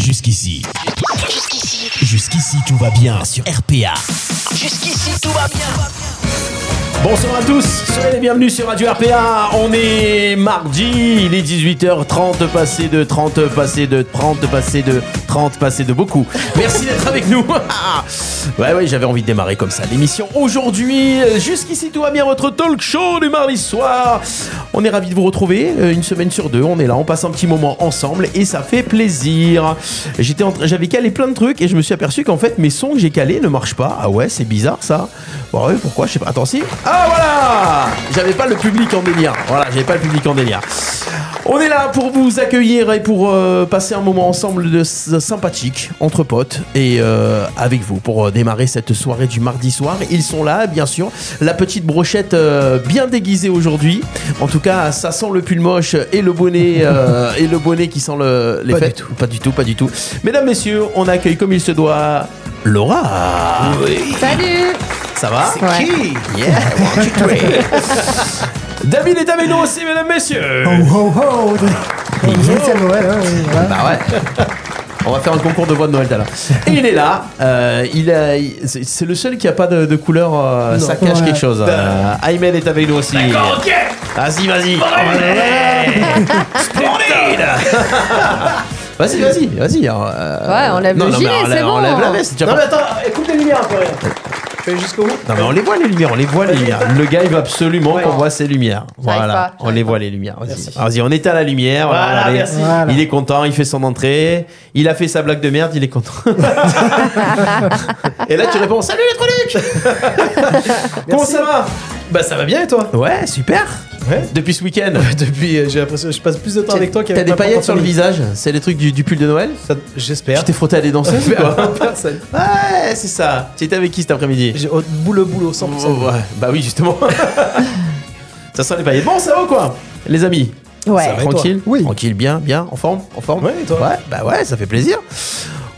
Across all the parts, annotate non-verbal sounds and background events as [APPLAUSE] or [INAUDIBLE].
Jusqu'ici. Jusqu'ici. Jusqu'ici, tout va bien sur RPA. Jusqu'ici, tout va bien. Bonsoir à tous, soyez les bienvenus sur Radio RPA. On est mardi, il est 18h30, passé de 30, passé de 30, passé de 30, passé de beaucoup. Merci d'être avec nous. [LAUGHS] ouais, ouais, j'avais envie de démarrer comme ça l'émission. Aujourd'hui, euh, jusqu'ici tout va bien, votre talk show du mardi soir. On est ravis de vous retrouver, euh, une semaine sur deux, on est là, on passe un petit moment ensemble et ça fait plaisir. J'étais en train- J'avais calé plein de trucs et je me suis aperçu qu'en fait mes sons que j'ai calés ne marchent pas. Ah ouais, c'est bizarre ça. Bon, ouais, pourquoi Je sais pas. Attends, si. Ah voilà J'avais pas le public en délire. Voilà, j'avais pas le public en délire. On est là pour vous accueillir et pour euh, passer un moment ensemble de s- sympathique entre potes et euh, avec vous pour euh, démarrer cette soirée du mardi soir. Ils sont là, bien sûr. La petite brochette euh, bien déguisée aujourd'hui. En tout cas, ça sent le pull moche et le [LAUGHS] bonnet euh, et le bonnet qui sent le, les fêtes. Pas du tout, pas du tout. Mesdames, messieurs, on accueille comme il se doit Laura. Salut Ça va C'est Ouais. qui Yeah, one, two, three. [LAUGHS] David est avec nous aussi, mesdames, messieurs. Oh oh C'est Noël, hein, oui, voilà. Bah ouais. On va faire un concours de voix de Noël tout à l'heure. Et il est là. euh, il a- il- c'est c'est le seul qui a pas de, de couleur. euh, Non. ça cache Ouais. quelque chose. Euh, Aymed est avec nous aussi. Vas-y, vas-y. Splendide. Vas-y, vas-y, vas-y. alors, euh, Ouais, enlève non, le non, gilet, mais enlève- c'est bon. enlève la veste. tu vas Non, pas- mais attends, Euh, écoute les lumières encore. Fais jusqu'au bout. Non mais on les voit les lumières, on les voit les lumières. Le gars il veut absolument qu'on voit ses lumières. J'arrive pas, Voilà, on j'arrive les voit les lumières. Vas-y, Vas-y, on éteint la lumière. Voilà, Voilà, allez. merci. Voilà. Il est content, il fait son entrée, il a fait sa blague de merde, il est content. [LAUGHS] et là tu réponds salut les trucs. Comment ça va Bah ça va bien et toi Ouais, super. Ouais. [LAUGHS] Depuis ce week-end. Depuis, euh, j'ai l'impression que je passe plus de temps avec toi qu'avec T'as des ma propre paillettes sur le famille. visage, c'est les trucs du, du pull de Noël. Ça- J'espère. Tu t'es frotté à des danseuses [LAUGHS] ou quoi [LAUGHS] Personne. Ouais, c'est ça. Tu étais avec qui cet après-midi J'ai oh, boulot, boulot, 100%. Oh, ouais. Bah oui, justement. [LAUGHS] ça sent les paillettes. Bon, ça va ou quoi Les amis Ouais. Ça va, et toi Tranquille Oui. Tranquille, bien, bien, en forme En forme Ouais, et toi Ouais, bah ouais, ça fait plaisir.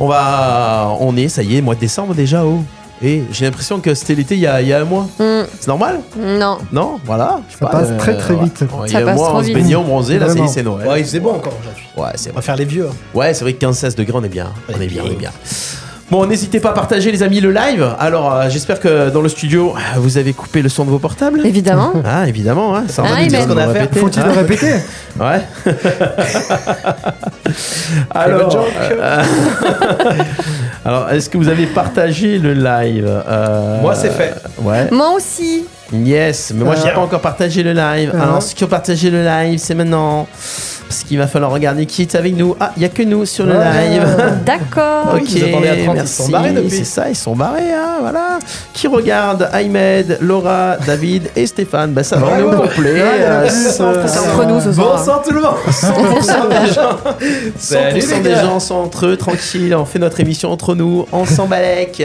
On va. On est, ça y est, mois de décembre déjà, oh. Et j'ai l'impression que c'était l'été il y, a, il y a un mois. Mm, C'est normal non. Non Voilà. je sais Ça pas, Euh, passe très, très ouais. vite. Il y Ça a un passe mois, trop on se vite. baignait, on bronzait, là, ça y est, Vraiment. c'est Noël. Ouais, il faisait bon encore aujourd'hui. Ouais, c'est On vrai. va faire les vieux. hein. Ouais, c'est vrai que 15-16 degrés, on est bien. On est bien, on puis- est bien. Bon, n'hésitez pas à partager, les amis, le live. Alors, euh, j'espère que dans le studio, euh, vous avez coupé le son de vos portables. Évidemment. [LAUGHS] Ah, évidemment, hein, ça Ah, envie de il dire est- ce qu'on a à faire. Faut-il hein. le répéter [LAUGHS] Ouais. alors, joke. euh, alors est-ce que vous avez partagé le live Euh, Moi, c'est fait. Ouais. Moi aussi. Yes, mais moi, j'ai Euh. pas encore partagé le live. Euh. Alors, ceux qui ont partagé le live, c'est maintenant. Parce qu'il va falloir regarder qui est avec nous. Ah, il y a que nous sur le Ah. live. [LAUGHS] D'accord. Ok, oui, ils attendaient à 30, ils merci. sont barrés depuis. C'est ça, ils sont barrés, hein, voilà. Qui regarde Ahmed, Laura, David et Stéphane Ben ça va, on est au Bravo. complet. Ouais, euh, c'est C'est entre nous ce soir. hein. Bonsoir tout le monde 100% des gens 100% des gens sont entre eux, tranquilles, on fait notre émission entre nous, on s'embalèque.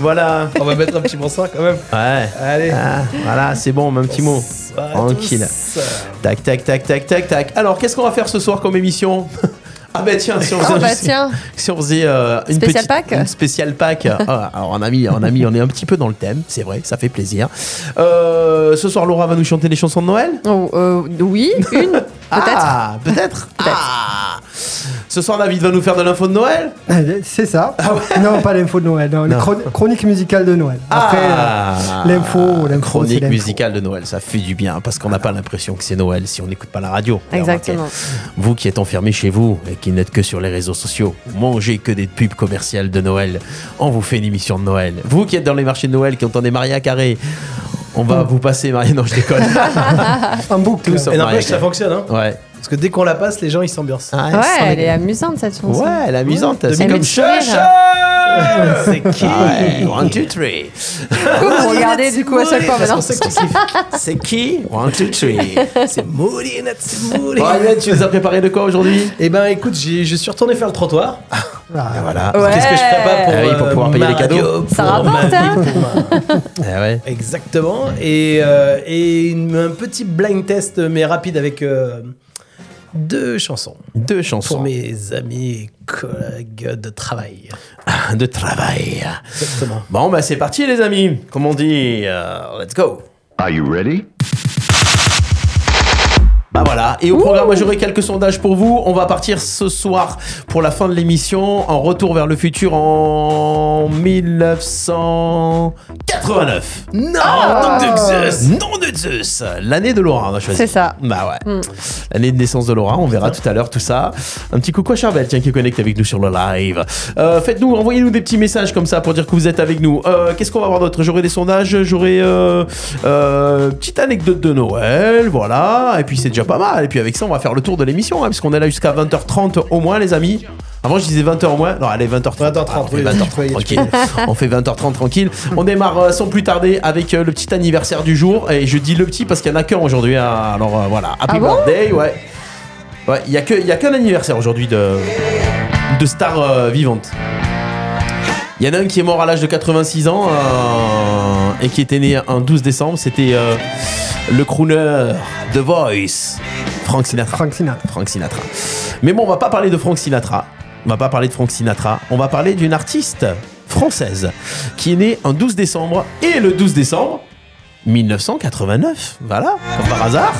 voilà. On va mettre un petit bonsoir quand même. Ouais. Allez. Ah, voilà, c'est bon, même petit mot. Bonsoir à Tranquille. tous. Tac, tac, tac, tac, tac, tac. Alors, qu'est-ce qu'on va faire ce soir comme émission [LAUGHS] Ah bah tiens, si on faisait, Oh bah si- tiens. si on faisait, euh, une Spécial petite- pack une spéciale [LAUGHS] pack. Ah, alors on a mis, on a mis, on est un petit peu dans le thème, c'est vrai, ça fait plaisir. Euh, ce soir, Laura va nous chanter les chansons de Noël. Oh, euh, oui, une. Peut-être. Ah, peut-être. Ah. Ce soir, David va nous faire de l'info de Noël. Allez, C'est ça. Non, pas l'info de Noël. non, les Ah, Non. chron- chronique musicale de Noël. Après, Ah. euh, l'info, l'info, c'est Chronique l'info. musicale de Noël, ça fait du bien parce qu'on n'a pas l'impression que c'est Noël si on n'écoute pas la radio. Vous avez Exactement. remarqué. Vous qui êtes enfermés chez vous et qui n'êtes que sur les réseaux sociaux, mangez que des pubs commerciales de Noël. On vous fait une émission de Noël. Vous qui êtes dans les marchés de Noël, qui entendez Maria Carré, on va vous passer Maria. Non, je déconne. [LAUGHS] en boucle. Tout ça. Et Maria n'empêche, ça Carey. fonctionne, hein. Ouais. Parce que dès qu'on la passe, les gens ils s'ambiancent. Ah, Ouais, sans elle déconner. est amusante cette chanson. Ouais, elle est amusante. Elle C'est met comme le sourire. C'est qui Ah One, two, three. Pourquoi vous regardez du coup à chaque fois maintenant C'est qui One, two, three. [LAUGHS] C'est Moody Bon, Ahmed, tu nous as préparé de quoi aujourd'hui Et ben écoute, j'ai- je suis retourné faire le trottoir. Ah, Voilà. Ouais. Qu'est-ce que je ferais pas pour, Ah oui, pour euh, pouvoir payer ma les cadeaux. radio, Ça pour ma rapporte, vie, hein. pour ma- Ah ouais. Exactement. Et, euh, et une- un petit blind test, mais rapide, avec euh, deux chansons. Deux chansons Pour mes amis et collègues de travail. [LAUGHS] de travail. Exactement. Bon, bah c'est parti les amis. Comme on dit, euh, let's go. Are you ready? Bah voilà. Et au programme, j'aurai quelques sondages pour vous. On va partir ce soir pour la fin de l'émission en retour vers le futur en 1989. Non, Ah. nom de Zeus, nom de Zeus. L'année de Laura, on a choisi. C'est ça. Bah ouais. L'année de naissance de Laura, on verra tout à l'heure tout ça. Un petit coucou à Charbel, tiens, qui est connecté avec nous sur le live. Euh, Faites-nous, envoyez-nous des petits messages comme ça pour dire que vous êtes avec nous. Euh, Qu'est-ce qu'on va avoir d'autre J'aurai des sondages, j'aurai euh, euh, petite anecdote de Noël, voilà. Et puis c'est déjà pas mal. Et puis avec ça, on va faire le tour de l'émission, hein, puisqu'on est là jusqu'à 20h30 au moins, les amis. Avant, je disais 20h au moins. Non, allez, 20h30. 20h30, Ah, on fait oui, 20h30, oui, tu tranquille. On fait 20h30 tranquille. On démarre euh, sans plus tarder avec euh, le petit anniversaire du jour. Et je dis le petit parce qu'il y en a qu'un aujourd'hui. hein. Alors euh, voilà, Happy Ah bon Birthday, ouais. Ouais, il n'y a que- il y a qu'un anniversaire aujourd'hui de, de stars euh, vivantes. Il y en a un qui est mort à l'âge de 86 ans euh, et qui était né un 12 décembre. C'était euh, le crooner The Voice, Frank Sinatra. Frank Sinatra. Frank Sinatra. Mais bon, on va pas parler de Frank Sinatra. On va pas parler de Frank Sinatra. On va parler d'une artiste française qui est née un 12 décembre et le 12 décembre 1989. Voilà, comme par hasard.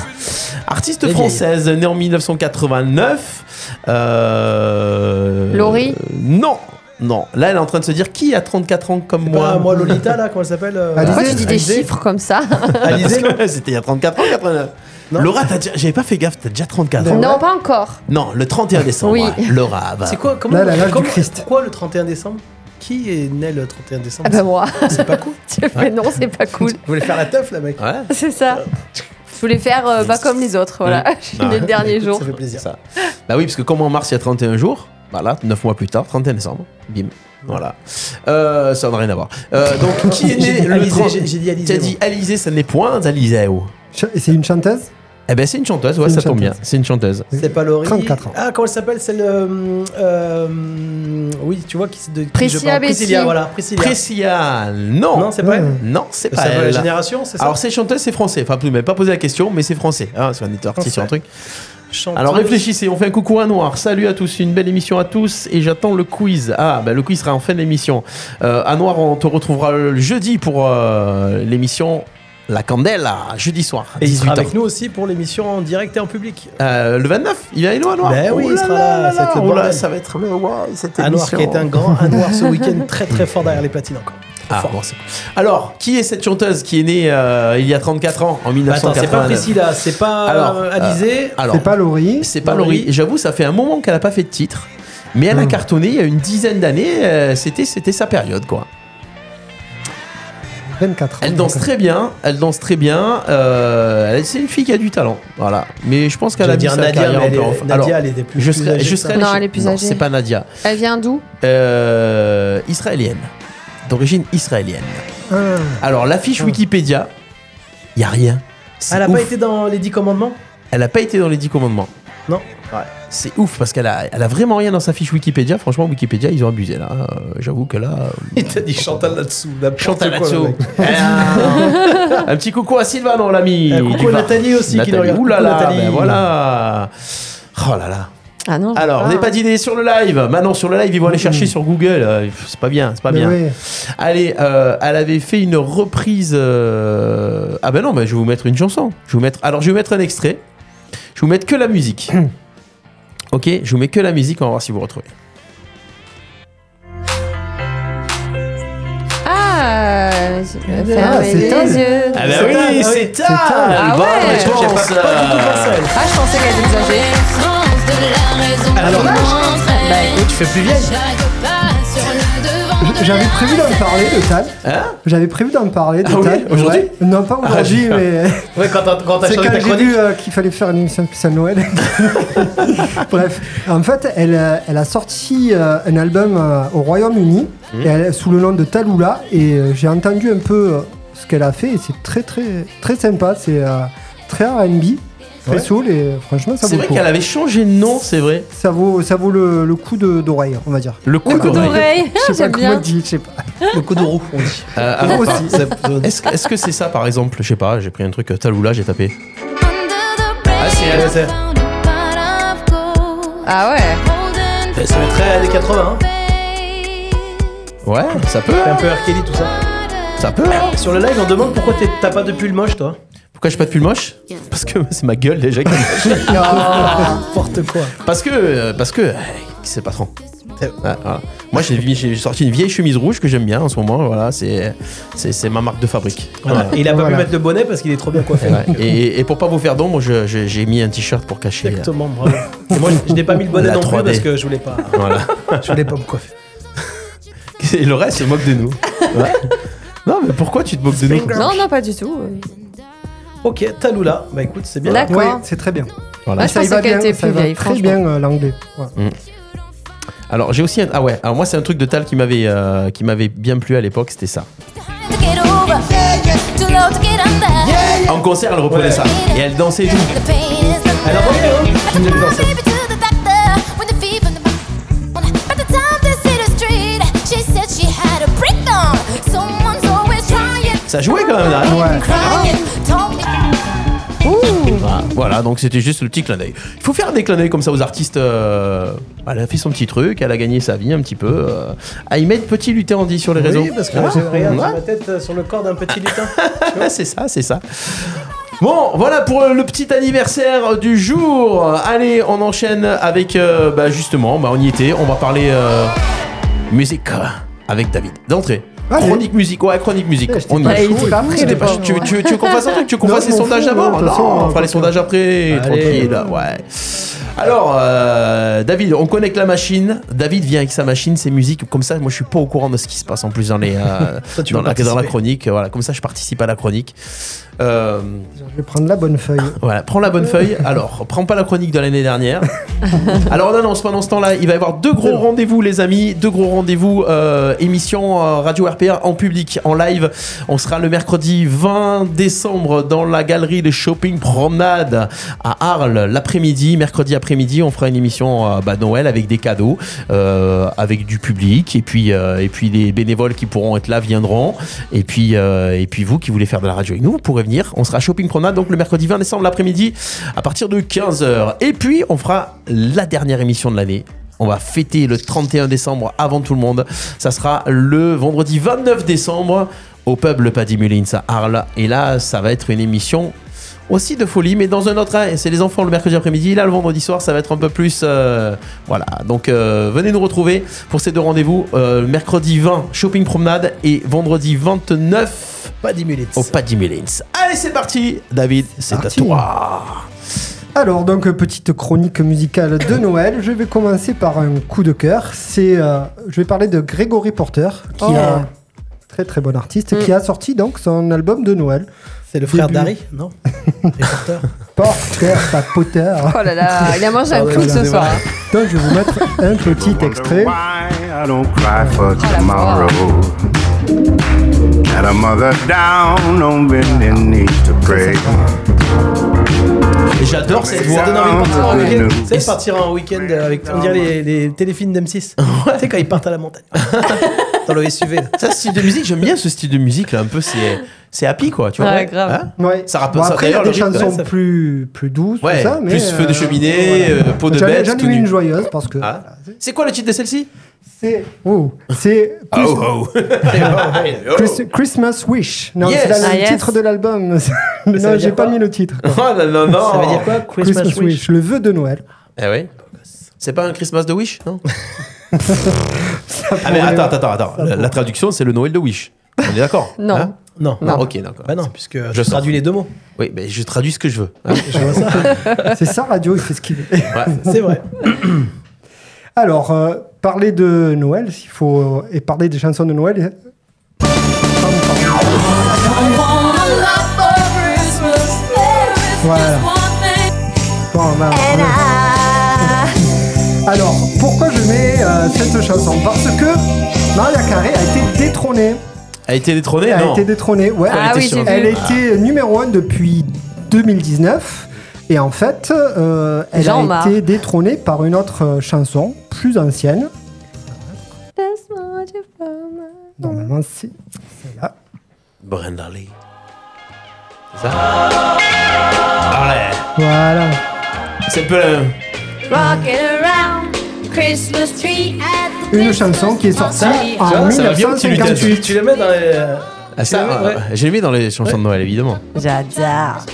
Artiste Les française née en 1989. Euh... Laurie euh, Non. Non, là elle est en train de se dire qui a 34 ans comme moi Moi, moi, Lolita, là, comment elle s'appelle euh, Alizée. Pourquoi tu dis des Alizée chiffres comme ça Alizée, non Parce que [LAUGHS] C'était il y a 34 ans, 89. Non. Laura, t'as déjà- j'avais pas fait gaffe, t'as déjà 34 ans. Non, pas encore. Non, le 31 décembre, Oui. ouais, Laura va. C'est quoi comment, Là, la loge du comment- Christ. Pourquoi le 31 décembre Qui est né le 31 décembre Ah bah moi, C'est pas cool. [LAUGHS] tu fais non, c'est pas [LAUGHS] cool. Vous voulez faire la teuf, là, mec Ouais. C'est ça. Je voulais faire euh, pas comme les autres, [LAUGHS] voilà. Je suis née le dernier jour. Ça fait plaisir. Ça. Bah oui, parce que comme en mars, il y a 31 jours, voilà, 9 mois plus tard, 31 décembre, bim. Voilà. Euh, ça n'a rien à voir. Euh, [LAUGHS] donc, qui est né J'ai dit le Alizée, 30 j'ai- j'ai dit Alizée, Tu as moi. dit Alizé, ça n'est point Alizé. oh. Ch- Et c'est une chanteuse Eh ben, c'est une chanteuse, ouais, C'est ça une tombe bien. chanteuse. C'est une chanteuse. C'est pas Laurie. 34 ans. Ah, comment elle s'appelle celle. euh, euh, oui, tu vois qui c'est de. qui Priscilla je parle. Betty. Priscilla, voilà. Priscilla. Priscilla, non. non, c'est pas elle. Non, c'est Ça pas s'appelle la elle. génération, c'est ça Alors, c'est chanteuse, c'est français. Enfin, plus, mais pas posé la question, mais c'est français. Ah, c'est un éditeur artiste sur un truc. Chanteuse. Alors réfléchissez, on fait un coucou à Noir. Salut à tous, une belle émission à tous et j'attends le quiz. Ah, bah le quiz sera en fin de l'émission. Euh, à Noir, on te retrouvera le jeudi pour euh, l'émission La Candela, jeudi soir, Et il sera 18h. avec nous aussi pour l'émission en direct et en public. Euh, le 29, il est avec nous à Noir. Ben oui, Oh il là sera là là, ça va être le oh là, bordel. ça va être le wow, cette Un noir émission. qui est un grand, un noir [LAUGHS] ce week-end très très fort derrière les platines encore. Ah, bon, c'est cool. Alors, qui est cette chanteuse qui est née euh, il y a 34 ans, en Bah, Attends, 1989 c'est pas Priscilla, c'est pas Alors, euh, Alizée. Alors, C'est pas Laurie. C'est pas Laurie. Laurie. J'avoue, ça fait un moment qu'elle a pas fait de titre. Mais elle a Hmm. cartonné il y a une dizaine d'années. euh, c'était, c'était sa période, quoi. 24 ans. Elle danse très bien. Elle danse très bien. euh, elle- c'est une fille qui a du talent. Voilà. Mais je pense qu'elle J'allais a mis dire sa Nadia, carrière mais un elle peu est- en- Nadia, elle est des plus- je plus serais, âgée je que serais ça. allé Non, chez- elle est plus âgée. C'est pas Nadia. Elle vient d'où Euh, israélienne. D'origine israélienne. Ah, Alors, la fiche Wikipédia, il y a rien. C'est Elle a ouf. pas été dans les 10 commandements Elle n'a pas été dans les 10 commandements. Non. Ouais. C'est ouf parce qu'elle a, elle a vraiment rien dans sa fiche Wikipédia. Franchement, Wikipédia, ils ont abusé là. Euh, J'avoue que là. euh, [LAUGHS] Il t'a dit Chantal là-dessous. Chantal Latsou. [LAUGHS] Elle a Un un petit coucou à Sylvain, l'ami. Un Eh, coucou à Nathalie aussi qui nous regarde. Ouh là Coucou, là, Nathalie. ben voilà. Oh là là. Ah non. je Alors, sais on n'est pas d'idée sur le live. Maintenant, sur le live, ils vont aller Mm. chercher sur Google. Euh, pff, C'est pas bien, c'est pas Ben mais bien. ouais. Allez, euh, elle avait fait une reprise. euh, Ah ben non, ben je vais vous mettre une chanson. Je vais vous mettre. Alors je vais vous mettre un extrait. Je vais vous mettre que la [CLEARS THROAT] musique. ok, je vous mets que la musique. On va voir si vous retrouvez. Ah, fermez Ah, c'est les Tal. yeux. Ah ben oui, c'est Tal. Ah Bonne ouais. réponse. J'ai pas, pas du tout pensé à euh, elle. Ah, je pensais qu'elle exagérait. Ah, Alors, Bah écoute, tu fais plus vieille. J- J'avais prévu d'en parler de Tal. Hein J'avais prévu d'en parler de Ah oui, Tal. aujourd'hui ouais. Non, pas aujourd'hui, Ah, mais. [LAUGHS] Ouais, quand t'as quand t'as C'est changé quand ta j'ai chronique. vu euh, qu'il fallait faire une émission [LAUGHS] spéciale Noël. Bref, en fait, elle, euh, elle a sorti euh, un album euh, au Royaume-Uni Hmm. et elle- sous le nom de Talula et euh, j'ai entendu un peu euh, ce qu'elle a fait et c'est très très très sympa. C'est euh, très R&B, très Ouais. soul et euh, franchement ça C'est vaut le vrai coup. qu'elle avait changé de nom, c'est vrai. Ça vaut ça vaut le, le coup de- d'oreille, on va dire. Le coup Le coup d'oreille. d'oreille, Ah, Je sais pas j'aime comment on bien. dit, je sais pas. Le coup de roue, on dit. Euh, alors, Aussi. par- Est-ce que- est-ce que c'est ça par exemple Je sais pas, j'ai pris un truc euh, Taloula, j'ai tapé. Ah, c'est elle. C'est- Ah ouais. Ah. Ça va être très années 80. hein. Ouais, ça peut, C'est un hein. peu R. Kelly, tout ça. ça peut. hein. Sur le live, on demande pourquoi t'es- t'as pas de pull moche, toi. Pourquoi j'ai pas de pull moche Parce que c'est ma gueule déjà. qui- [LAUGHS] N'importe quoi. parce que. euh, Parce que. euh, C'est pas trop. Ouais, voilà. Moi j'ai j'ai sorti une vieille chemise rouge que j'aime bien en ce moment. Voilà, c'est c'est c'est ma marque de fabrique. Voilà. Et il a pas Voilà. pu mettre le bonnet parce qu'il est trop bien coiffé. Ouais. Et, et pour pas vous faire d'ombre, je- je- j'ai mis un t-shirt pour cacher. euh, Exactement, bravo. Et moi, je n'ai pas mis le bonnet La non plus 3D. parce que je voulais pas, Voilà. je voulais pas me coiffer. [LAUGHS] Et le reste se moque de nous. Ouais. Non mais pourquoi tu te moques de nous Non, non, pas du tout. Ok, Talula, bah écoute, c'est bien. D'accord. Ouais, c'est très bien. Voilà. Ah, je ça y pensais va qu'elle bien, était ça plus va vieille, Très franchement. bien euh, l'anglais. Ouais. Alors j'ai aussi un... ah ouais alors moi c'est un truc de Tal qui m'avait euh, qui m'avait bien plu à l'époque c'était ça. To get over, too low to get under. En concert elle reprenait Ouais. ça et elle dansait et tout. The pain is the Elle a envoyé, hein At the J'aime bien pool, ça. baby, to the doctor. When the fever, by the time they see the street, she said she had a breakdown. Someone's always trying, Ça jouait quand même là. hein Ouais. crying, told me. Voilà, Voilà, donc c'était juste le petit clin d'œil. Il faut faire des clins d'œil comme ça aux artistes. euh, Elle a fait son petit truc, elle a gagné sa vie un petit peu. euh. Ah, ils mettent petit lutin on dit sur les réseaux. Oui, parce que Ah, j'ai rien ouais. sur ma tête euh, sur le corps d'un petit lutin. Ouais, c'est ça, c'est ça. Bon, voilà pour euh, le petit anniversaire du jour. Allez, on enchaîne avec, euh, bah justement, bah on y était. On va parler euh, musique euh, avec David. D'entrée. Allez. Chronique musique, ouais, chronique musique. Ouais, j'étais On y pas est. chaud, et puis J'étais c'était pas- tu, veux- tu veux- tu veux qu'on fasse un truc Tu veux qu'on Non, fasse les je m'en sondages fous, d'abord de Non, toute façon, on fera les euh, sondages après. Tranquille, ouais. Alors, euh, David, on connecte la machine. David vient avec sa machine, ses musiques. Comme ça, moi, je suis pas au courant de ce qui se passe en plus dans les euh, [LAUGHS] Toi, tu dans, veux la, dans la participer. chronique. Voilà, comme ça, je participe à la chronique. Euh, Je vais prendre la bonne feuille. voilà, prends la bonne feuille. Alors, prends pas la chronique de l'année dernière. [LAUGHS] Alors, on annonce pendant ce temps-là, il va y avoir deux gros rendez-vous, les amis. Deux gros rendez-vous, euh, émission euh, Radio RPA en public, en live. On sera le mercredi 20 décembre dans la galerie de shopping promenade à Arles l'après-midi. Mercredi après-midi, on fera une émission euh, bah, Noël avec des cadeaux, euh, avec du public. Et puis, euh, et puis, les bénévoles qui pourront être là viendront. Et puis, euh, et puis vous qui voulez faire de la radio avec nous, vous pourrez venir. On sera Shopping Promenade donc le mercredi 20 décembre l'après-midi à partir de 15h. Et puis on fera la dernière émission de l'année. On va fêter le 31 décembre avant tout le monde. Ça sera le vendredi 29 décembre au pub Le Paddy Mullins à Arles. Et là, ça va être une émission aussi de folie, mais dans un autre. hein. C'est les enfants le mercredi après-midi. Là, le vendredi soir, ça va être un peu plus. euh, voilà. Donc, euh, venez nous retrouver pour ces deux rendez-vous. euh, mercredi 20, shopping promenade, et vendredi 29 Pas 10 minutes. au Paddy Mullins. Allez, c'est parti, David. C'est à parti. toi. Alors, donc, euh, petite chronique musicale de Noël. Je vais commencer par un coup de cœur. C'est, euh, je vais parler de Grégory Porter, qui Oh. Mm. est un très très bon artiste, qui a sorti donc son album de Noël. C'est le frère Début. d'Harry, non Les porteurs. Porter, pas Potter. Oh là là, il a mangé Ah un ouais, coup voilà, ce c'est soir. vrai. Donc, je vais vous mettre un petit extrait. Why I don't cry for tomorrow. Got a mother down on bending knees to pray. Et J'adore cette voix. Ça donne envie de partir en Ah, week-end. nous. Tu sais, partir en week-end avec, on dirait les, les téléfilms d'M6. tu sais, quand ils partent à la montagne. Dans le SUV. là. Ça, ce style de musique, j'aime bien ce style de musique là. Un peu, c'est, c'est happy quoi, tu vois. Ouais, grave. Hein Ouais. Ça rappelle- Bon, ça, après, il y a d'ailleurs, des le rythme, chansons ouais, ça- plus, plus douces, tout Ouais, ça, mais, plus feu de euh, cheminée, euh, peau de J'en ai- bête, J'en ai tout mis nu. une joyeuse parce que Hein c'est quoi le titre de celle-ci c'est oh, c'est Ah, plus- oh, [LAUGHS] oh. Oh. Chris- Christmas Wish. Non, Yes. c'est la- Ah, le yes. titre de l'album. [LAUGHS] veut non, dire j'ai pas quoi mis le [LAUGHS] titre. Oh, non, non, non. Ça veut dire quoi Christmas, Christmas, Wish. Wish. le vœu de Noël. Eh oui. C'est pas un Christmas de Wish, non Ah mais attends, attends, attends. La, la traduction, c'est le Noël de Wish. On est d'accord Non. Hein Non. Non, ok, d'accord. Bah non, puisque Je je sors. traduis [LAUGHS] les deux mots. Oui, mais je traduis ce que je veux. hein. C'est ça, radio, il fait ce qu'il veut. Ouais. C'est vrai. Alors, euh, parler de Noël, s'il faut, euh, et parler des chansons de Noël. Voilà. Bon, ben, voilà. Alors, pourquoi je mets euh, cette chanson Parce que Maria Carré a été détrônée. A été détrôné, Elle a Eh non été détrônée. Ouais. Ah était oui, sur- j'ai vu. Elle était numéro 1 depuis 2019. Et en fait, euh, elle J'en a marre. été détrônée par une autre euh, chanson plus ancienne. Laisse-moi du fun. Normalement, c'est celle-là. Brenda Lee. C'est ça Allez. Voilà. C'est un peu la même. Rocking around Christmas tree at the Une chanson qui est sortie Ça, en Ah, ça va bien, petit lutin. Tu, 1958. tu les mets dans les, Ah, ça, l'avais, euh, ouais. j'ai mis dans les chansons de Noël, évidemment. J'adore.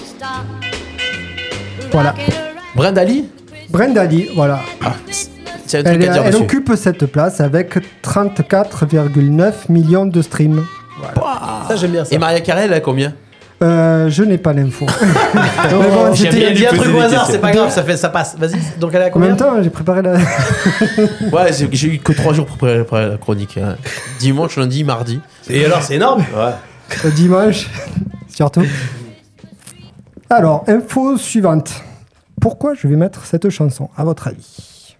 Voilà. Brindali Brenda Lee, voilà. C'est un truc Elle, à dire elle dessus. occupe cette place avec 34,9 millions de streams. Ça, j'aime bien ça. Et Maria Carey, elle a combien Euh, je n'ai pas l'info. Mais bon, j'aime c'était- bien Dis lui un poser truc des au hasard, questions. c'est pas grave, ça, fait, ça passe. Vas-y, donc elle est à En combien même temps, j'ai préparé la. Ouais, j'ai j'ai eu que 3 jours pour préparer la chronique. hein. Dimanche, lundi, mardi. Et alors, c'est énorme. Le dimanche, surtout. Alors, info suivante. Pourquoi je vais mettre cette chanson, à votre avis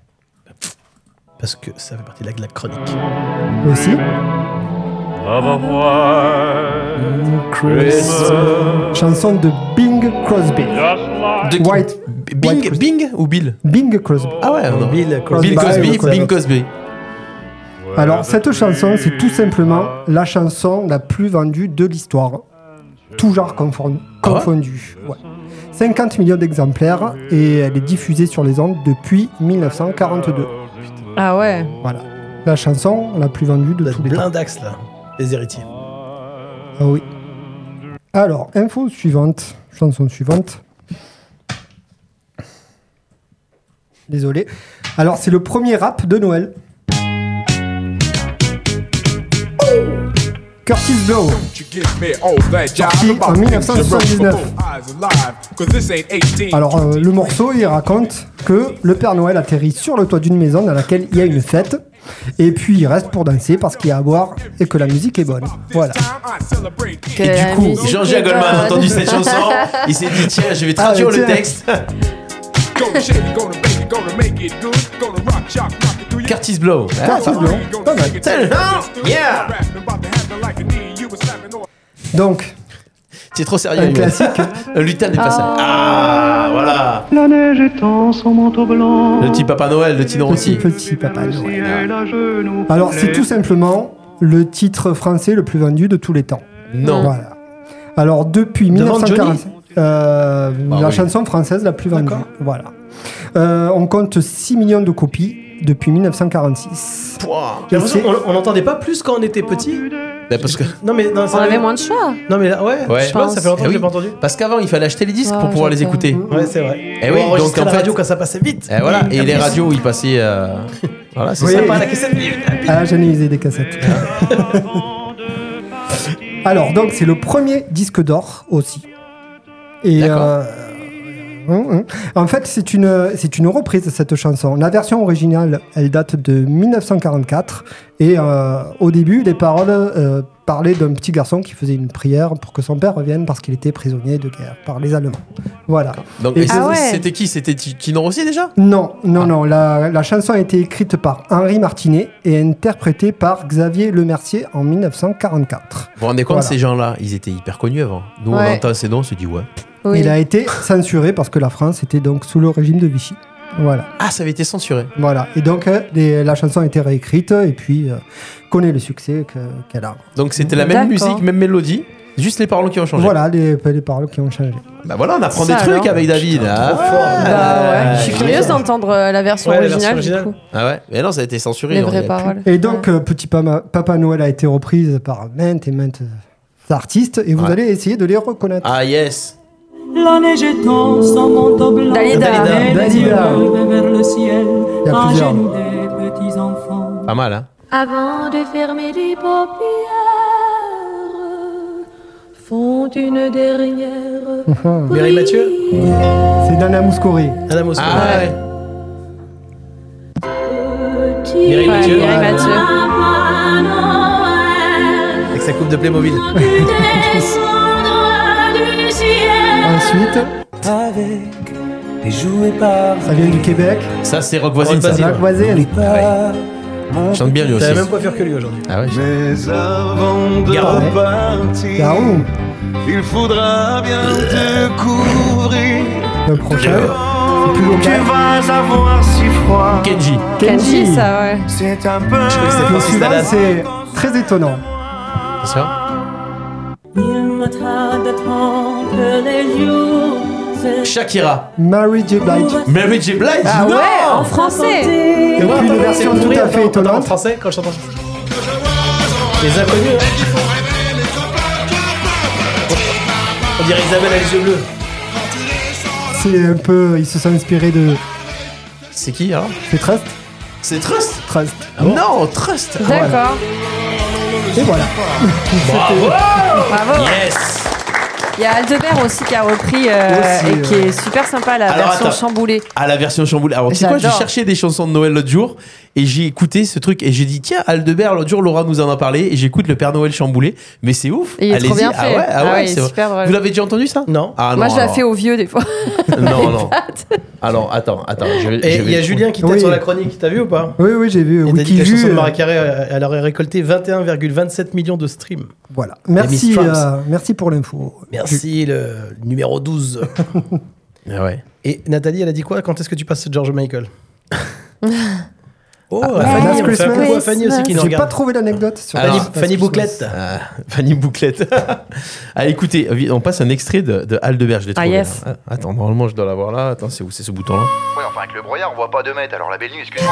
Parce que ça fait partie de la, de la chronique. Aussi Chanson de Bing Crosby. De qui White. Bing, White- Bing ou Bill Bing Crosby. Ah ouais, non. Bill Bill Crosby. Cosby. Bah, Cosby, ouais, ouais, Bing ouais. Cosby. Alors, cette chanson, c'est tout simplement la chanson la plus vendue de l'histoire. Tout genre confond- Ah ouais confondu. Ouais. 50 millions d'exemplaires et elle est diffusée sur les ondes depuis 1942. Ah ouais. Voilà. La chanson la plus vendue de Là, tous les temps. Blindax, là. Les héritiers. Ah oui. Alors, info suivante, chanson suivante. Désolé. Alors, c'est le premier rap de Noël. Curtis Blow. Sorti en 1979. Alors, euh, le morceau, il raconte que le Père Noël atterrit sur le toit d'une maison dans laquelle il y a une fête. Et puis, il reste pour danser parce qu'il y a à boire et que la musique est bonne. Voilà. Que Et du la coup, musique est Jean-Jacques Goldman a bonne. entendu [LAUGHS] cette chanson. Il s'est dit, tiens, je vais traduire Ah, le tiens. texte. Curtis Blow. Hein Ah, c'est bien. Pas mal. Yeah. Donc, C'est trop sérieux. un lui. classique. Euh, Lutin n'est pas ça. Ah, voilà. La neige étend son manteau blanc. Le petit Papa Noël, le Tidon Petit aussi. petit papa Le Noël. ciel à genoux. Ah. Alors, c'est Les- tout simplement le titre français le plus vendu de tous les temps. Non. Voilà. Alors, depuis Devant 1940, euh, Ah la oui. chanson française la plus vendue. D'accord. Voilà. Euh, on compte 6 millions de copies depuis 1946. Pouah. J'ai l'impression c'est- qu'on- On n'entendait pas plus quand on était petit. Bah, parce que- Non, mais non, On avait moins de choix. Non, mais là, ouais, Ouais. je sais pas, ça fait longtemps Eh que j'ai oui. pas entendu. Parce qu'avant, il fallait acheter les disques Ouais, pour pouvoir les j'entends. écouter. Ouais, c'est vrai. Eh oui, On enregistrait donc, en la fait- radio quand ça passait vite. Et voilà. Et en les plus- radios, ils passaient. euh, Voilà, c'est Oui. ça. C'est pas la cassette. Ah, j'en ai usé des cassettes. [LAUGHS] Alors, donc, c'est le premier disque d'or aussi. Et. D'accord. euh, hum, hum. En fait, c'est une, c'est une reprise de cette chanson. La version originale, elle date de 1944. Et euh, au début, les paroles euh, parlaient d'un petit garçon qui faisait une prière pour que son père revienne parce qu'il était prisonnier de guerre par les Allemands. Voilà. Donc, Et et que- c'est- Ah ouais. c'était qui C'était Ti- Tidon aussi déjà Non, non, Ah. non. La, la chanson a été écrite par Henri Martinet et interprétée par Xavier Lemercier en 1944. Vous vous rendez compte, Voilà. ces gens-là, ils étaient hyper connus avant. Nous, on Ouais. entend ces noms, on se dit ouais. Oui. Il a été censuré parce que la France était donc sous le régime de Vichy. Voilà, Ah, ça avait été censuré. voilà. Et donc euh, les- la chanson a été réécrite et puis euh, connaît le succès que- qu'elle a. Donc, c'était la même D'accord. musique, même mélodie, juste les paroles qui ont changé. Voilà les, les paroles qui ont changé. Bah voilà, on apprend Ça des trucs alors. avec David. ah, Bah ouais. ouais. Je suis curieuse d'entendre euh, la version Ouais, la version originale. originale. du coup. Ah ouais Mais non, ça a été censuré. Les on y a vraies plus. paroles. Et donc euh, Petit Pama- Papa Noël a été reprise par maintes et maintes euh, artistes et vous Ouais. allez essayer de les reconnaître. Ah yes La neige étend son manteau blanc. Dalida. Et les Dalida. yeux levés vers le ciel. Il y a À plusieurs. genoux des petits enfants. Pas mal, hein Avant de fermer les paupières, font une dernière. Mireille Mathieu C'est Nana Mouskouri. Anna Moscou. Ah ouais Mireille Ouais, Mathieu. Mireille Mathieu. Avec sa coupe de Playmobil. Ensuite, Avec des jouets par ça vient du Québec. Ça, c'est Rock Voisine, Rock ça. Voisine. Jacques pas. Voisin. Mon Chante bien lui aussi. T'as la même coiffure que lui aujourd'hui. Ah ouais Mais avant de Garou. partir, Garou. il faudra bien te couvrir. Le prochain. C'est plus local. vas avoir si froid. Kenji. Kenji, ça, ouais. C'est un peu. Je crois que c'était Le Francis suivant, Lalanne. Ah, c'est très étonnant. C'est ça Il me tarde tant que les jours se Shakira. Mary J. Blige. Mary J. Blige Ah Non ouais, en français. Et puis une version tout à fait En étonnante. français, quand je t'entends. Les inconnus. hein. On dirait Isabelle a les yeux bleus. C'est un peu. Ils se sont inspirés de. C'est qui alors C'est Trust C'est Trust Trust. Ah Non, Trust D'accord. Et voilà. Bravo Bravo. Yes Il y a Aldebert aussi qui a repris euh, Aussi, et qui est super sympa la Alors, version attends. chamboulée. à la version chamboulée. Alors, tu sais quoi, j'ai J'adore. cherché des chansons de Noël l'autre jour et j'ai écouté ce truc et j'ai dit, tiens, Aldebert, l'autre jour, Laura nous en a parlé et j'écoute le Père Noël chamboulé. Mais c'est ouf. Et il est Allez-y. trop bien ah fait. ouais, ah Ah ouais, ouais, c'est il est vrai. super vrai. Vous l'avez déjà entendu ça Non. Ah, Moi non, je la alors. fais aux vieux des fois. [LAUGHS] Non, non. [LAUGHS] Alors, attends, attends. je vais- Et je il vais y a trouver. Julien qui tape Oui. sur la chronique, t'as vu ou pas Oui, oui, j'ai vu. Il t'a dit que la Wikivue, chanson de Maria euh, Carey, euh, elle aurait récolté 21,27 millions de streams. Voilà. Amy Merci, Strauss. euh, merci pour l'info. Merci, le numéro 12. Ah [LAUGHS] ouais. Et Nathalie, elle a dit quoi Quand est-ce que tu passes George Michael Oh, bah, Fanny, Last on fait un Christmas. coucou à Fanny aussi qui nous J'ai pas regarde. trouvé l'anecdote sur Alors, la- Fanny, Fanny Bouclette. Ah, Fanny Bouclette. [LAUGHS] ah, écoutez, vi- on passe un extrait de, de Aldebert, je l'ai Ah, trouvé. yes. là. Ah, Attends, normalement, je dois l'avoir là. Attends, c'est où C'est ce bouton-là Ouais, enfin, avec le broyard, on voit pas deux mètres, alors la belle nuit, excuse-moi.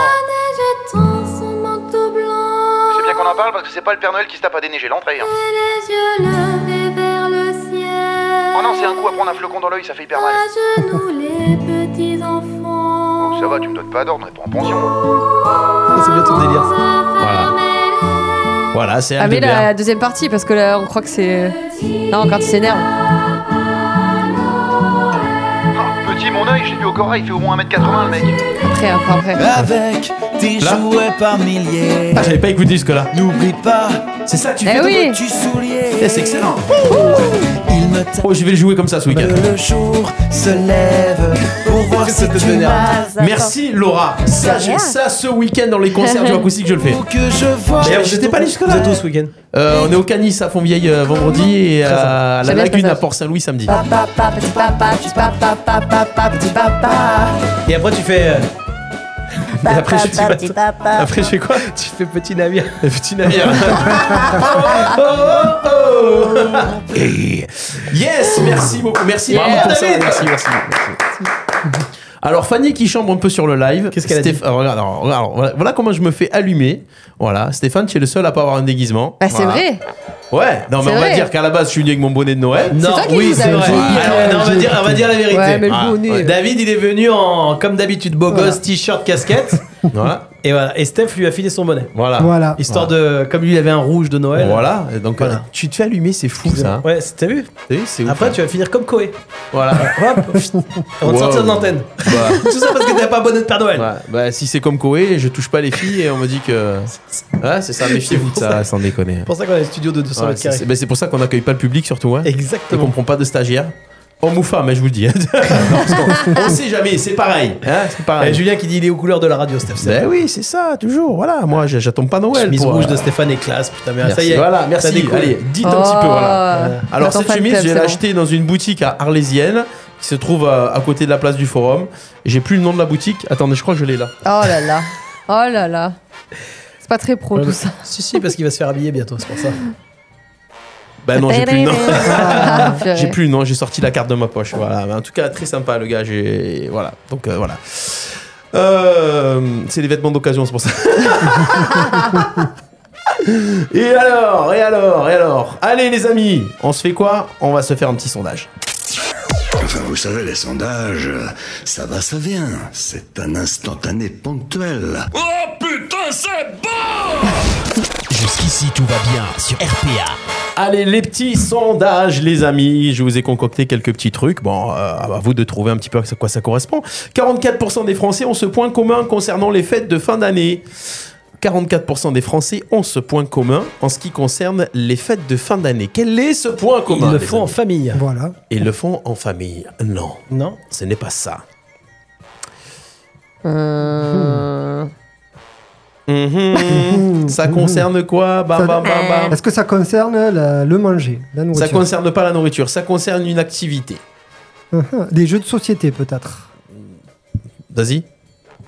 J'étends son manteau blanc. C'est bien qu'on en parle parce que c'est pas le Père Noël qui se tape à déneiger l'entrée. hein. Et les yeux levés vers le ciel. Oh non, c'est un coup à prendre un flocon dans l'œil, ça fait hyper mal. À genoux les petits enfants. Ça va, tu me donnes pas d'ordre, on est pas en pension. Ah, C'est bien ton délire. Voilà. Voilà, c'est Ah mais Aldebert. la, la deuxième partie parce que là on croit que c'est euh, non quand il s'énerve. Ah, petit, mon œil, j'ai vu au Cora, il fait au moins 1m80 le mec. Après après après. Ah, Avec des Là jouets par milliers. Ah, j'avais pas écouté jusque-là. N'oublie pas, c'est ça que tu Eh fais dans oui. vos petits souliers. Eh, C'est excellent. Il me tape Oh, je vais le jouer comme ça ce week-end. le jour, se lève pour voir si tu m'as. Merci Laura. Ça, j'ai- ça ce week-end dans les concerts du acoustique, je le fais. Pour que je vois. D'ailleurs, j'étais pas allé Vous jusque-là. êtes tous ce week-end Euh, on est au Canis à Fontvieille euh, vendredi et à la J'aime bien ce Lagune à passage. Port-Saint-Louis samedi. Papa, papa, petit papa, petit papa, papa, papa, petit papa. Et après, tu fais. euh, Et après, je Papa, dis, petit papa. après, je fais quoi [LAUGHS] tu fais [LAUGHS] petit navire. Petit navire. Hey. Yes, merci beaucoup. Merci, Yeah, bravo pour ça. David. Merci, merci. merci. Alors Fanny qui chambre un peu sur le live. Qu'est-ce qu'elle a Stéph- alors, regarde, alors, regarde, alors, voilà, voilà comment je me fais allumer. Voilà, Stéphane, tu es le seul à pas avoir un déguisement. Bah c'est Voilà. vrai. Ouais, non mais C'est on va vrai. dire qu'à la base je suis venu avec mon bonnet de [LAUGHS] Noël. Non, toi qui oui, nous c'est avais vrai. dit, euh, Ah, non, on, va dire, on va dire la vérité. Ouais mais Ah, le euh. bonnet. ouais. David, il est venu en, comme d'habitude, beau gosse, t-shirt, casquette. Voilà, Et voilà. Et Steph lui a filé son bonnet. voilà. Voilà. Histoire de. Comme lui, il avait un rouge de Noël. Voilà, et donc euh, tu te fais allumer, c'est fou ça. hein. Ouais, c'est- t'as vu T'as vu, c'est ouf. Après, hein. tu vas finir comme Koé. Voilà. [LAUGHS] [LAUGHS] Hop, pfft, on va te Wow. sortir de l'antenne. Bah, Tout ça parce que t'as pas bonne de Père Noël. ouais. Bah, si c'est comme Koé, je touche pas les filles et on me dit [LAUGHS] que. Ouais, c'est ça, méfiez-vous de ça, sans déconner. C'est pour ça qu'on a le studio de 200 Ouais, mètres c'est carrés. c'est- bah, c'est pour ça qu'on accueille pas le public surtout. Hein. Et qu'on Exactement. prend pas de stagiaires. Homme ou femme, hein, je vous le [LAUGHS] dis. Non, parce qu'on- on sait jamais, c'est pareil. hein, c'est Et pareil. Julien qui dit il est aux couleurs de la radio, Steph. Ben oui, c'est ça, toujours. Voilà, moi j'- j'attends pas Noël. Chemise pour, rouge euh, de Stéphane et classe, putain, mais Merci. ça y est. Voilà, ça merci. découle. Allez, dites un petit peu, Oh. voilà. Alors cette chemise, je l'ai l'acheter. achetée dans une boutique à Arlésienne qui se trouve à, à côté de la place du Forum. J'ai plus le nom de la boutique. Attendez, je crois que je l'ai là. Oh là là. Oh là là. C'est pas très pro Ouais, tout mais- ça. Si, si, parce qu'il va se faire habiller bientôt, c'est pour ça. Bah non, j'ai plus le nom. [LAUGHS] Ah, [LAUGHS] purée. J'ai plus le nom. J'ai sorti la carte de ma poche. Voilà. Mais en tout cas, très sympa le gars. J'ai voilà. Donc euh, voilà. Euh, c'est les vêtements d'occasion, c'est pour ça. [LAUGHS] et alors, et alors, et alors. Allez les amis, on se fait quoi On va se faire un petit sondage. Enfin, vous savez, les sondages, euh, ça va, ça vient. C'est un instantané ponctuel. Jusqu'ici, tout va bien sur RPA. Allez, les petits sondages, les amis. Je vous ai concocté quelques petits trucs. Bon, euh, à vous de trouver un petit peu à quoi ça correspond. 44% des Français ont ce point commun concernant les fêtes de fin d'année. 44% des Français ont ce point commun en ce qui concerne les fêtes de fin d'année. Quel est ce point commun Ils le les font en amis famille. Voilà. Ils le font en famille. Non, Non ce n'est pas ça. Euh, Mhm. ça concerne quoi Bam, Ça- bam, bam, bam. Est-ce que ça concerne la- le manger, la Ça nourriture concerne pas la nourriture, ça concerne une activité. Uhum. Uh-huh. Des jeux de société peut-être Vas-y.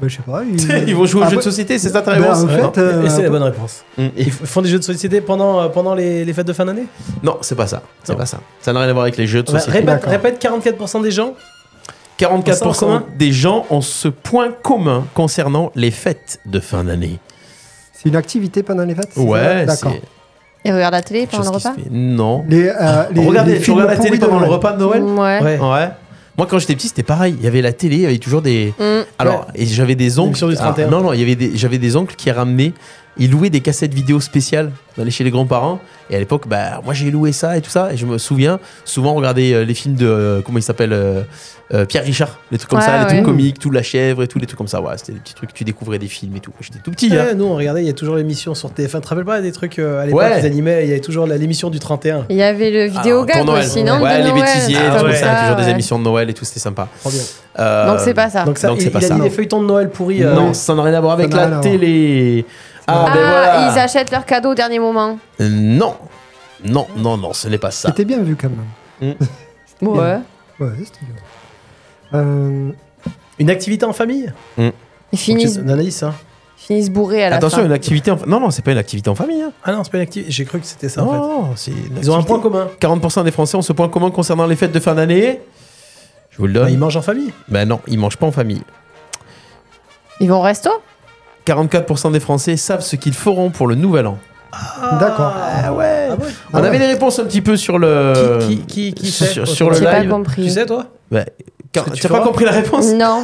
Bah, Je sais pas. [LAUGHS] Ils vont jouer aux Ah, jeux de bah- société, c'est ça ta bah, réponse en Ouais, Ben, non. fait, euh, Et c'est la bonne réponse. Mm. Ils f- font des jeux de société pendant, euh, pendant les, les fêtes de fin d'année Non, c'est pas ça. C'est Non. pas ça. Ça n'a rien à voir avec les jeux de Bah, société. Répète, D'accord. répète 44% des gens 44% Ensemble commun des gens ont ce point commun concernant les fêtes de fin d'année. C'est une activité pendant les fêtes c'est ça Ouais, D'accord. c'est Et regarde la télé pendant le repas Non. Les, euh, les- regardez, les tu films regardes la pourris télé de pendant le Noël. repas de Noël Mm, Ouais. Moi, quand j'étais petit, c'était pareil. Il y avait la télé, il y avait toujours des. Mm. Alors, et j'avais des oncles. L'émission du 31. non, non, il y avait des- j'avais des oncles qui ramenaient. Ils louaient des cassettes vidéo spéciales d'aller chez les grands-parents. Et à l'époque, bah, moi, j'ai loué ça et tout ça. Et je me souviens souvent regarder euh, les films de. euh, comment il s'appelle euh, euh, Pierre Richard. Les trucs comme Ah, ça, les ouais. trucs comiques, tout la chèvre et tout, les trucs comme ça. Ouais, c'était des petits trucs. Tu découvrais des films et tout. J'étais tout petit. Euh, hein. Ouais, Eh, nous, on regardait, il y a toujours l'émission sur TF1. Tu te rappelles pas des trucs euh, à l'époque Ouais. qu'ils animaient Il y avait toujours la- l'émission du 31. Il y avait le vidéo Pour gag Noël. aussi, non Ouais, de les Noël, bêtisiers, un truc tout comme ça, toujours des ouais. Ah. émissions de Noël et tout, c'était sympa. bien. Euh, Donc c'est pas ça. Donc ça, donc il, c'est pas il ça. a mis des feuilletons de Noël pourris. euh, Non, ça n'a rien à voir avec Ça n'a rien à la voir. télé. Ah, Ah, ben voilà. ils achètent leur cadeau au dernier moment. Euh, Non, non, non, non, ce n'est pas ça. C'était bien vu quand même. Ouais. Ouais, c'était bien. Euh, Une activité en famille Ils finissent, Donc, c'est- Anaïs, hein. ils finissent bourrés à la Attention, fin. une activité. En... Non, non, c'est pas une activité en famille. hein. Ah non, c'est pas une activité. J'ai cru que c'était ça Non, en fait. non, c'est. une Ils ont un activité. point commun. 40% des Français ont ce point commun concernant les fêtes de fin d'année. Je vous le donne. Bah, ils mangent en famille. Ben non, ils mangent pas en famille. Ils vont au resto 44% des Français savent ce qu'ils feront pour le nouvel an. D'accord. ouais. Ah ouais. On avait les réponses un petit peu sur le. Qui, qui, qui sait sur, sur le J'ai pas live. compris. Tu sais, toi Ouais. Car- Parce que tu T'as Mmh. pas feras. compris la réponse Non.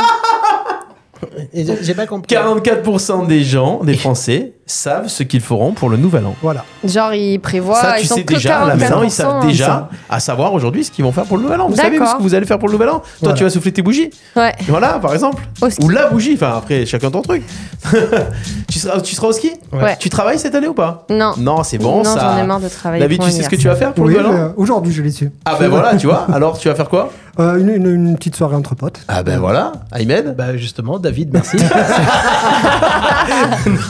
Et J'ai j'ai pas compris. 44% des gens, des Français, savent ce qu'ils feront pour le nouvel an. Voilà. Genre, ils prévoient. ça, ils tu sont sais que déjà, là 44%, maintenant, ils savent hein. déjà, à savoir aujourd'hui ce qu'ils vont faire pour le nouvel an. Vous savez D'accord. ce que vous allez faire pour le nouvel an Toi, Voilà. tu vas souffler tes bougies. Ouais. Voilà, par exemple. Au ski. Ou la bougie, enfin après, chacun ton truc. [LAUGHS] tu, seras, tu seras au ski Ouais. Tu travailles cette année ou pas Non. Non, c'est bon, Non, ça. j'en ai marre de travailler David, pour tu un sais ce que hiver. tu vas faire pour oui, le nouvel an euh, aujourd'hui, je l'ai su. Ah ben voilà, tu [LAUGHS] vois. Alors, tu vas faire quoi Euh, une, une- une petite soirée entre potes. Ah ben voilà, Ahmed. Bah justement, David, [LAUGHS] merci. Non,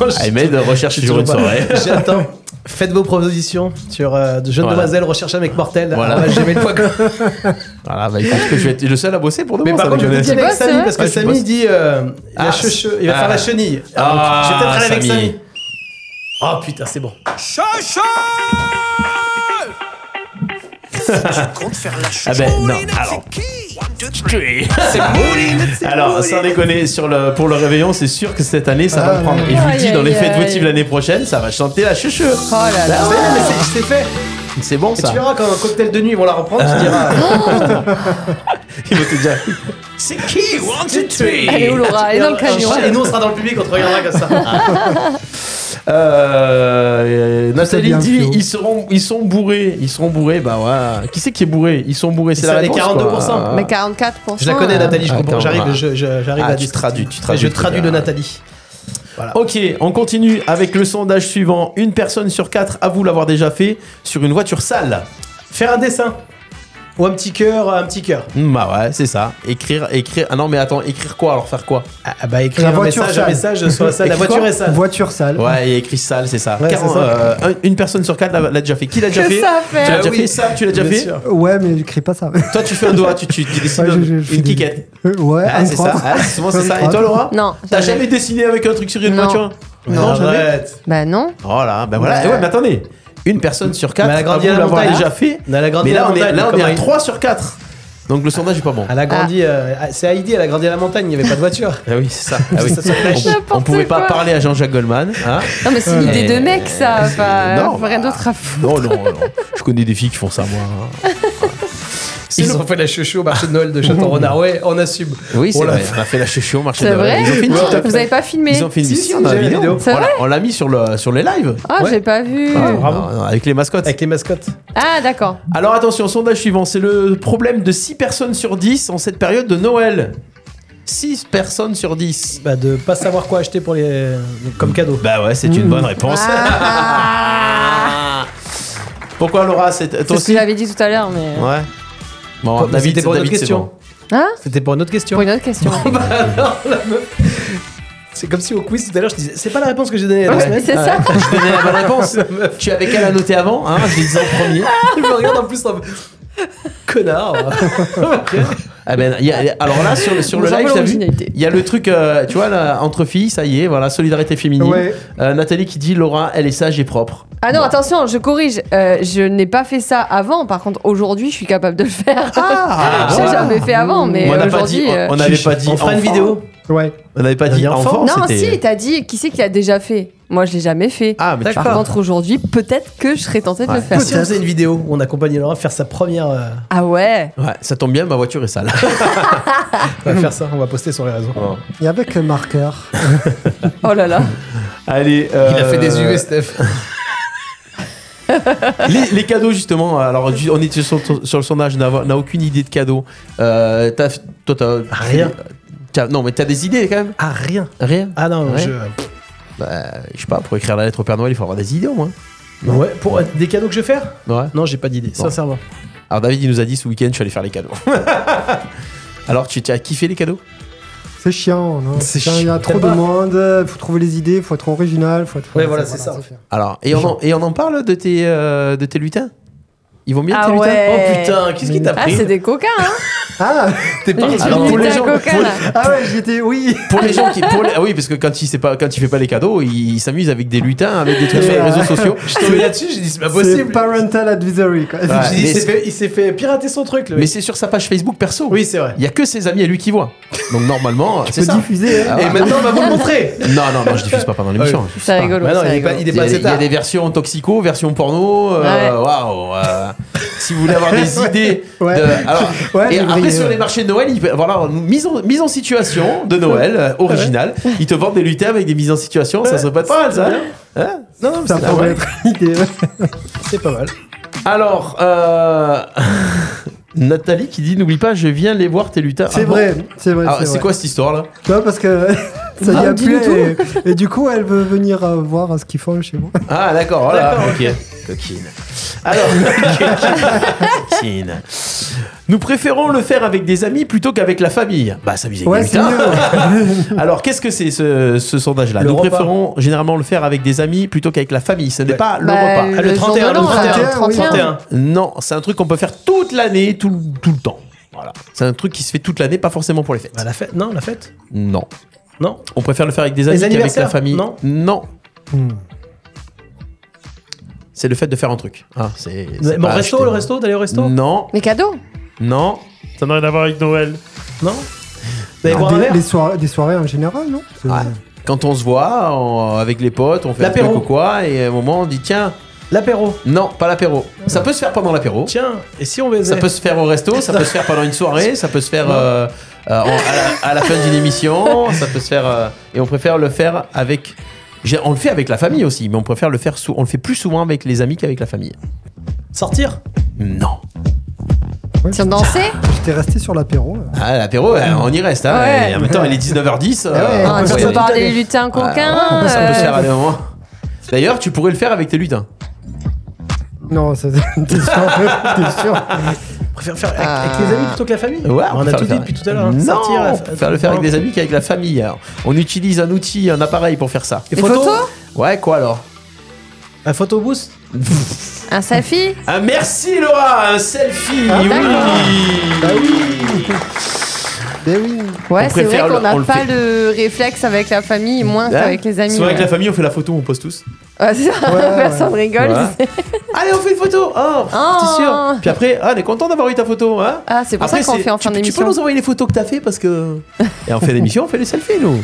je- Ahmed recherche je- toujours une pas- soirée. J'attends. Faites vos propositions sur euh, de jeunes Voilà. demoiselles recherchées avec mortel. Voilà. Ah, j'ai mis le point commun. Voilà, bah écoute, que je vais être le seul à bosser pour de Mais bon, par ça, contre, je Lionel. vais dire avec bosses, Samy hein parce que Ouais, tu Samy bosses. dit euh, la Ah, cheche- il va ah. faire la chenille. Ah, Donc, je vais peut-être aller avec Samy. Samy. Oh putain, c'est bon. [LAUGHS] Ah ben non, alors. Alors, sans déconner, sur le, pour le réveillon, c'est sûr que cette année, ça va le prendre. Et je vous le dis, Ah, Aïe, dans les aïe, fêtes aïe. votives l'année prochaine, ça va chanter la chuchu. Oh là là. C'est- mais c'est- C'est fait. C'est bon, Et tu ça. Ah. verras quand un cocktail de nuit, ils vont la reprendre, tu diras. Il va te dire... C'est qui One, two, three Elle est où Laura Elle est Ah, Ah, dans le camion. Et nous, on sera dans le public, on te regardera comme ça. Euh, Nathalie bien, dit Flo. ils seront ils sont bourrés ils seront bourrés bah ouais qui c'est qui est bourré ils sont bourrés c'est Ils la sont les réponse 42%. quoi. Mais 44%. Je la connais, euh, Nathalie, je comprends. attends, J'arrive, ah. je- je- j'arrive Ah, à tu dire- traduis, tu traduis, Je très traduis bien. de Nathalie. Ok, on continue avec le sondage suivant. Une personne sur quatre avoue l'avoir déjà fait sur une voiture sale. Faire un dessin. Ou un petit cœur, un petit cœur. Hmm, Bah ouais, c'est ça. Écrire, écrire. Ah non, mais attends, écrire quoi alors faire quoi Ah bah écrire La un voiture message, un sale. message sur la salle. La Écris voiture quoi est sale. Voiture sale. Ouais, et écrit sale, c'est ça. Ouais, c'est 40, ça. euh, un- une personne sur quatre l'a l'a déjà fait. Qui l'a déjà Que fait ça Tu l'as fait. déjà Ah oui. fait ça Tu l'as déjà Bien fait sûr. Ouais, mais je crie pas ça. [LAUGHS] Toi, tu fais un doigt, tu, tu, tu dessines Ouais, je- je- une je fais une des- kikette. ouais, Ah, un c'est ça. propre. Ah, c'est souvent c'est Un ça. Et propre. toi, Laura Non. T'as jamais dessiné avec un truc sur une Non. voiture Non, jamais. arrête. Bah non. Oh là, ben voilà. Ouais. Eh ouais, mais attendez. Une personne sur quatre Mais elle a grandi avoue à la l'avoir montagne. déjà fait. Mais elle a grandi Mais là, à la on est, montagne, là, on est à comme 3 sur 4. Donc le sondage est pas bon. Elle a grandi. euh, à- c'est Heidi, elle a grandi à la montagne, il n'y avait pas de voiture. Ah oui, c'est ça. Ah oui. Ça se flash. on, on N'importe pouvait pas quoi. parler à Jean-Jacques Goldman. Hein Non, mais c'est une idée de mec, ça. Enfin, Non, rien bah, d'autre à foutre. non, non, non. Je connais des filles qui font ça, moi. hein. C'est Ils le- ont fait la chouchou au marché de Noël de [LAUGHS] Château-Renard. Ouais, on assume. Oui, c'est On l'a vrai. On a fait la chouchou au marché C'est de vrai Ils ont fait une petite- Vous avez pas filmé Ils ont fait une Si, si, si, on a la j'ai la vidéo. vidéo. C'est On l'a- On l'a mis sur, le, sur les lives. Ah, Ouais. j'ai pas vu. Ah, bravo. non, avec les mascottes. Avec les mascottes. Ah, d'accord. Alors attention, sondage suivant, c'est le problème de 6 personnes sur 10 en cette période de Noël. 6 personnes sur 10. Bah, de pas savoir quoi acheter pour les... comme cadeau. Bah ouais, c'est une Hmm. bonne réponse. Ah. [LAUGHS] Pourquoi Laura c'est- Toi C'est ce que aussi j'avais dit tout à l'heure, mais. Ouais. Bon, Bah, David, c'était pour une autre David, c'est question. bon. Hein C'était pour une autre question. Pour une [LAUGHS] autre question. Bah, non, la meuf. C'est comme si au quiz tout à l'heure je disais, c'est pas la réponse que j'ai donnée la Ouais, semaine. c'est [LAUGHS] ça. Je te donnais la bonne réponse. La Ah. [LAUGHS] meuf, tu avais qu'à la noter avant, hein, je l'ai dit en premier. elle me regarde en plus en... [LAUGHS] Connard. Ok. Ah ben, il y a- alors là, sur le, sur le Nous en live, voilà t'as vu l'originalité. Il y a le truc, euh, tu vois, là, entre filles, ça y est, voilà, solidarité féminine. Ouais. Euh, Nathalie qui dit Laura, elle est sage et propre. Ah non, attention, je corrige. Euh, je n'ai pas fait ça avant. Par contre, aujourd'hui, je suis capable de le faire. Ah, [LAUGHS] J'ai jamais fait avant, mais on n'a pas dit, aujourd'hui. euh, on n'avait pas dit. On fera une enfant. vidéo. Ouais. On n'avait pas On a dit dit enfant. enfant. Non, c'était- si, t'as dit qui c'est qui l'a déjà fait Moi, je l'ai jamais fait. Ah, mais Par d'accord. contre, aujourd'hui, peut-être que je serais tentée de le Ouais. faire. Si on faisait une vidéo où on accompagnait Laura à faire sa première. euh, Ah ouais Ouais, ça tombe bien, ma voiture est sale. on va faire ça, on va poster sur les réseaux. Et avec un marqueur. Oh là là. Allez. Il a fait des UV, Steph. [LAUGHS] les, les cadeaux justement. Alors ju- on était sur, sur le sondage, on n'a- on n'a aucune idée de cadeaux. Euh, t'as- toi, t'as Rien. t'as- non, mais t'as des idées quand même. Ah rien. Rien. Ah non, Rien. je. Bah, je sais pas. Pour écrire la lettre au Père Noël, il faut avoir des idées au moins. Ouais, pour euh, des cadeaux que je vais faire Ouais. Non, j'ai pas d'idée, sincèrement. Alors David, il nous a dit ce week-end, je suis allé faire les cadeaux. [LAUGHS] Alors tu tu as kiffé les cadeaux C'est chiant, non C'est Quand Il y a chiant. trop de T'aimes pas monde, euh, faut trouver les idées, faut être original, faut être. Ouais, voilà, c'est ça. Alors et on en, et on en parle de tes euh, de tes lutins. Ils vont bien Ah tes lutins ouais. Oh putain, qu'est-ce qui t'a Ah, pris c'est des coquins, hein Ah, T'es parti. Les Alors, pour les lutins gens- coquins, pour- là. Ah ouais, j'étais. Oui Pour les gens qui. Pour les- ah oui, parce que quand il, sait pas, quand il fait pas les cadeaux, il, il s'amuse avec des lutins, avec des trucs sur les réseaux sociaux. Je suis tombé là-dessus, j'ai dit c'est pas C'est possible. parental advisory, [LAUGHS] quoi. Ouais, J'ai mais dit, il s'est c'est- fait- il s'est fait pirater son truc, le Mais mec. c'est sur sa page Facebook perso. Oui, c'est vrai. Il y a que ses amis à lui qui voient. Donc normalement, c'est peux ça. diffuser, hein. Ah ouais. Et maintenant, on va vous le montrer. Non, non, non, je diffuse pas pendant l'émission. Je diffuse C'est pas. rigolo. Bah non, c'est il est pas- rigolo. il Ah, est Il y, a, passé il y a tard. des versions toxico, version porno. euh, Ouais. Waouh! euh, si vous voulez avoir des [LAUGHS] Ouais. idées. Ouais. de- alors, Ouais, euh, et j'ai après, brillé, sur ouais. les marchés de Noël, il peut- voilà, une mise en, mise en situation de Noël, euh, originale. Ils te vendent des lutins avec des mises en situation. Ça serait pas de mal, ça. Hein Non, non, mais Ça Ah, c'est pas pourrait mal. être une idée. C'est pas mal. Alors, euh, [LAUGHS] Nathalie qui dit N'oublie pas, je viens les voir tes lutins. C'est Ah bon vrai, c'est vrai. Ah, c'est C'est vrai. quoi cette histoire là Non, parce que [LAUGHS] ça Ah, y a dis-nous plus. Et, et du coup, elle veut venir euh, voir ce qu'ils font chez moi. Ah, d'accord, voilà. D'accord, ok. [LAUGHS] Coquine. Alors, coquine. Nous préférons le faire avec des amis plutôt qu'avec la famille. Bah, ça avec Ouais, des c'est lutins. mieux. [LAUGHS] ouais. Alors, qu'est-ce que c'est ce, ce sondage-là Le Nous repas. préférons généralement le faire avec des amis plutôt qu'avec la famille. Ce n'est Ouais. pas le Bah, repas. Ah, le jour de 31, le l'an, 31, le 31. 31. Non, c'est un truc qu'on peut faire toute l'année, tout, tout le temps. Voilà. C'est un truc qui se fait toute l'année, pas forcément pour les fêtes. Bah, la fête Non, la fête Non. Non. On préfère le faire avec des amis qu'avec la anniversaires, famille. non Hmm. C'est le fait de faire un truc. Ah, c'est. Mais c'est Mon pas resto, acheter. Mm. le resto, d'aller au resto Non, Les cadeaux non. Ça n'a rien à voir avec Noël. Non Vous allez boire un Ah, Des, verre les soirées, des soirées en général, non C'est- Ah, quand on se voit on- avec les potes, on fait un L'apéro. truc ou quoi, et à un moment on dit tiens, L'apéro. non, pas l'apéro. Ça peut se faire pendant l'apéro. Tiens, et si on Ça baisait peut se faire au resto, ça peut se faire pendant une soirée, ça peut se faire euh, euh, en- à, la, à la fin d'une émission, ça peut se faire. euh, et on préfère le faire avec. j'ai- On le fait avec la famille aussi, mais on préfère le faire. sou- on le fait plus souvent avec les amis qu'avec la famille. sortir Non. Tiens, danser J'étais resté sur l'apéro. euh. Ah, l'apéro, euh, on y reste. hein. Ouais. Et en même temps, il est 19h10. euh, ouais, on Ah, peut ça tu y peux se aller. parle parler des lutins coquins Ouais, Ça peut se faire euh, à des moments. D'ailleurs, tu pourrais le faire avec tes lutins. Non, ça- [LAUGHS] t'es sûr, t'es sûr. On préfère faire avec, avec les amis plutôt que la famille Ah. Ouais, peut on, a faire tout le dit faire. depuis tout à l'heure. hein. Non, Sortir, on la- peut faire le faire avec des amis qu'avec la famille. alors. On utilise un outil, un appareil pour faire ça. Des Des photos, photos Ouais, quoi alors Un photo boost Un selfie Ah, merci Laura, un selfie. Ah, oui. Bah Bah Ben oui. Ouais, On c'est vrai préfère le- qu'on n'a on le pas fait. le réflexe avec la famille, moins Hein qu'avec les amis. Souvent avec ouais. la famille, on fait la photo, on pose tous. Ouais, c'est ça, Ouais, personne rigole. Voilà. Allez, on fait une photo. Oh, Oh. t'es sûr Puis après, ah, on est content d'avoir eu ta photo, hein Ah, c'est pour Après, ça qu'on c'est- fait en tu- fin Tu peux d'émission. nous envoyer les photos que t'as fait parce que. Et en fin d'émission, on fait les selfies, nous.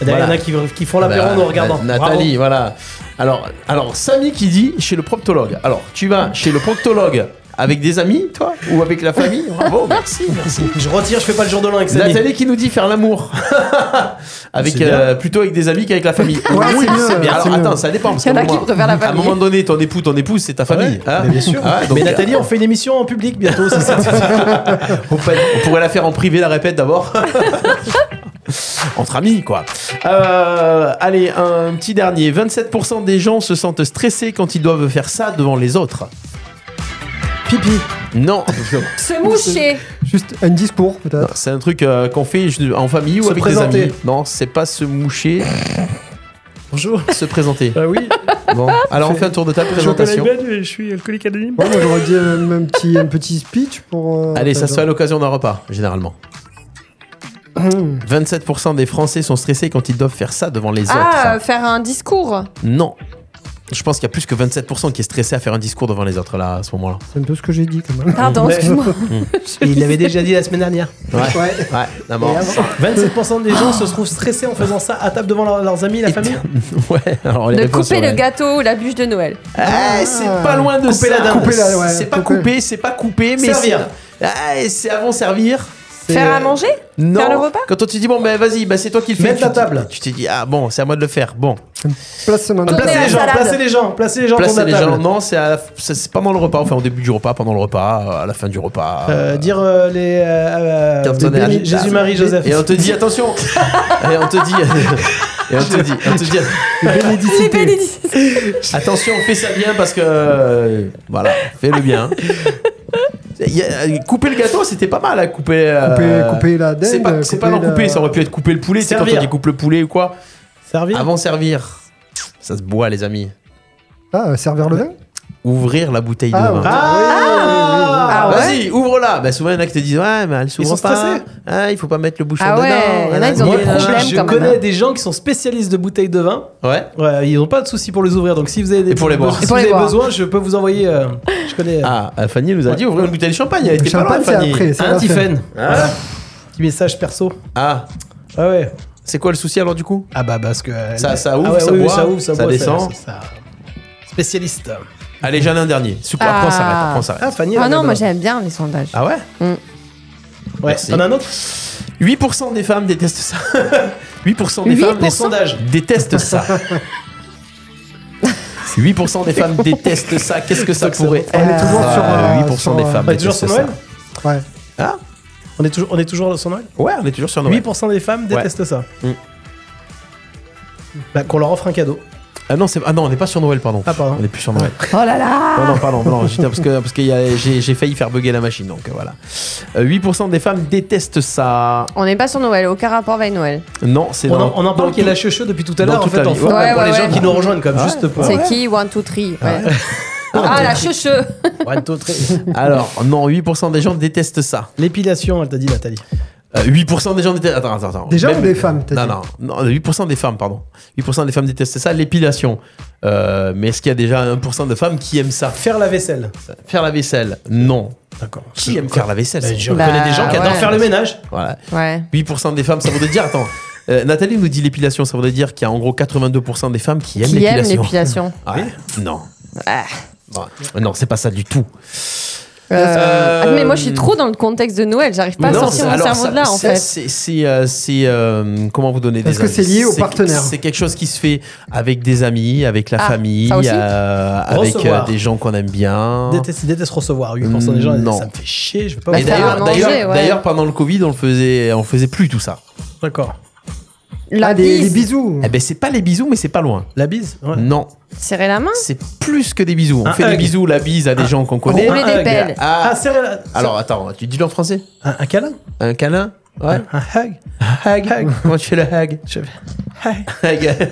D'ailleurs, Voilà. il y en a qui, qui font l'apéro Bah, en nous hein. regardant. Na- Nathalie, voilà. Alors, alors, Samy qui dit chez le proctologue. Alors, tu vas chez le proctologue avec des amis, toi Ou avec la famille Bravo, merci, merci. Bravo. Je retire, je fais pas le jour de l'an avec Samy. Nathalie qui nous dit faire l'amour [LAUGHS] avec C'est bien. euh, plutôt avec des amis qu'avec la famille. Ouais, c'est mieux, bien. Alors c'est mieux. attends, ça dépend parce Il y en qu'à a un qui moment- préfèrent la À un famille. moment donné, ton époux, ton épouse, c'est ta famille. hein. mais bien sûr. Ah, donc, mais Nathalie, on fait une émission en public bientôt. aussi, ça. on peut- on pourrait la faire en privé, la répète d'abord. [LAUGHS] Entre amis, quoi. Euh, allez, un petit dernier. 27% des gens se sentent stressés quand ils doivent faire ça devant les autres. Pipi. Non, Se moucher Juste un discours, Non, peut-être. c'est un truc euh, qu'on fait je- en famille ou Se avec présenter. des amis. Non, c'est pas se moucher, Bonjour. se présenter. Bah [LAUGHS] oui, [LAUGHS] Bon, alors on fait un tour de table je m'appelle présentation. Ben et je suis alcoolique anonyme. Ouais, moi, j'aurais dit un, un petit, un petit speech pour. euh, Allez, ça enfin, se fait à l'occasion d'un repas, généralement. Hum. 27% des Français sont stressés quand ils doivent faire ça devant les Ah, autres. euh, faire un discours Non. Je pense qu'il y a plus que 27% qui est stressé à faire un discours devant les autres là à ce moment-là. C'est un peu ce que j'ai dit quand même. Pardon, Mais- excuse-moi. Et il l'avait déjà dit la semaine dernière. Ouais. Ouais. non, mais Et on- avant, 27% des gens se trouvent stressés en faisant ça à table devant leur- leurs amis, la famille. [LAUGHS] Ouais, alors les De réponses couper sont le là. gâteau ou la bûche de Noël. Ah, c'est pas loin de Couper ça. la dinde. Couper la- ouais, c'est pas coupé, c'est pas coupé, mais Servir. c'est Ah, c'est avant servir. c'est- euh, Faire à manger Non. Faire le repas Quand on te dit bon ben vas-y, ben, c'est toi qui le fais. Mettre tu la te- table. Tu t'es dit ah bon, c'est à moi de le faire. Bon. Placement de Placez les gens, placez les gens, placez les gens Placer autour de les la gens. table. Non, c'est à la- c'est c'est pendant le repas, enfin au début du repas, pendant le repas, à la fin du repas. Euh, dire euh, les euh, Quand euh, on est à- béni- Jésus Marie Joseph. Ah, Et on te dit [LAUGHS] attention. et on te dit. euh, et on te dit. On te dit Les bénédictions. Attention, fais ça bien parce que. euh, Voilà, fais le [LAUGHS] bien. Il y a- euh, Couper le gâteau, c'était pas mal à couper. euh, Couper- couper la dinde, C'est pas, c'est pas couper d'en couper, la- ça aurait pu être couper le poulet, c'est quand Servir. on dit coupe le poulet ou quoi. Servir. Avant servir. Ça se boit, les amis. Ah, euh, servir le vin Ouvrir la bouteille Ah, de vin. ouais. Ah, ouais Vas-y, ouvre-la. Bah, souvent, il y en a qui te disent Ouais, mais elle s'ouvre sont pas. stressés. Ah, il faut pas mettre le bouchon Ah ouais, dedans. il y en a, ils ont Moi, des je- problèmes Je quand même, connais hein. des gens qui sont spécialistes de bouteilles de vin. Ouais. Ouais, ils n'ont pas de souci pour les ouvrir. Donc si vous avez des Et pour les boire. si Et pour les vous avez boire. besoin, je peux vous envoyer. euh, je connais. Ah, euh, Fanny nous a dit ouvrir une bouteille de champagne. Elle était pas champagne, loin, c'est Fanny. après, c'est un la fin. Tiffen. Ah. Voilà. Petit message perso. Ah, Ah ouais. c'est quoi le souci alors du coup Ah bah parce que euh, Ça- ça ah ouvre, ouais, ça oui, oui, boit, ça ouvre, ça, ça boit, descend. ça- Spécialiste. Allez, j'en ai un dernier. Super, après on Ah. s'arrête, après on s'arrête. Ah Fanny. elle Ah a non, bien moi aimé. j'aime bien les sondages. Ah ouais Ouais. Merci. On a un autre. 8% des femmes détestent ça. [LAUGHS] 8% des 8%? femmes des sondages détestent ça. [LAUGHS] 8% des femmes détestent ça. Qu'est-ce que ça pourrait On être est toujours sur, Ah, euh, 8% sur, des euh, femmes On est toujours sur détestent ça. Noël. Ouais. Ah On est toujours, on est toujours sur Noël. Ouais, on est toujours sur Noël. 8% des femmes Ouais. détestent ça. Mm. Bah, qu'on leur offre un cadeau. Ah non, c'est- ah non, on n'est pas sur Noël, pardon. Ah, pardon. On n'est plus sur Noël. Oh là là Non, non, pardon, non, j'étais- parce que, parce que y a- j'ai j'ai failli faire bugger la machine, donc euh, voilà. Euh, 8% des femmes détestent ça. On n'est pas sur Noël, aucun rapport avec Noël. Non, c'est On dans- en, on en parle dans qu'il y a tout- la chouchou depuis tout à dans l'heure. En toute fait, la en vie. forme, Ouais, pour les ouais, gens ouais. qui nous rejoignent, comme juste pour. euh, C'est qui 1, 2, 3 [LAUGHS] Ah la chouchou One, two, three. Alors, non, 8% des gens détestent ça. L'épilation, elle t'a dit Nathalie. Euh, 8% des gens détestent. Attends, attends, attends. Des gens ou des femmes, t'as Non, dit non, non, euh, 8% des femmes, pardon. 8% des femmes détestent ça, l'épilation. Euh, mais est-ce qu'il y a déjà 1% de femmes qui aiment ça Faire la vaisselle. Faire la vaisselle Non. D'accord. Qui aime faire la vaisselle Euh, c'est- Je Bah, connais des gens qui adorent ouais. faire le ménage. Voilà. Ouais. 8% des femmes, ça voudrait dire. Attends. euh, Nathalie nous dit l'épilation, ça voudrait dire qu'il y a en gros 82% des femmes qui aiment Qui aime l'épilation. [LAUGHS] Ah l'épilation Ah. Ouais. Non. Ouais. Non, c'est pas ça du tout. Euh, ah, Mais moi je suis trop dans le contexte de Noël, j'arrive pas à Non, sortir c'est- mon alors, cerveau ça- de là en ça, fait. C'est, c'est, euh, c'est, euh, comment vous donner des Est-ce que indices c'est lié au partenaire C'est quelque chose qui se fait avec des amis, avec la Ah, famille, ça aussi euh, avec Recevoir. euh, des gens qu'on aime bien. Déteste, déteste recevoir. 8% des gens, Ah. Non. ça me fait chier, je veux pas Bah, Et vous- faire à d'ailleurs, manger, d'ailleurs, ouais. d'ailleurs, pendant le Covid, on le faisait, on le faisait plus tout ça. D'accord. La Ah, des, des bise, bisous. Eh ben, c'est pas les bisous, mais c'est pas loin. La bise ouais. Non, serrer la main, c'est plus que des bisous. On Un fait des hug. bisous, la bise à des gens qu'on connaît. rouler un des hug. pelles. Ah, Ah, serrer la- alors attends, tu dis-le en français Un, un câlin Un câlin Ouais. Un hug Hug. Comment tu fais le hug Je- Hug.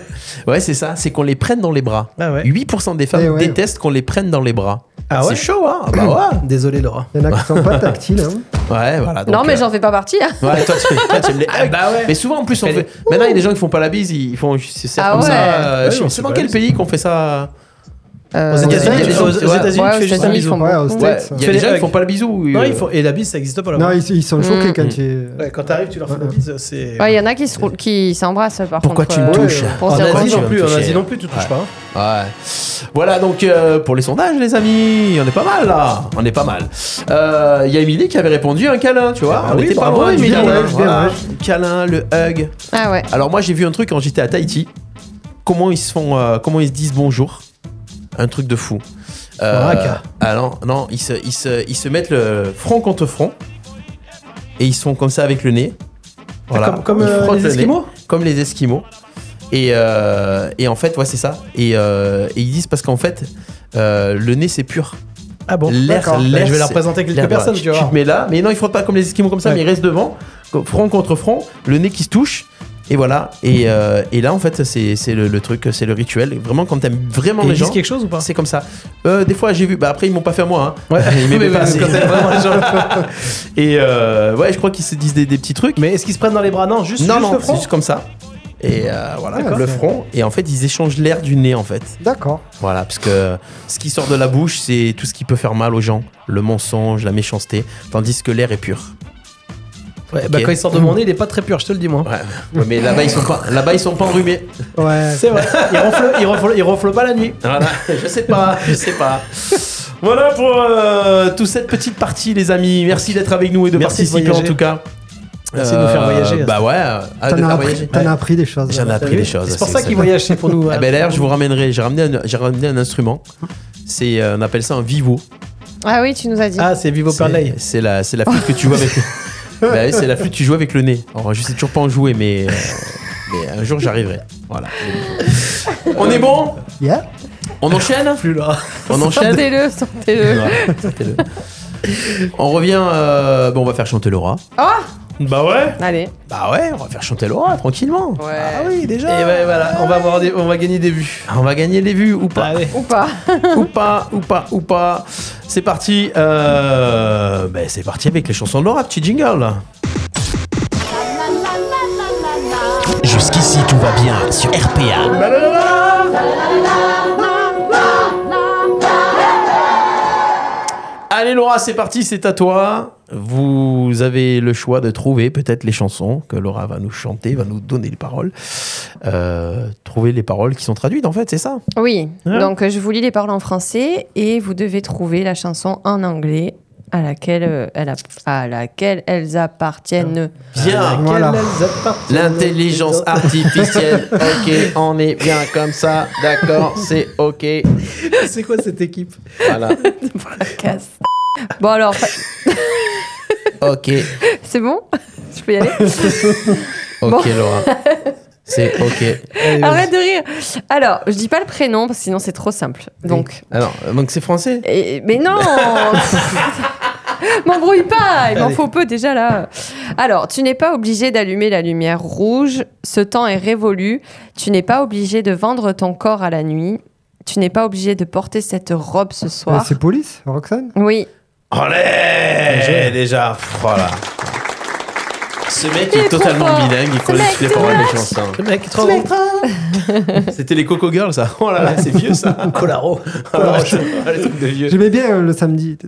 ouais, c'est ça, c'est qu'on les prenne dans les bras. Ah ouais. 8% des Eh femmes ouais. détestent qu'on les prenne dans les bras. Ah ouais C'est chaud, hein Ah Bah ouais. Désolé, Laura. Il y en a qui sont pas tactiles. [LAUGHS] hein. Ouais, voilà. donc, Non mais euh, j'en fais pas partie. hein. Ouais, toi, tu, toi, tu aimes les hugs. bah ouais. Mais souvent, en plus, on Fais les- fait. Maintenant, il y a des gens qui font pas la bise, ils font. C'est c'est Ah comme ouais. ça. euh, Ouais, je sais non, pas c'est dans pas quel la pays qu'on fait ça. Euh, États-Unis, il y a des gens- aux ouais. États-Unis, Ouais, tu aux fais juste un États-Unis, ils bisou. font Ouais, aux beaucoup. States. Il y a Fais des les gens qui hugs. font pas le bisou. Non, euh, ils font- Et la bise, ça existe pas là-bas. Non, ils, ils Mm. sont choqués quand Mm. tu. Ouais, quand t'arrives, tu leur fais la bise, c'est. Ouais, il y en a qui se roulent- qui s'embrassent par Pourquoi contre. tu me euh, touches pour En se Pourquoi Asie tu rejoindre. non vas plus, me en toucher Asie non plus, tu touches Ouais. pas. hein. Ouais. Voilà donc euh, pour les sondages, les amis, on est pas mal là. On est pas mal. Euh, Il y a Émilie qui avait répondu un câlin, tu vois. Ah bah on oui, était pas bravo, loin, Émilie, Émilie, ouais, hein, je voilà. Câlin, le hug. Ah ouais. Alors moi j'ai vu un truc quand j'étais à Tahiti. Comment ils se font, euh, comment ils se disent bonjour. Un truc de fou. Baraka. ah non, non, ils se, ils, se, ils se mettent le front contre front et ils se font comme ça avec le nez. Voilà. Comme, comme Ils euh, frottent les le nez Esquimaux comme les Esquimaux. Et, euh, et en fait, ouais, c'est ça. Et, euh, et ils disent parce qu'en fait, euh, le nez c'est pur. Ah bon L'air- d'accord. l'air, Bah, Je vais leur c'est- présenter L'air, quelques personnes, voilà, tu tu, tu vois. te mets là, mais non, ils frottent pas comme les Esquimaux comme ça, Ouais. mais ils restent devant, co- front contre front, le nez qui se touche. Et voilà. Et, euh, et là, en fait, c'est c'est le, le truc, c'est le rituel. Et Vraiment, quand t'aimes vraiment Et les ils disent gens. quelque chose ou pas C'est comme ça. Euh, des fois, j'ai vu. Bah, après, ils m'ont pas fait à moi. hein. [LAUGHS] Ouais. [LAUGHS] Ils m'aimaient Mais pas quand assez. t'aimes vraiment [LAUGHS] les gens. Et euh, ouais, je crois qu'ils se disent des, des petits trucs. Mais est-ce qu'ils se prennent dans les bras Non, juste, non, juste non, le c'est front. juste comme ça. et euh, voilà, Ah, comme le d'accord. front. Et en fait, ils échangent l'air du nez en fait. D'accord. Voilà, parce que ce qui sort de la bouche, c'est tout ce qui peut faire mal aux gens, le mensonge, la méchanceté, tandis que l'air est pur. Ouais, bah, quand il sort de mon nez, il est pas très pur, je te le dis moi. Ouais, mais là-bas ils sont pas, là-bas ils sont pas enrhumés. Ouais. C'est vrai. Il ronfle, il ronfle, il ronfle pas la nuit. Voilà, je sais pas, je sais pas. Voilà pour euh, toute cette petite partie, les amis. Merci d'être avec nous et de Merci de participer en voyager. tout cas. Merci de nous faire voyager. Bah ouais, euh, ah, de T'en faire as, appris, voyager. t'en as appris des choses. euh. J'en ai appris des choses. C'est pour ça qu'ils voyagent, c'est pour nous. Ah ben, d'ailleurs, je vous ramènerai. J'ai ramené, un- j'ai ramené un instrument. C'est, euh, on appelle ça un vivo. Ah oui, tu nous as dit. Ah, c'est Vivo Perley. C'est la, c'est la flûte que tu joues [LAUGHS] avec. Bah oui, c'est la flûte que tu joues avec le nez. Alors, je sais toujours pas en jouer, mais, euh, mais un jour j'arriverai. Voilà. On est bon Yeah. On enchaîne Plus [LAUGHS] là. On enchaîne. [LAUGHS] Sentez-le, sentez-le. Voilà, sentez-le. On revient. euh, bon, on va faire chanter Laura. Ah Bah ouais. Allez. Bah ouais, on va faire chanter Laura tranquillement. Ah oui, déjà. Et ouais, voilà, on va avoir des- on va gagner des vues. On va gagner des vues Ah bah. ou pas. Ou pas. ou pas, ou pas, ou pas. C'est parti. euh, ben, c'est parti avec les chansons de Laura, petit jingle. là. Jusqu'ici tout va bien sur RPA. Allez Laura, c'est parti, c'est à toi. Vous avez le choix de trouver peut-être les chansons que Laura va nous chanter, va nous donner les paroles. Euh, trouver les paroles qui sont traduites en fait, c'est ça Oui. Hein Donc, euh, je vous lis les paroles en français et vous devez trouver la chanson en anglais à laquelle, euh, elle a- à laquelle elles appartiennent. Euh, Ah, Bien, Voilà. L'intelligence [LAUGHS] artificielle, ok, on est bien comme ça, d'accord, c'est ok. Ah, C'est quoi cette équipe Voilà, Casse. Bon, alors, ok, c'est bon [LAUGHS] Je peux y aller ok Bon. Laura, c'est ok. Arrête de rire. Alors, je dis pas le prénom parce que sinon c'est trop simple. Donc, Alors, donc c'est français Et- mais [LAUGHS] non M'embrouille pas, il m'en faut peu déjà là. Alors, tu n'es pas obligé d'allumer la lumière rouge, ce temps est révolu, tu n'es pas obligé de vendre ton corps à la nuit, tu n'es pas obligé de porter cette robe Ah, ce Euh, soir. C'est police, Roxane Oui, Allez Déjà, pff, voilà. Ce mec est, est trop totalement fort. bilingue, il Ce connaît mec, toutes les c'est paroles des vrai. chansons. Le mec est trop bon. C'était les Coco Girls, ça Oh là là, c'est vieux ça [LAUGHS] Colaro. Ah, Les trucs de vieux. J'aimais bien euh, le samedi.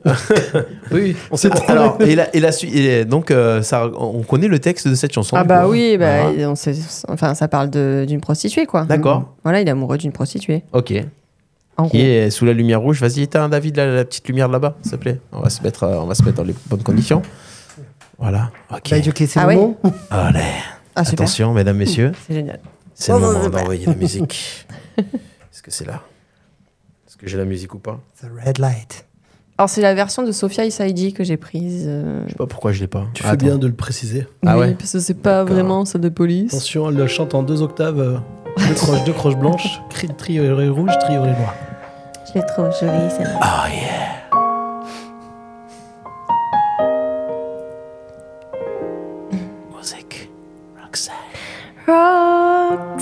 Oui, on sait C'est pas. trop Alors, et, la, et, la, su- et donc, euh, ça, on connaît le texte de cette chanson. ah du bah coup. hein oui, Mm. bah, Voilà. on sait- enfin, ça parle de- d'une prostituée quoi. Ah. D'accord, Voilà, il est amoureux d'une prostituée. ok. En Qui gros. est sous la lumière rouge. Vas-y, éteins David la, la petite lumière là-bas, s'il te plaît. On va se mettre, euh, on va se mettre dans les bonnes conditions. Voilà, ok. Bah, ok, c'est Ah le ouais nom. Allez, Ah, super. attention, mesdames, messieurs. C'est génial. C'est Oh, bah, le moment d'envoyer la [LAUGHS] musique. Est-ce que c'est là Est-ce que j'ai la musique ou pas The red light. Alors, c'est la version de Sofia Isaidi que j'ai prise. euh, Je sais pas pourquoi je l'ai pas. Tu Attends. fais bien de le préciser. Ah oui, ouais Parce que c'est pas vraiment ça de police. Attention, elle le chante en deux octaves. euh, Deux croches, deux croches blanches, cri- triolet rouge, triolet noir. Je l'ai trop jolie celle-là. Oh yeah Musique. Roxanne. Roxanne,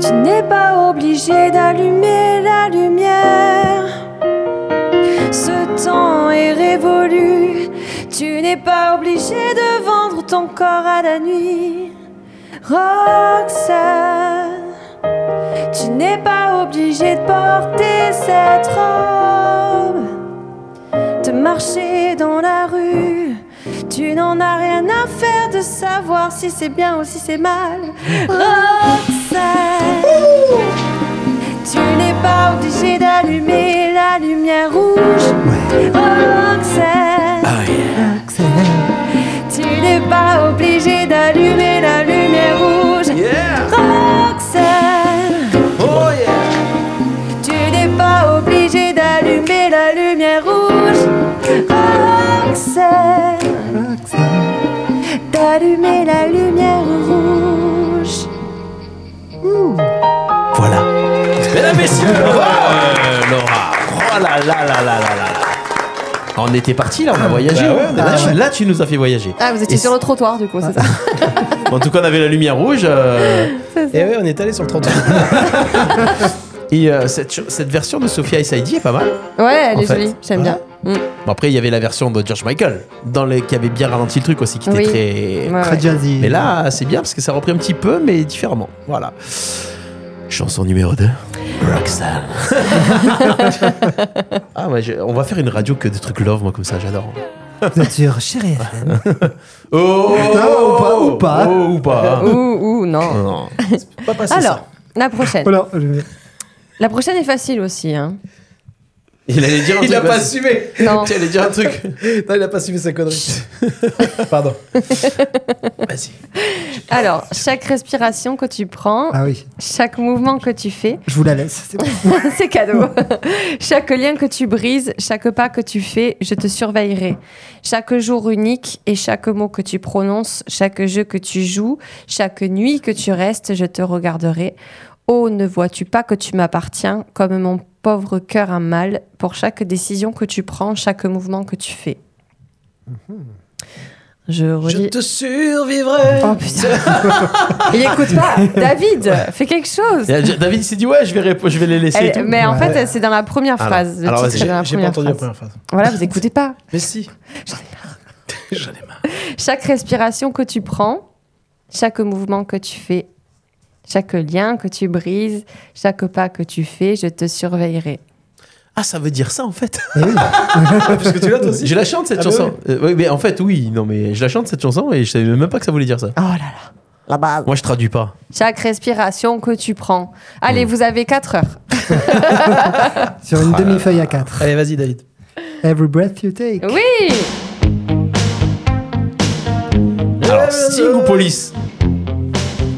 tu n'es pas obligée d'allumer la lumière. Ce temps est révolu, tu n'es pas obligée de vendre ton corps à la nuit. Roxanne, tu n'es pas obligée de porter cette robe, de marcher dans la rue. Tu n'en as rien à faire de savoir si c'est bien ou si c'est mal. Roxane, tu n'es pas obligée d'allumer la lumière rouge. Roxane, tu n'es pas obligée d'allumer la lumière rouge. Roxane, Oh, tu n'es pas obligée d'allumer la lumière rouge. Roxane d'allumer la lumière rouge. Voilà. Mesdames, messieurs, au revoir, euh, Laura. Oh là là là là là là là. Ah, On était parti là, on a voyagé. Ah, bah ouais, on est là, parti. tu- là, tu nous as fait voyager. Ah, vous étiez Et Ah. sur le trottoir du coup, c'est ça En tout cas, on avait la lumière rouge. euh, Et ouais, on est allé sur le [LAUGHS] 31. et euh, cette, ch- cette version de Sophia Isaidi est pas mal. Ouais, elle En est fait, jolie, j'aime bien. Bon, après, il y avait la version de George Michael, dans le- qui avait bien ralenti le truc aussi, qui était Oui. très... Ouais, Très ouais. jazzy. Mais là, c'est bien parce que ça reprit un petit peu, mais différemment. Voilà. Chanson numéro 2. Roxanne. ah ouais, je- on va faire une radio que des trucs love, moi, comme ça, j'adore. Vous êtes sur Chérie FM. Oh, Non, ou pas, ou pas. Oh, ou pas. [LAUGHS] Ou, [LAUGHS] ou non. Non. Alors, la prochaine. Voilà, je vais- La prochaine est facile aussi. hein. Il allait dire un Il truc. a pas vas-y. assumé. [LAUGHS] Non. Tu allais dire un truc. Non, il a pas assumé sa connerie. [LAUGHS] Pardon. Vas-y. Alors, chaque respiration que tu prends, Ah oui, chaque mouvement que tu fais, je vous la laisse. c'est bon. [LAUGHS] c'est cadeau. chaque lien que tu brises, chaque pas que tu fais, je te surveillerai. Chaque jour unique et chaque mot que tu prononces, chaque jeu que tu joues, chaque nuit que tu restes, je te regarderai. Oh, ne vois-tu pas que tu m'appartiens, comme mon pauvre cœur un mal, pour chaque décision que tu prends, chaque mouvement que tu fais. Je Je relis. te survivrai. Oh putain. Il écoute pas. David, fais quelque chose. Et David il s'est dit, ouais, je vais, répo- je vais les laisser. et Elle- tout. mais en fait, c'est dans la première Alors, phrase. Le alors titre vas-y. est J'ai- dans la J'ai pas première entendu la phrase. première phrase. Voilà, vous écoutez pas. Mais si. J'en ai marre. [LAUGHS] Chaque respiration que tu prends, chaque mouvement que tu fais, chaque lien que tu brises, chaque pas que tu fais, je te surveillerai. Ah, ça veut dire ça, en fait. Ah, Parce que tu l'as toi aussi. Je la chante cette Ah, bah chanson. oui. Euh, oui, mais en fait, oui, non, mais je la chante cette chanson et je savais même pas que ça voulait dire ça. Oh là là. La base. Moi, je traduis pas. Chaque respiration que tu prends. Hmm. Allez, vous avez 4 heures. Sur une demi-feuille à 4. Allez, vas-y, David. Every breath you take. Oui Alors, Sting ou Police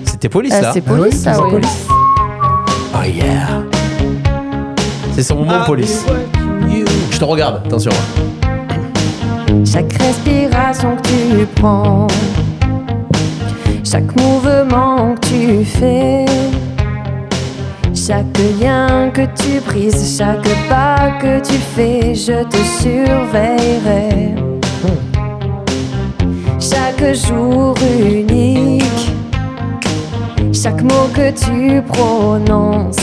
C'était Euh, Police, Ah, là. C'est police, ça, oui. Oh yeah. C'est son moment Police. Je te regarde, attention. Chaque respiration que tu prends, chaque mouvement que tu fais, chaque lien que tu brises, chaque pas que tu fais, je te surveillerai. Chaque jour unique, chaque mot que tu prononces.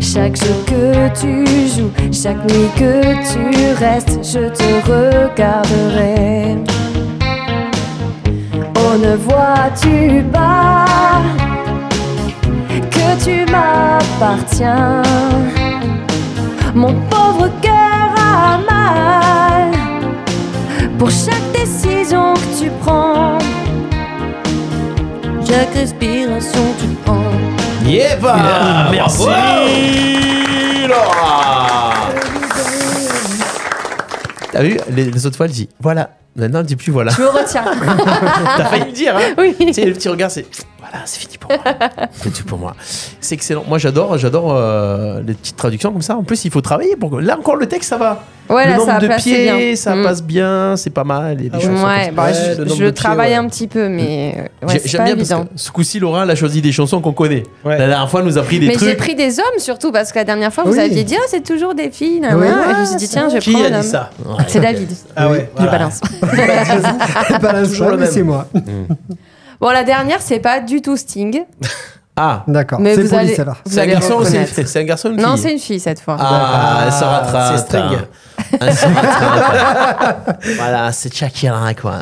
Chaque jeu que tu joues, chaque nuit que tu restes, je te regarderai. Oh, ne vois-tu pas que tu m'appartiens? Mon pauvre cœur a mal pour chaque décision que tu prends, chaque respiration que tu prends. Yeah, bah, Ah, Yeah, merci bravo. Laura T'as vu, les, les autres fois, elle dit voilà. Maintenant, elle dit plus voilà. Je me retiens. Ah. T'as failli me dire, hein Oui. Tu sais, le petit regard, c'est voilà, c'est fini [LAUGHS] pour moi. C'est tout pour moi. C'est excellent. Moi, j'adore, j'adore euh, les petites traductions comme ça. En plus, il faut travailler pour. Là encore, le texte, ça va. Ouais, le là, nombre ça a de placé pieds, bien. ça Mm. passe bien, c'est pas mal. et des Ah ouais. chansons comme ça. Ouais, bah, Ouais, je, le nombre je de pieds, travaille ouais. un petit peu, mais euh, ouais, J'ai- c'est J'aime pas bien évident. parce que ce coup-ci, Laura, elle a choisi des chansons qu'on connaît. La dernière fois, elle nous a pris des mais j'ai trucs. pris des hommes surtout parce que la dernière fois, vous Oui. aviez dit Ah, c'est toujours des filles. nan, Oui. nan. Et je me suis dit tiens, je vais Qui prendre a un homme. dit ça [LAUGHS] C'est David. Ah ouais. Je voilà. balance. [LAUGHS] Balance Toujours pas, le mais même. c'est moi. Bon, la dernière, c'est pas du tout Sting, Ah, D'accord. mais C'est vous police, allez, ça va. vous c'est un allez garçon ou c'est [LAUGHS] reconnaître. c'est un garçon ou une Non, fille c'est une fille cette fois. Ah, elle se rattrape. C'est String. [LAUGHS] Elle se [LAUGHS] rattrape. voilà, c'est Shakira, quoi.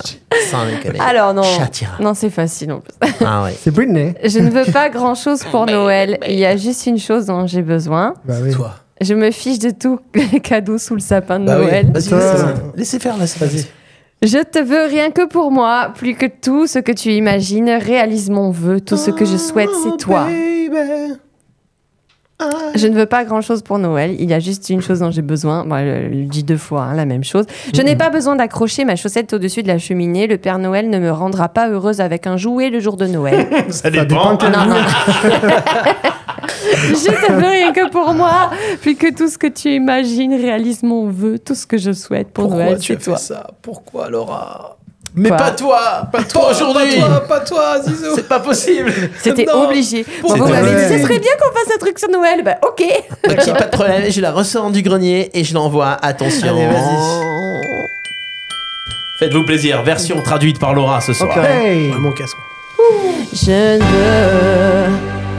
Sans déconner. Alors non, Shakira. non, c'est facile. en plus. Ah ouais. C'est Britney. Je ne veux pas grand chose pour Noël. Il y a juste une chose dont j'ai besoin. Bah oui. Toi. Je me fiche de tout [LAUGHS] les cadeaux sous le sapin de Bah oui. Noël. Vas-y, euh, Ça. laissez- laissez faire, laissez Vas-y. Je te veux rien que pour moi, plus que tout ce que tu imagines, réalise mon vœu, tout ce que je souhaite, Oh, Oh, c'est toi. Je ne veux pas grand-chose pour Noël, il y a juste une chose dont j'ai besoin. Bon, elle le dit deux fois, hein, la même chose. Je Mm. n'ai pas besoin d'accrocher ma chaussette au-dessus de la cheminée, le Père Noël ne me rendra pas heureuse avec un jouet le jour de [LAUGHS] Noël. Ça dépend. Ah, Non, non. je te veux rien que pour moi, plus que tout ce que tu imagines, réalise mon vœu, tout ce que je souhaite pour Pourquoi Noël, tu c'est as fait toi. ça Pourquoi, Laura Mais Quoi pas toi Pas toi aujourd'hui Pas toi, pas toi, Zizou C'est pas possible C'était Non. obligé. Bon, C'était vous m'avez dit, obligé. ce serait bien qu'on fasse un truc sur Noël. Bah, ok. [LAUGHS] Ok, pas de problème, je la ressors du grenier et je l'envoie. Attention. Allez, Faites-vous plaisir, version traduite par Laura ce soir. Hey. Ouais, Mon casque. Je ne veux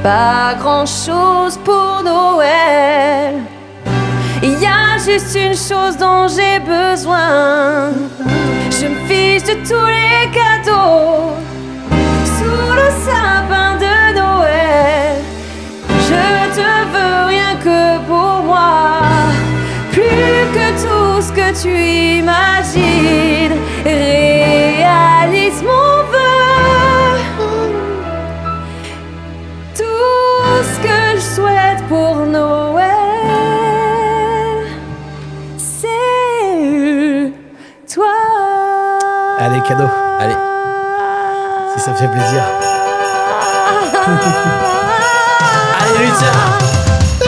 pas grand chose pour Noël. Il y a juste une chose dont j'ai besoin. Je me fiche de tous les cadeaux. Sous le sapin de Noël, je te veux rien que pour moi. Plus que tout ce que tu imagines, réalise mon vœu. Tout ce que je souhaite pour Noël, c'est toi. Allez, cadeau. Allez. Si ça fait plaisir. Allez, Lucien.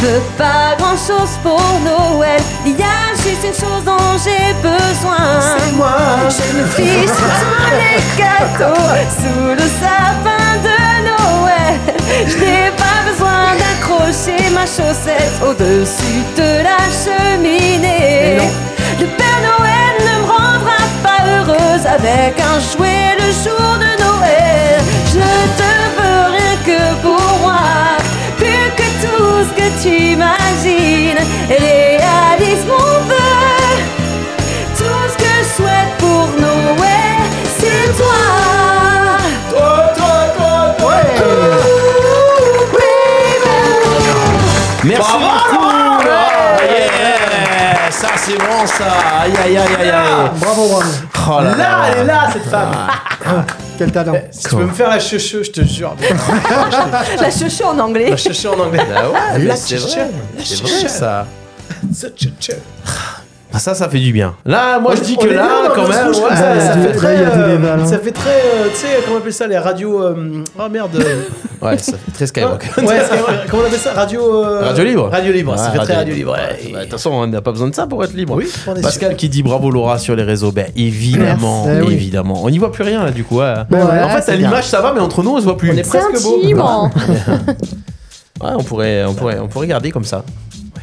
Je veux pas grand chose pour Noël. Il y a juste une chose dont j'ai besoin. C'est moi. Je me fiche de tous les gâteaux sous le sapin de Noël. Je n'ai pas besoin d'accrocher ma chaussette au-dessus de la cheminée. Le Père Noël ne me rendra pas heureuse avec un jouet le jour de Noël. Je te veux rien que pour moi, plus que tout ce que tu imagines. Réalise mon vœu, tout ce que je souhaite pour Noël, c'est toi. Toi, toi, toi, toi. Merci beaucoup. Ah, yeah. Ça c'est bon ça. Aïe aïe aïe aïe. aïe. Bravo, bravo. Oh là, Là, elle est là, cette femme. Quel talent. Si tu peux me faire la cheucheu, je te jure. La chouchou en anglais. La cheucheu en [LAUGHS] anglais. Bah ouais, mais la c'est cheucheu. vrai. La C'est vrai cheucheu. ça. Ce cheucheu. Ah, Ça, ça fait du bien. Là, moi, On- je dis on que est là, bien dans quand le même, rouge comme ouais, ça, ça il y fait a très, des euh, balles, hein. ça fait très, euh, tu sais, comment on appelle ça, les radios, euh, oh [LAUGHS] merde, euh, ouais, ça fait très Skywalk. ouais, c'est- comment on appelle ça, radio, [LAUGHS] euh, Radio libre. radio libre, ça fait très radio libre. Ouais, bah, De toute façon, on n'a pas besoin de ça pour être libre. Oui, on est Pascal qui dit bravo Laura sur les réseaux. Ben évidemment, Merci. Eh oui. évidemment. On n'y voit plus rien là du coup. ouais. Ben ouais, en fait, c'est à bien. l'image ça va, mais entre nous on se voit plus. On est Ouais, presque beau. [LAUGHS] Timon. on pourrait, on pourrait, on pourrait garder comme ça.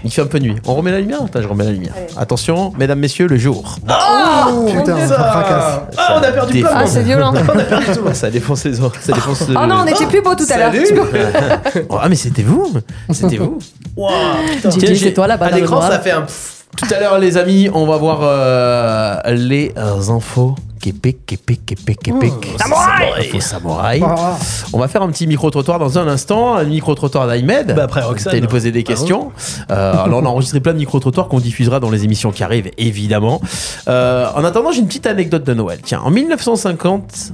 Il fait un peu nuit. On remet la lumière. Attends, je remets la lumière. Attention, mesdames, messieurs, le jour. Oh, putain, ça fracasse. Ah, ah, on a perdu Des- plein de Ah, monde. c'est violent. [LAUGHS] On a perdu tout le [LAUGHS] monde. Ça défonce les oreilles. Ça défonce. le- Oh non, on était plus beau tout à l'heure. Salut. Tu peux- [LAUGHS] Oh, ah mais c'était vous, c'était vous. Waouh, putain. Tiens, Gigi, j'ai- c'est toi là-bas À dans le l'écran, noir. ça fait un pfff. Tout à l'heure, les amis, on va voir euh, les euh, infos. Québec, Québec, Québec, Québec. Samouraï Info samouraï. Ah, On va faire un petit micro-trottoir dans un instant, un micro-trottoir d'Ahmed. Bah, après Roxane. T'as lui poser des Bah oui. questions. Euh, alors, on a enregistré plein de micro-trottoirs qu'on diffusera dans les émissions qui arrivent, évidemment. Euh, en attendant, j'ai une petite anecdote de Noël. Tiens, en 1950,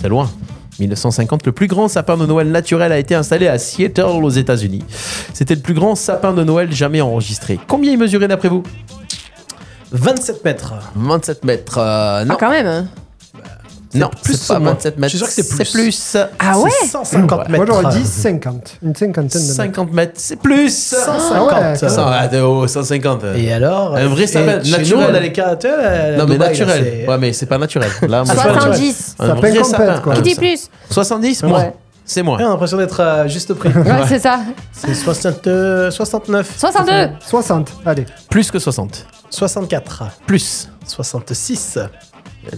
c'est loin. 1950, le plus grand sapin de Noël naturel a été installé à Seattle aux États-Unis. C'était le plus grand sapin de Noël jamais enregistré. Combien il mesurait d'après vous 27 mètres. 27 mètres. euh, non, Ah, quand même. non, plus c'est pas ou moins. 27 mètres. Je suis sûr que c'est plus. Ah ouais Eh. C'est 150 Moi mètres. j'aurais dit 50. Une cinquantaine de mètres. 50 mètres, c'est plus. 150. Ah ouais, quand Ça, ah, de- oh, 150. euh. Et alors Un vrai et sapin, chez naturel. nous, on a les cas- tu vois, à Non, mais Dubaï, là, naturel. c'est- Ouais, mais c'est pas naturel. Là, moi, Ah, je parle- 70. Un Ça vrai fait complète, sapin. quoi. Ah, Qui Qui dit ça- plus 70, moi. Ouais. C'est moi. Ouais, on a l'impression d'être à juste [LAUGHS] prix. Ouais, c'est ça. C'est 60, euh, 69, 62. 60, allez. Plus que 60. 64, Plus. 66.